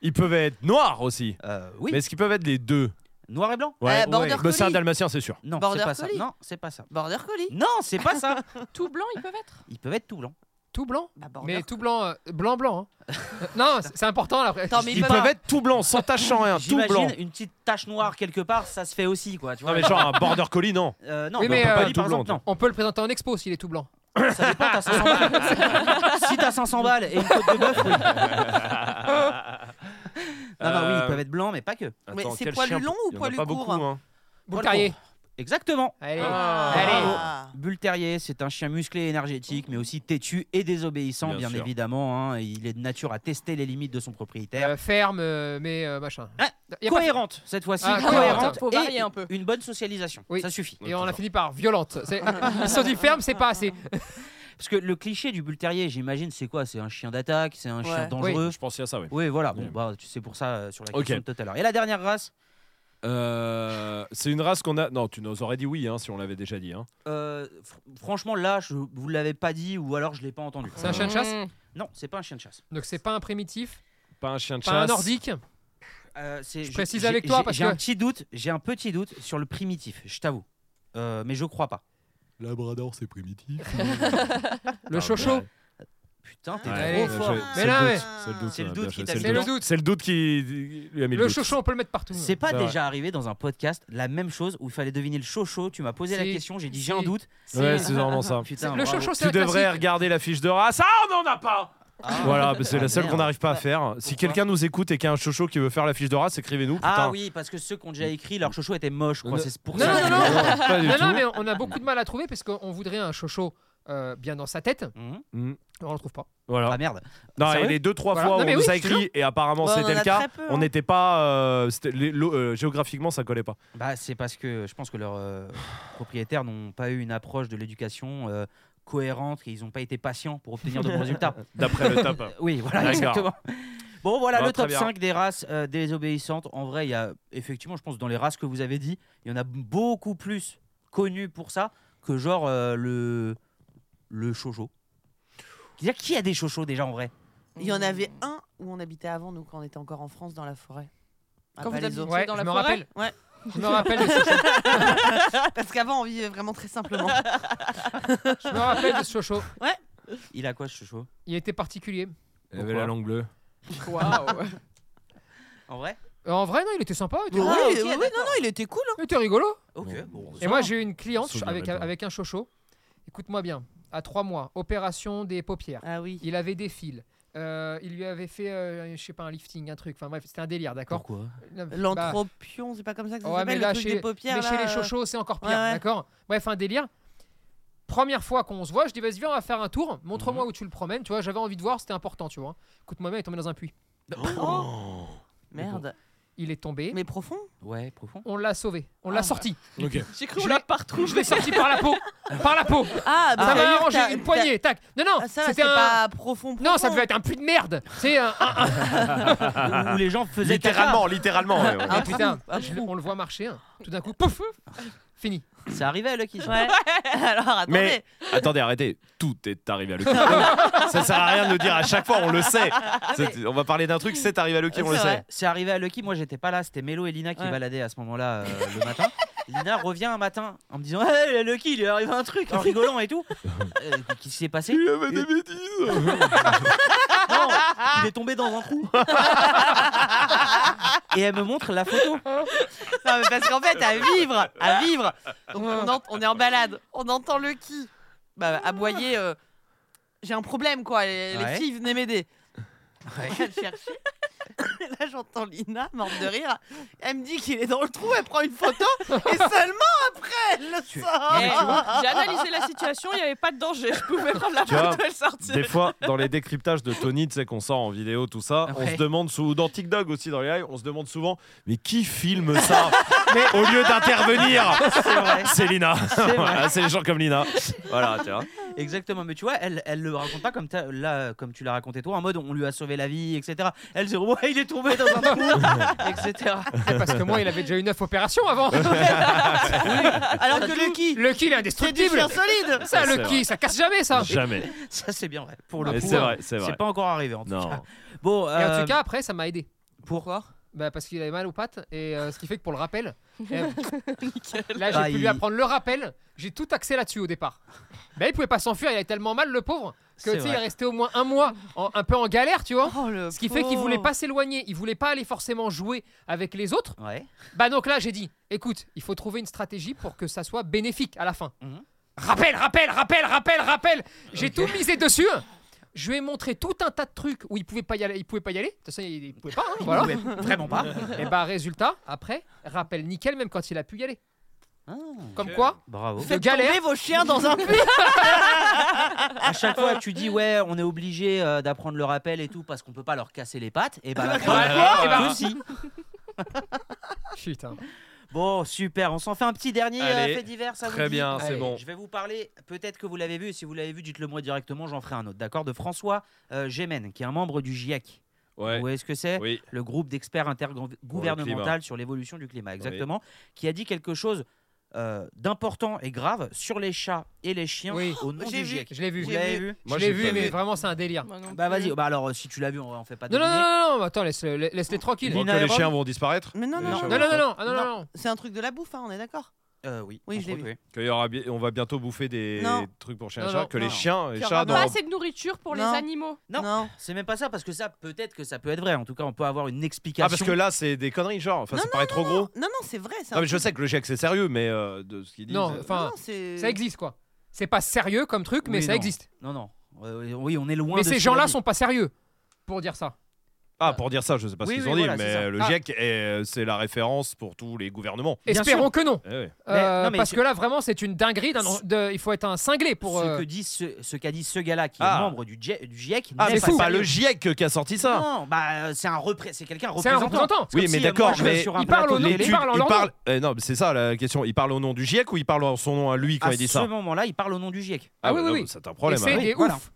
Speaker 8: Ils peuvent être noirs aussi.
Speaker 4: Euh, oui.
Speaker 8: Mais est-ce qu'ils peuvent être les deux
Speaker 4: Noir et blanc.
Speaker 8: Ouais.
Speaker 2: Euh, border
Speaker 8: Mais c'est un
Speaker 2: collie.
Speaker 8: dalmatien, c'est sûr.
Speaker 4: Non,
Speaker 2: Border
Speaker 4: c'est pas ça.
Speaker 2: collie.
Speaker 4: Non, c'est pas ça.
Speaker 2: Border collie.
Speaker 4: Non, c'est pas ça.
Speaker 9: Tout blanc, ils peuvent être
Speaker 4: Ils peuvent être tout blancs.
Speaker 1: Tout blanc
Speaker 2: Bah, border.
Speaker 1: Mais tout blanc, euh, blanc blanc. hein. Euh, non, c'est c'est important là.
Speaker 2: Attends, mais
Speaker 8: Ils peuvent être tout blancs, sans tache, sans rien, Ah, tout blanc.
Speaker 4: J'imagine une petite tache noire quelque part, ça se fait aussi, quoi. Tu vois
Speaker 8: Non mais genre un border collie, non
Speaker 4: Euh, non,
Speaker 1: Oui,
Speaker 4: bah,
Speaker 1: mais,
Speaker 4: on peut pas
Speaker 1: euh,
Speaker 4: dire, par
Speaker 8: tout blanc,
Speaker 4: exemple, non.
Speaker 1: On peut le présenter en expo s'il est tout blanc.
Speaker 4: Ça dépend, t'as 500 balles. si t'as 500 balles et une côte de bœuf, oui. Non, non,
Speaker 8: Euh.
Speaker 4: oui, ils peuvent être blancs, mais pas que.
Speaker 2: Mais
Speaker 8: Attends,
Speaker 2: c'est
Speaker 8: quel
Speaker 2: poilu
Speaker 8: chien
Speaker 2: long ou
Speaker 8: Il y en a
Speaker 2: poilu
Speaker 8: pas
Speaker 2: court,
Speaker 8: beaucoup, hein.
Speaker 1: Boule carrier.
Speaker 4: Exactement.
Speaker 1: Allez.
Speaker 8: Ah.
Speaker 1: Allez.
Speaker 2: Ah.
Speaker 4: Bull Terrier, c'est un chien musclé et énergétique, mais aussi têtu et désobéissant,
Speaker 8: Bien
Speaker 4: bien,
Speaker 8: sûr.
Speaker 4: évidemment. hein. Il est de nature à tester les limites de son propriétaire.
Speaker 1: Euh, ferme, euh, mais euh, machin.
Speaker 4: Ah,
Speaker 1: Y a pas-
Speaker 4: cohérente, cette fois-ci,
Speaker 1: Ah,
Speaker 4: cohérente.
Speaker 9: cohérente. Faut
Speaker 4: et
Speaker 9: varier un peu.
Speaker 4: Une bonne socialisation,
Speaker 1: Oui.
Speaker 4: ça suffit.
Speaker 1: Et on a fini par violente. C'est- Ils se sont dit ferme, c'est pas assez.
Speaker 4: Parce que le cliché du Bull Terrier, j'imagine, c'est quoi C'est un chien d'attaque, c'est un chien
Speaker 2: Ouais.
Speaker 4: dangereux.
Speaker 8: Je pensais à ça, oui.
Speaker 4: Oui, voilà. Bon,
Speaker 8: Oui.
Speaker 4: bah, tu sais pour ça euh, sur la
Speaker 8: Ok.
Speaker 4: question de tout à l'heure. Et la dernière race
Speaker 8: Euh, c'est une race qu'on a. Non, tu nous aurais dit oui hein, si on l'avait déjà dit. Hein.
Speaker 4: euh, fr- Franchement, là, je vous l'avais pas dit ou alors je l'ai pas entendu.
Speaker 1: C'est un chien de chasse
Speaker 9: Mmh.
Speaker 8: Euh,
Speaker 4: Non, c'est pas un chien de chasse.
Speaker 1: Donc c'est pas un primitif,
Speaker 8: Pas un chien de
Speaker 1: pas
Speaker 8: chasse.
Speaker 1: un nordique.
Speaker 4: Euh, c'est-
Speaker 1: Je précise
Speaker 4: j'ai-
Speaker 1: avec toi
Speaker 4: j'ai-
Speaker 1: parce
Speaker 4: j'ai
Speaker 1: que-
Speaker 4: un petit doute. J'ai un petit doute sur le primitif. Je t'avoue. Euh, mais je crois pas.
Speaker 8: Labrador, c'est primitif.
Speaker 1: Le chocho.
Speaker 4: Putain, t'es
Speaker 8: Ah Ouais,
Speaker 1: Allez,
Speaker 4: trop
Speaker 8: je-
Speaker 4: fort.
Speaker 8: c'est
Speaker 1: Mais là,
Speaker 8: le
Speaker 1: ouais.
Speaker 8: doute, c'est le doute,
Speaker 4: C'est le
Speaker 8: hein,
Speaker 4: doute
Speaker 8: bien
Speaker 4: qui
Speaker 8: joué,
Speaker 4: t'a
Speaker 8: c'est
Speaker 4: fait
Speaker 1: le doute.
Speaker 8: C'est le doute qui lui a mis le,
Speaker 1: Le
Speaker 8: doute.
Speaker 1: chocho, on peut le mettre partout.
Speaker 4: C'est pas
Speaker 8: C'est vrai.
Speaker 4: déjà arrivé dans un podcast la même chose où il fallait deviner le chocho. Tu m'as posé la
Speaker 1: Si,
Speaker 4: question, j'ai dit
Speaker 1: si.
Speaker 4: j'ai un doute.
Speaker 8: Ouais, c'est vraiment ça.
Speaker 4: Putain,
Speaker 1: Le
Speaker 4: bravo.
Speaker 1: chocho,
Speaker 8: Tu
Speaker 1: c'est un
Speaker 8: devrais
Speaker 1: classique.
Speaker 8: regarder la fiche de race. Ah, on n'en a pas
Speaker 4: Ah.
Speaker 8: Voilà, bah, c'est
Speaker 4: Ah,
Speaker 8: la seule
Speaker 4: merde.
Speaker 8: qu'on n'arrive pas à faire. Si
Speaker 4: Pourquoi
Speaker 8: quelqu'un nous écoute et qu'il y a un chocho qui veut faire la fiche de race, écrivez-nous.
Speaker 4: Ah
Speaker 8: putain.
Speaker 4: oui, parce que ceux qui ont déjà écrit, leur chocho était moche. je crois,
Speaker 8: Non,
Speaker 4: C'est pour
Speaker 1: non,
Speaker 4: ça.
Speaker 1: non, non.
Speaker 8: pas du
Speaker 1: Non,
Speaker 8: tout.
Speaker 1: non, mais on a beaucoup de mal à trouver parce qu'on voudrait un chocho euh, bien dans sa tête.
Speaker 4: Mhm.
Speaker 8: Mm.
Speaker 1: On le trouve pas.
Speaker 8: Voilà.
Speaker 4: Ah merde.
Speaker 8: Non,
Speaker 4: Sérieux
Speaker 8: et les deux trois
Speaker 1: Voilà.
Speaker 8: fois
Speaker 1: Non,
Speaker 8: où
Speaker 1: mais
Speaker 8: on
Speaker 1: oui,
Speaker 8: nous a
Speaker 1: je te jure.
Speaker 8: écrit et apparemment
Speaker 2: Ouais, on
Speaker 8: c'était
Speaker 2: en
Speaker 8: le
Speaker 2: a
Speaker 8: cas,
Speaker 2: très peu,
Speaker 8: on
Speaker 2: hein.
Speaker 8: n'était pas euh, c'était- les- l'eau, euh, géographiquement ça collait pas.
Speaker 4: Bah, c'est parce que je pense que leurs euh, propriétaires n'ont pas eu une approche de l'éducation euh, cohérente et ils n'ont pas été patients pour obtenir de bons résultats.
Speaker 8: D'après le top.
Speaker 4: Oui, voilà,
Speaker 8: D'accord.
Speaker 4: exactement. Bon, voilà
Speaker 8: Bon,
Speaker 4: le
Speaker 8: très
Speaker 4: top
Speaker 8: bien.
Speaker 4: 5 des races euh, désobéissantes. En vrai, il y a effectivement, je pense, dans les races que vous avez dit, il y en a beaucoup plus connues pour ça que genre euh, le le chocho. C'est-à-dire, qui a des chochos déjà en vrai
Speaker 2: Il y en avait un où on habitait avant, nous, quand on était encore en France, dans la forêt. Ah,
Speaker 9: Quand
Speaker 2: pas
Speaker 9: vous
Speaker 2: les
Speaker 9: habitiez
Speaker 2: autres.
Speaker 1: Ouais,
Speaker 9: dans
Speaker 1: je
Speaker 9: la
Speaker 1: me
Speaker 9: forêt
Speaker 1: rappelle.
Speaker 2: Ouais.
Speaker 1: Je me rappelle. de ce-
Speaker 2: Parce qu'avant, on vivait vraiment très simplement.
Speaker 1: Je me rappelle de ce chocho.
Speaker 4: Il a quoi ce chocho
Speaker 1: Il était particulier.
Speaker 8: Il avait la langue bleue.
Speaker 9: Mmh. Waouh.
Speaker 4: En vrai
Speaker 1: Euh, En vrai, non, il était sympa. Il
Speaker 2: Oui,
Speaker 1: était,
Speaker 4: Ah, ok,
Speaker 2: oui, oui,
Speaker 4: d'accord.
Speaker 2: non, non, il était cool. hein.
Speaker 1: il était rigolo.
Speaker 4: Ok.
Speaker 8: Non,
Speaker 4: bon,
Speaker 1: Et moi, j'ai eu une cliente
Speaker 8: Souvenir
Speaker 1: avec,
Speaker 8: maintenant.
Speaker 1: avec un chocho. Écoute-moi bien. À trois mois, opération des paupières.
Speaker 2: Ah oui.
Speaker 1: Il avait des fils. Euh, il lui avait fait, euh, je sais pas, un lifting, un truc. Enfin bref, c'était un délire, d'accord
Speaker 4: Pourquoi
Speaker 1: Non, bah,
Speaker 2: L'anthropion, c'est pas comme ça que ça
Speaker 1: ouais, mais
Speaker 2: s'appelle,
Speaker 1: là,
Speaker 2: le truc
Speaker 1: chez-
Speaker 2: des paupières.
Speaker 1: Mais chez
Speaker 2: là,
Speaker 1: les
Speaker 2: euh,
Speaker 1: chochos, c'est encore pire,
Speaker 2: Ouais, ouais.
Speaker 1: d'accord Bref, un délire. Première fois qu'on se voit, je dis, vas-y, viens, on va faire un tour. Montre-moi où tu le promènes. Tu vois, j'avais envie de voir, c'était important, tu vois. Écoute-moi bien, il est tombé dans un puits.
Speaker 2: Merde.
Speaker 1: il est tombé.
Speaker 2: Mais Ah. profond
Speaker 4: Ouais, profond.
Speaker 1: On l'a sauvé. On l'a sorti.
Speaker 10: Ok.
Speaker 9: J'ai cru qu'on
Speaker 1: Je
Speaker 9: l'a
Speaker 1: l'ai-
Speaker 9: pas
Speaker 1: Je
Speaker 9: retrouvé.
Speaker 1: l'ai sorti par la peau. Par la peau.
Speaker 2: Ah,
Speaker 1: bah, ça
Speaker 2: c'est-à-dire
Speaker 1: m'a
Speaker 2: que
Speaker 1: arrangé
Speaker 2: t'as-
Speaker 1: une poignée. Tac. Non, non.
Speaker 2: Ah, ça, va, c'était
Speaker 1: c'était un.
Speaker 2: pas profond.
Speaker 1: Non,
Speaker 2: profond.
Speaker 1: ça devait être un puits de merde. C'est un. un- un-
Speaker 4: Où les gens faisaient
Speaker 8: Littéralement, littéralement. ouais, ouais.
Speaker 1: Ah, putain. Je le- on le voit marcher. hein. Tout d'un coup, pouf. Fini.
Speaker 4: caca. C'est arrivé à Lucky. ça.
Speaker 2: Ouais. Alors attendez.
Speaker 8: Mais attendez, arrêtez. Tout est arrivé à Lucky. ça sert à rien de le dire à chaque fois, on le sait. C'est- On va parler d'un truc, c'est arrivé à Lucky, on
Speaker 2: C'est
Speaker 8: le
Speaker 2: vrai.
Speaker 8: sait.
Speaker 4: C'est arrivé à Lucky, moi j'étais pas là, c'était Mélo et Lina qui
Speaker 2: Ouais.
Speaker 4: baladaient à ce moment-là euh, le matin. Lina revient un matin en me disant Hey, Lucky, il lui est arrivé un truc en rigolant et tout. Euh, Qu'est-ce qui s'est passé
Speaker 8: Il avait des bêtises.
Speaker 4: Non, il est tombé dans un trou. et elle me montre la photo.
Speaker 2: Non, mais parce qu'en fait, à vivre, à vivre. Donc, on, ent- on est en balade, on entend le qui bah, aboyer. euh, J'ai un problème, quoi. Les, les
Speaker 4: Ouais.
Speaker 2: filles, venez m'aider. On va le chercher. Et là, j'entends Lina, morte de rire. Elle me dit qu'il est dans le trou, elle prend une photo et seulement après, elle le sort.
Speaker 9: Eh, J'ai analysé la situation, il n'y avait pas de danger. Je pouvais prendre la
Speaker 8: Tu vois,
Speaker 9: photo et le sortir.
Speaker 8: Des fois, dans les décryptages de Tony, tu sais qu'on sort en vidéo, tout ça, on
Speaker 4: Ouais.
Speaker 8: se demande, sou- ou dans TikTok aussi, dans les lives, on se demande souvent, mais qui filme ça Au lieu d'intervenir,
Speaker 4: C'est vrai.
Speaker 8: c'est Lina.
Speaker 4: vrai.
Speaker 8: Voilà, C'est les gens comme Lina. Voilà, tu vois.
Speaker 4: Exactement, mais tu vois, elle, elle le raconte pas comme, t'as- là, comme tu l'as raconté toi, en mode on lui a sauvé la vie, etc. Elle dit ouais, il est tombé dans un trou, etc.
Speaker 1: Eh, Parce que moi, il avait déjà eu 9 opérations avant.
Speaker 2: Alors que le qui
Speaker 1: Le kill est
Speaker 2: c'est du
Speaker 1: indestructible.
Speaker 2: chien solide.
Speaker 1: Ça,
Speaker 8: C'est
Speaker 1: le kill, ça casse jamais ça.
Speaker 8: Jamais.
Speaker 4: Ça c'est bien vrai. Pour le
Speaker 8: Mais
Speaker 4: coup,
Speaker 8: c'est
Speaker 4: euh,
Speaker 8: vrai, c'est vrai.
Speaker 4: pas encore arrivé en tout
Speaker 8: Non.
Speaker 4: cas. Bon,
Speaker 1: Et en
Speaker 4: euh,
Speaker 1: tout cas, après, ça m'a aidé.
Speaker 4: pourquoi
Speaker 1: Bah, parce qu'il avait mal aux pattes, et euh, ce qui fait que pour le rappel, euh, là j'ai
Speaker 4: Ah,
Speaker 1: pu
Speaker 4: il-
Speaker 1: lui apprendre le rappel, j'ai tout axé là-dessus au départ. Bah, il pouvait pas s'enfuir, il avait tellement mal le pauvre, que
Speaker 4: C'est
Speaker 1: tu sais, il est
Speaker 4: vrai.
Speaker 1: resté au moins un mois en- un peu en galère, tu vois.
Speaker 2: Oh, le
Speaker 1: Ce qui fait qu'il
Speaker 2: pauvre.
Speaker 1: voulait pas s'éloigner, il voulait pas aller forcément jouer avec les autres.
Speaker 4: Ouais.
Speaker 1: Bah donc là j'ai dit, écoute, il faut trouver une stratégie pour que ça soit bénéfique à la fin.
Speaker 4: Mhm.
Speaker 1: Rappel, rappel, rappel, rappel, rappel. J'ai
Speaker 4: Ok.
Speaker 1: tout misé dessus. Je lui ai montré tout un tas de trucs où il pouvait pas y aller, il pouvait pas y aller. De toute façon, il, il pouvait pas. hein, voilà.
Speaker 4: Ouais, vraiment pas.
Speaker 1: Et bah résultat, après, rappel nickel même quand il a pu y aller.
Speaker 4: Ah,
Speaker 1: Comme quoi,
Speaker 4: bravo.
Speaker 1: de
Speaker 2: Faites
Speaker 1: galère.
Speaker 2: tomber vos chiens dans un puits.
Speaker 4: À chaque fois, tu dis ouais, on est obligé euh, d'apprendre le rappel et tout parce qu'on peut pas leur casser les pattes. Et bah la preuve,
Speaker 1: Voilà.
Speaker 4: que
Speaker 1: Eh ben,
Speaker 4: si.
Speaker 1: Putain.
Speaker 4: Bon, super. On s'en fait un petit dernier euh,
Speaker 8: Allez,
Speaker 4: fait divers. Ça vous
Speaker 8: Très
Speaker 4: dit
Speaker 8: bien, c'est
Speaker 1: Allez.
Speaker 8: bon.
Speaker 4: Je vais vous parler, peut-être que vous l'avez vu, si vous l'avez vu, dites-le moi directement, j'en ferai un autre, d'accord De François euh, Gémen, qui est un membre du GIEC.
Speaker 8: Ouais.
Speaker 4: Vous voyez ce que c'est
Speaker 8: Oui.
Speaker 4: Le groupe d'experts
Speaker 8: Pour le
Speaker 4: intergouvernemental
Speaker 8: climat.
Speaker 4: sur l'évolution du climat, exactement, qui a dit quelque chose euh, d'important et grave sur les chats et les chiens
Speaker 1: Oui.
Speaker 4: au nom
Speaker 2: J'ai
Speaker 4: du
Speaker 2: vu.
Speaker 4: GIEC.
Speaker 1: Je l'ai vu.
Speaker 4: Vous
Speaker 1: Je
Speaker 4: l'avez vu
Speaker 8: Moi,
Speaker 1: l'ai
Speaker 8: j'ai
Speaker 1: vu,
Speaker 8: pas
Speaker 1: mais vraiment c'est un délire.
Speaker 9: Moi non
Speaker 4: Bah
Speaker 9: plus.
Speaker 4: vas-y, bah alors euh, si tu l'as vu, on, va- on fait pas de
Speaker 1: Non non non non, non, attends laisse, laisse, les tranquilles.
Speaker 4: Lina
Speaker 8: Crois que
Speaker 4: et
Speaker 8: les
Speaker 4: Rob
Speaker 8: chiens vont disparaître.
Speaker 2: Mais non,
Speaker 8: Les
Speaker 2: non,
Speaker 8: chats
Speaker 1: Non
Speaker 8: vont
Speaker 1: non non
Speaker 8: disparaître.
Speaker 1: non ah, non non. non.
Speaker 2: C'est un truc de la bouffe, hein, on est d'accord.
Speaker 4: Euh, oui,
Speaker 2: Oui,
Speaker 4: entre
Speaker 2: je l'ai
Speaker 4: autres,
Speaker 2: vu.
Speaker 4: oui.
Speaker 8: Qu'il y aura bi- on va bientôt bouffer des
Speaker 2: Non.
Speaker 8: trucs pour chiens et
Speaker 1: Non,
Speaker 8: chats,
Speaker 1: non,
Speaker 8: que les
Speaker 2: non.
Speaker 8: chiens et
Speaker 9: Il y
Speaker 8: chats
Speaker 9: aura
Speaker 8: dans.
Speaker 9: pas assez de nourriture pour
Speaker 2: Non.
Speaker 9: les animaux.
Speaker 4: Non. C'est même pas ça, parce que ça, peut-être que ça peut être vrai. En tout cas, on peut avoir une explication.
Speaker 8: Ah, parce que là, c'est des conneries, genre. Enfin,
Speaker 2: Non,
Speaker 8: ça paraît trop gros.
Speaker 2: Non, non, c'est vrai. c'est
Speaker 8: Non,
Speaker 2: un
Speaker 8: mais je
Speaker 2: truc-
Speaker 8: sais que le GIEC, c'est sérieux, mais euh, de ce qu'ils disent.
Speaker 1: Non,
Speaker 8: euh,
Speaker 1: enfin,
Speaker 2: Non, c'est-
Speaker 1: Ça existe quoi. C'est pas sérieux comme truc, mais
Speaker 4: Oui,
Speaker 1: ça
Speaker 4: non.
Speaker 1: existe.
Speaker 4: Non, non. Euh, oui, on est loin
Speaker 1: mais
Speaker 4: de
Speaker 1: ces
Speaker 4: ce qu'on a
Speaker 1: gens-là
Speaker 4: dit.
Speaker 1: sont pas sérieux pour dire ça.
Speaker 8: Ah, pour dire ça, je sais pas
Speaker 4: Oui,
Speaker 8: ce qu'ils
Speaker 4: oui,
Speaker 8: ont dit,
Speaker 4: voilà, c'est ça.
Speaker 8: mais euh, le
Speaker 1: Ah.
Speaker 8: GIEC, est- c'est la référence pour tous les gouvernements.
Speaker 4: Bien
Speaker 1: Espérons que non.
Speaker 8: Eh ouais.
Speaker 4: Mais-
Speaker 1: Euh,
Speaker 4: non, mais
Speaker 1: parce
Speaker 4: c'est-
Speaker 1: que là vraiment c'est une dinguerie. d'un- de- il faut être un cinglé pour. euh,
Speaker 4: Ce que dit ce, ce qu'a dit ce gars-là, qui
Speaker 8: Ah.
Speaker 4: est membre du, GIE- du GIEC,
Speaker 8: Ah,
Speaker 4: n'est
Speaker 8: mais
Speaker 4: pas
Speaker 8: c'est pas
Speaker 4: sérieux.
Speaker 8: le GIEC qui a sorti ça
Speaker 4: Non, bah, euh, c'est un repré- c'est quelqu'un
Speaker 1: C'est un
Speaker 4: représentant.
Speaker 1: représentant.
Speaker 4: C'est comme
Speaker 8: hein. Oui, mais
Speaker 4: si, euh,
Speaker 8: d'accord,
Speaker 4: moi, je vais
Speaker 8: mais
Speaker 4: sur un
Speaker 1: il parle
Speaker 4: plateau
Speaker 1: au
Speaker 4: de
Speaker 1: nom-
Speaker 4: télé.
Speaker 1: il parle en leur nom.
Speaker 8: Eh non, mais c'est ça la question. Il parle au nom du GIEC ou il parle en son nom à lui quand
Speaker 4: À
Speaker 8: il dit
Speaker 4: ce
Speaker 8: ça
Speaker 4: moment-là, il parle au nom du E GIEC.
Speaker 1: Ah oui,
Speaker 8: bah,
Speaker 1: oui,
Speaker 8: non,
Speaker 1: oui.
Speaker 8: C'est un
Speaker 1: Et
Speaker 8: problème.
Speaker 1: c'est
Speaker 8: alors.
Speaker 1: des
Speaker 4: voilà.
Speaker 1: ouf.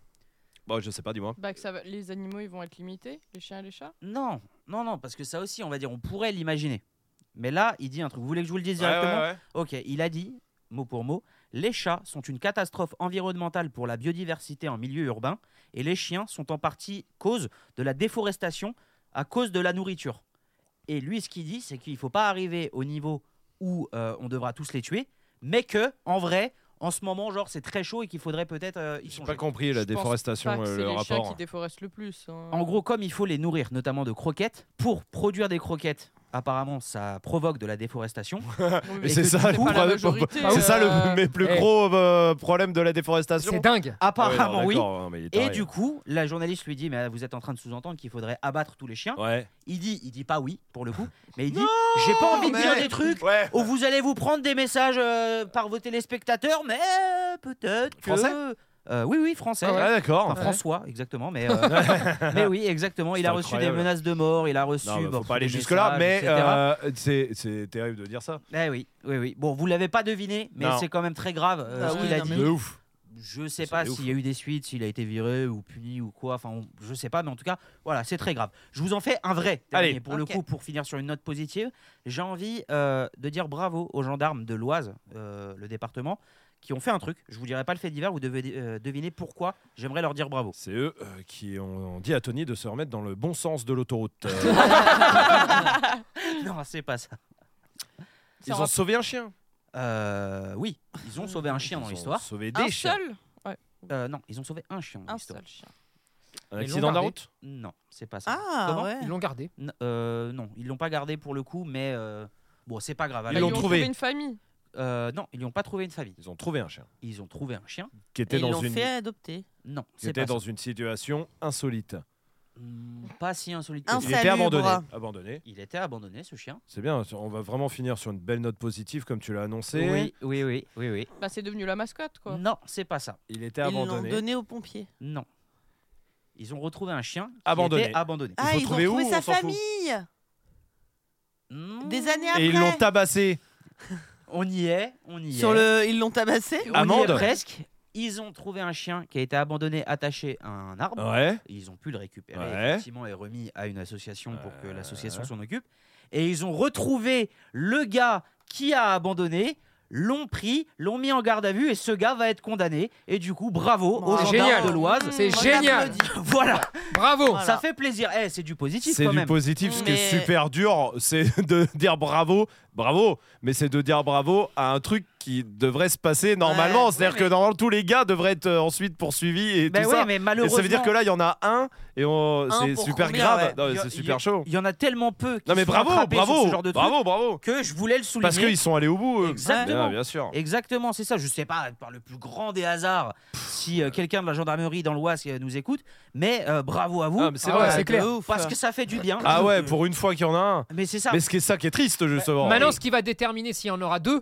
Speaker 8: Bah, je sais pas, dis-moi.
Speaker 9: Bah que ça va- les animaux ils vont être limités, les chiens et les chats.
Speaker 4: Non, non, non, parce que ça aussi, on va dire, on pourrait l'imaginer. Mais là, il dit un truc. Vous voulez que je vous le dise directement
Speaker 8: Ah Ouais, ouais, ouais.
Speaker 4: Ok, il a dit, mot pour mot, les chats sont une catastrophe environnementale pour la biodiversité en milieu urbain et les chiens sont en partie cause de la déforestation à cause de la nourriture. Et lui, ce qu'il dit, c'est qu'il ne faut pas arriver au niveau où euh, on devra tous les tuer, mais que, en vrai, en ce moment, genre, c'est très chaud et qu'il faudrait peut-être euh, y
Speaker 8: J'ai
Speaker 4: songer.
Speaker 8: pas compris la
Speaker 9: Je pense Pas
Speaker 8: déforestation,
Speaker 9: que
Speaker 8: euh,
Speaker 9: c'est
Speaker 8: le
Speaker 9: les chiens
Speaker 8: rapport.
Speaker 9: qui déforestent le plus. hein.
Speaker 4: En gros, comme il faut les nourrir, notamment de croquettes, pour produire des croquettes, apparemment, ça provoque de la déforestation.
Speaker 9: Oui,
Speaker 8: Et
Speaker 9: mais
Speaker 8: c'est
Speaker 9: que
Speaker 8: ça,
Speaker 9: c'est
Speaker 8: le
Speaker 9: pas Ah, la
Speaker 8: problème-
Speaker 9: majorité,
Speaker 8: C'est ça le
Speaker 9: euh,
Speaker 8: mais plus
Speaker 1: eh.
Speaker 8: gros euh, problème de la déforestation.
Speaker 1: C'est dingue.
Speaker 8: Ah ouais, non,
Speaker 4: Apparemment, oui.
Speaker 8: d'accord, mais il est
Speaker 4: Et
Speaker 8: taré.
Speaker 4: du coup, la journaliste lui dit Mais vous êtes en train de sous-entendre qu'il faudrait abattre tous les chiens.
Speaker 8: Ouais.
Speaker 4: Il dit, il dit pas oui pour le coup, mais il dit oh, J'ai pas envie de
Speaker 2: mais-
Speaker 4: dire des trucs
Speaker 8: Ouais.
Speaker 4: où vous allez vous prendre des messages euh, par vos téléspectateurs, mais euh, peut-être que.
Speaker 8: Français
Speaker 4: Euh, oui, oui, français.
Speaker 1: Ah ouais.
Speaker 11: Ah, d'accord.
Speaker 4: Enfin, François, exactement. Mais, euh, mais oui, exactement. Il
Speaker 8: C'est
Speaker 4: a reçu des
Speaker 8: incroyable.
Speaker 4: menaces de mort, il a reçu.
Speaker 8: Non, bah,
Speaker 4: bon,
Speaker 8: faut pas aller
Speaker 4: des
Speaker 8: jusque-là,
Speaker 4: messages,
Speaker 8: mais
Speaker 4: etc.
Speaker 8: euh, c'est c'est terrible de dire ça.
Speaker 4: Eh oui, oui, oui. Bon, vous l'avez pas deviné, mais
Speaker 8: Non.
Speaker 4: c'est quand même très grave euh,
Speaker 2: Ah
Speaker 4: ce
Speaker 2: oui,
Speaker 4: qu'il a
Speaker 2: non,
Speaker 4: dit.
Speaker 2: mais oui.
Speaker 8: De ouf.
Speaker 4: Je sais
Speaker 8: C'est
Speaker 4: pas
Speaker 8: de ouf.
Speaker 4: s'il y a eu des suites, s'il a été viré ou puni ou quoi. Enfin, on- je sais pas, mais en tout cas, voilà, c'est très grave. Je vous en fais un vrai. dernier,
Speaker 8: Allez.
Speaker 4: pour
Speaker 2: Ok.
Speaker 4: le coup, pour finir sur une note positive, j'ai envie euh, de dire bravo aux gendarmes de l'Oise, euh, le département, qui ont fait un truc. Je vous dirai pas le fait divers, vous devez euh, deviner pourquoi. J'aimerais leur dire bravo.
Speaker 8: C'est eux euh, qui ont dit à Tony de se remettre dans le bon sens de l'autoroute. Euh,
Speaker 4: non, c'est pas ça.
Speaker 8: ils ont sauvé un chien.
Speaker 4: Euh, oui, ils ont sauvé un chien dans
Speaker 8: Ils ont
Speaker 4: l'histoire.
Speaker 8: Sauvé des
Speaker 9: Un
Speaker 8: chiens.
Speaker 9: seul
Speaker 4: Euh, non, ils ont sauvé un chien dans
Speaker 9: Un
Speaker 4: l'histoire.
Speaker 9: seul chien.
Speaker 8: Un
Speaker 1: Ils
Speaker 8: accident de la
Speaker 1: l'ont
Speaker 8: route.
Speaker 4: Non, c'est pas ça.
Speaker 2: Ah,
Speaker 4: Comment
Speaker 2: ouais.
Speaker 1: Ils l'ont gardé.
Speaker 4: N- euh, non, ils l'ont pas gardé pour le coup, mais euh, bon, c'est pas grave.
Speaker 9: Bah,
Speaker 8: Ils
Speaker 4: Alors,
Speaker 8: l'ont
Speaker 9: lui ont
Speaker 8: trouvé.
Speaker 9: une famille.
Speaker 4: euh, non, ils n'ont pas trouvé une famille.
Speaker 8: Ils ont trouvé un chien
Speaker 4: Ils ont trouvé un chien.
Speaker 8: qui
Speaker 2: Et
Speaker 8: était
Speaker 2: ils
Speaker 8: dans
Speaker 2: l'ont
Speaker 8: une
Speaker 2: fait adopter.
Speaker 4: Non,
Speaker 8: qui
Speaker 4: c'est
Speaker 8: était
Speaker 4: pas,
Speaker 8: dans
Speaker 4: ça.
Speaker 8: une situation insolite.
Speaker 4: Hmm, pas si insolite. que
Speaker 2: Un
Speaker 4: ça.
Speaker 8: Il
Speaker 2: Insalubre.
Speaker 8: était abandonné. Abandonné.
Speaker 4: Il était abandonné, ce chien.
Speaker 8: C'est bien. On va vraiment finir sur une belle note positive comme tu l'as annoncé.
Speaker 4: Oui, oui, oui, oui, oui.
Speaker 9: Bah, c'est devenu la mascotte, quoi.
Speaker 4: Non, c'est pas ça.
Speaker 8: Il était
Speaker 2: Ils l'ont
Speaker 8: abandonné.
Speaker 2: donné aux pompiers.
Speaker 4: Non. Ils ont retrouvé un chien qui
Speaker 8: Abandonné.
Speaker 4: était abandonné.
Speaker 2: Ah,
Speaker 8: faut
Speaker 2: ils ont
Speaker 8: trouver où,
Speaker 2: trouvé
Speaker 8: on
Speaker 2: sa
Speaker 8: s'en fout.
Speaker 2: famille
Speaker 4: Hmm,
Speaker 2: des années après.
Speaker 8: Et ils l'ont hein. tabassé.
Speaker 4: On y est, on y
Speaker 2: Sur
Speaker 4: est.
Speaker 2: le, ils l'ont tabassé.
Speaker 4: On y est
Speaker 8: Amende.
Speaker 4: presque. Ils ont trouvé un chien qui a été abandonné, attaché à un arbre.
Speaker 8: Ouais.
Speaker 4: Ils ont pu le récupérer
Speaker 8: Ouais. Euh.
Speaker 4: effectivement et remis à une association pour que l'association s'en occupe. Et ils ont retrouvé le gars qui a abandonné, l'ont pris, l'ont mis en garde à vue et ce gars va être condamné. Et du coup, bravo
Speaker 2: Bravo.
Speaker 4: aux gendarmes
Speaker 1: Oh, Génial.
Speaker 4: de l'Oise.
Speaker 1: C'est
Speaker 2: On
Speaker 1: génial.
Speaker 2: l'applaudit.
Speaker 4: voilà,
Speaker 1: Bravo.
Speaker 2: Voilà.
Speaker 4: ça fait plaisir. Eh, c'est du positif
Speaker 8: C'est
Speaker 4: quand
Speaker 8: du
Speaker 4: même.
Speaker 8: positif. Ce qui est
Speaker 2: Mais-
Speaker 8: super dur, c'est de dire bravo, bravo, mais c'est de dire bravo à un truc qui devrait se passer normalement.
Speaker 2: Ouais,
Speaker 8: C'est-à-dire
Speaker 2: oui,
Speaker 8: que normalement, tous les gars devraient être euh, ensuite poursuivis et
Speaker 4: Ben
Speaker 8: tout
Speaker 4: ouais,
Speaker 8: ça.
Speaker 4: mais
Speaker 8: Et
Speaker 4: malheureusement,
Speaker 8: ça veut dire que là, il y en a un et on-
Speaker 2: Un
Speaker 8: c'est
Speaker 2: pour
Speaker 8: super
Speaker 2: combien,
Speaker 8: grave.
Speaker 2: ouais.
Speaker 8: Non,
Speaker 4: Il y a-
Speaker 8: C'est super chaud.
Speaker 4: il y en a tellement peu qui
Speaker 8: Non, mais
Speaker 4: sont
Speaker 8: bravo,
Speaker 4: attrapés sur
Speaker 8: bravo,
Speaker 4: ce genre de truc
Speaker 8: bravo, bravo.
Speaker 4: que je voulais le souligner.
Speaker 8: Parce qu'ils sont allés au bout. eux.
Speaker 4: Exactement.
Speaker 8: Bien, bien sûr.
Speaker 4: Exactement, c'est ça. Je sais pas, par le plus grand des hasards, si euh, quelqu'un de la gendarmerie dans l'Oise euh, nous écoute, mais euh, bravo à vous.
Speaker 8: Ah, mais c'est
Speaker 1: Ah ouais,
Speaker 8: vrai.
Speaker 1: c'est clair.
Speaker 4: Parce que ça fait du bien.
Speaker 8: Ah
Speaker 4: Je-
Speaker 8: ouais, pour une fois qu'il y en a un.
Speaker 4: Mais c'est euh, ça. Bah,
Speaker 8: Mais ce qui est ça qui est triste, justement.
Speaker 1: Maintenant, ce qui va déterminer s'il y en aura deux,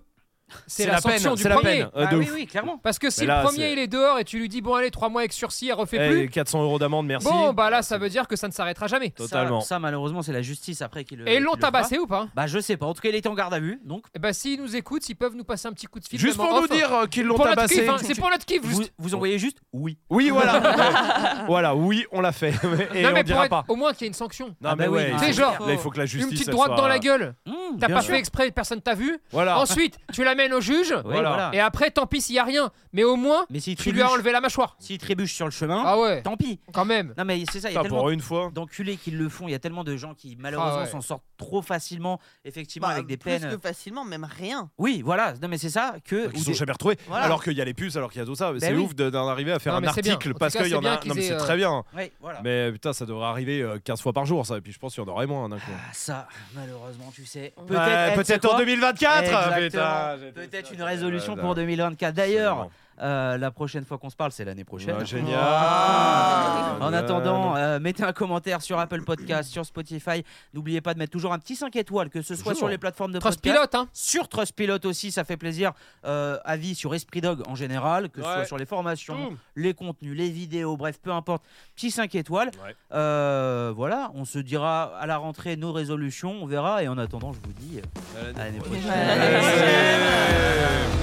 Speaker 1: c'est la,
Speaker 8: peine.
Speaker 1: sanction du
Speaker 8: C'est la
Speaker 1: premier.
Speaker 8: peine.
Speaker 4: Ah
Speaker 8: Euh, de
Speaker 4: oui,
Speaker 8: ouf.
Speaker 4: oui, clairement.
Speaker 1: Parce que si
Speaker 8: Mais là,
Speaker 1: le premier
Speaker 8: c'est-
Speaker 1: il est dehors et tu lui dis bon allez trois mois avec sursis, refais
Speaker 8: Eh,
Speaker 1: plus.
Speaker 8: 400 euros d'amende, merci.
Speaker 1: Bon bah là ça veut dire que ça ne s'arrêtera jamais.
Speaker 4: Ça-
Speaker 8: Totalement.
Speaker 4: Ça, malheureusement, c'est la justice après
Speaker 8: Euh,
Speaker 4: qui le.
Speaker 1: Et
Speaker 4: qui
Speaker 1: ils l'ont
Speaker 4: le fera.
Speaker 1: tabassé ou pas
Speaker 4: Bah, je sais pas. En tout cas, il était en garde à vue. Donc,
Speaker 1: Eh bah s'ils nous écoutent, s'ils peuvent nous passer un petit coup de fil.
Speaker 8: Juste
Speaker 1: même en
Speaker 8: pour nous
Speaker 1: off.
Speaker 8: dire euh, qu'ils l'ont
Speaker 1: Pour notre
Speaker 8: tabassé.
Speaker 1: kiff, hein, c'est pour notre kiff
Speaker 4: vous,
Speaker 1: juste.
Speaker 4: vous envoyez juste oui.
Speaker 8: Oui, voilà. Ouais. voilà, oui, on l'a fait. Et
Speaker 1: non
Speaker 8: on
Speaker 1: mais
Speaker 8: dira
Speaker 1: pour être-
Speaker 8: pas.
Speaker 1: au moins qu'il y ait une sanction.
Speaker 8: Non,
Speaker 4: Ah
Speaker 8: mais
Speaker 4: bah oui,
Speaker 8: ouais.
Speaker 4: mais
Speaker 1: c'est genre,
Speaker 8: Là, il faut que la
Speaker 1: Une
Speaker 8: justice.
Speaker 1: petite
Speaker 8: elle
Speaker 1: droite
Speaker 8: soit-
Speaker 1: dans la gueule.
Speaker 4: Mmh,
Speaker 1: T'as
Speaker 4: bien
Speaker 1: pas
Speaker 4: sûr. Ah.
Speaker 1: fait exprès, personne t'a vu.
Speaker 8: Voilà.
Speaker 1: Ensuite, tu l'amènes au juge.
Speaker 4: Oui,
Speaker 8: Voilà.
Speaker 4: voilà.
Speaker 1: Et après, tant pis s'il y a rien. Mais au moins,
Speaker 4: Mais s'il
Speaker 1: tu lui as
Speaker 4: trébuche-
Speaker 1: enlevé la mâchoire.
Speaker 4: s'il trébuche sur le chemin,
Speaker 1: Ah ouais,
Speaker 4: Hein tant pis.
Speaker 1: quand même.
Speaker 4: Non, mais c'est ça. Il y a
Speaker 8: Putain,
Speaker 4: tellement
Speaker 8: pour une fois.
Speaker 4: d'enculés qui le font. Il y a tellement de gens qui malheureusement
Speaker 1: Ah ouais.
Speaker 4: s'en sortent trop facilement, effectivement,
Speaker 2: Bah,
Speaker 4: avec des
Speaker 2: plus
Speaker 4: peines.
Speaker 2: que facilement, même rien.
Speaker 4: Oui, voilà. Non, mais c'est ça que.
Speaker 8: Ils
Speaker 4: ou
Speaker 8: sont
Speaker 4: des-
Speaker 8: jamais retrouvés.
Speaker 2: Voilà.
Speaker 8: Alors qu'il y a les puces, alors qu'il y a tout ça. Mais
Speaker 4: Ben
Speaker 8: c'est
Speaker 4: oui.
Speaker 8: ouf de- d'en arriver à faire
Speaker 1: Bah Non,
Speaker 8: un
Speaker 1: mais c'est bien. En
Speaker 8: article
Speaker 1: tout
Speaker 8: parce
Speaker 1: cas,
Speaker 8: qu'il y
Speaker 1: c'est
Speaker 8: en
Speaker 1: bien
Speaker 8: a.
Speaker 1: qu'ils
Speaker 8: Non, mais
Speaker 1: aient,
Speaker 8: c'est
Speaker 1: euh,
Speaker 8: très bien.
Speaker 4: Ouais, voilà.
Speaker 8: Mais putain, ça devrait arriver euh, 15 fois par jour, ça. Et puis je pense qu'il y en aurait moins d'un coup.
Speaker 4: Ah, ça, malheureusement, tu sais.
Speaker 9: Ouais,
Speaker 8: Ouais,
Speaker 4: eh, tu sais
Speaker 8: Peut-être en
Speaker 4: quoi
Speaker 8: 2024.
Speaker 4: Exactement.
Speaker 8: putain, j'ai fait
Speaker 4: Peut-être
Speaker 8: ça.
Speaker 4: une résolution
Speaker 8: Ouais,
Speaker 4: pour
Speaker 8: là.
Speaker 4: 2024. D'ailleurs, euh, la prochaine fois qu'on se parle, c'est l'année prochaine.
Speaker 8: Ouais, génial.
Speaker 2: Ah.
Speaker 4: En attendant, euh, mettez un commentaire sur Apple Podcast, sur Spotify. N'oubliez pas de mettre toujours un petit 5 étoiles, que ce soit
Speaker 8: Toujours.
Speaker 4: sur les plateformes de
Speaker 1: Trust
Speaker 4: podcast.
Speaker 1: pilote, hein.
Speaker 4: Sur Trustpilot aussi, ça fait plaisir. Euh, avis sur Esprit Dog en général, que ce
Speaker 8: Ouais.
Speaker 4: soit sur les formations,
Speaker 8: Tout.
Speaker 4: les contenus, les vidéos, bref, peu importe. Petit 5 étoiles.
Speaker 8: Ouais.
Speaker 4: Euh, voilà, on se dira à la rentrée nos résolutions, on verra. Et en attendant, je vous dis euh, à l'année prochaine.
Speaker 2: l'année prochaine.
Speaker 8: Ouais.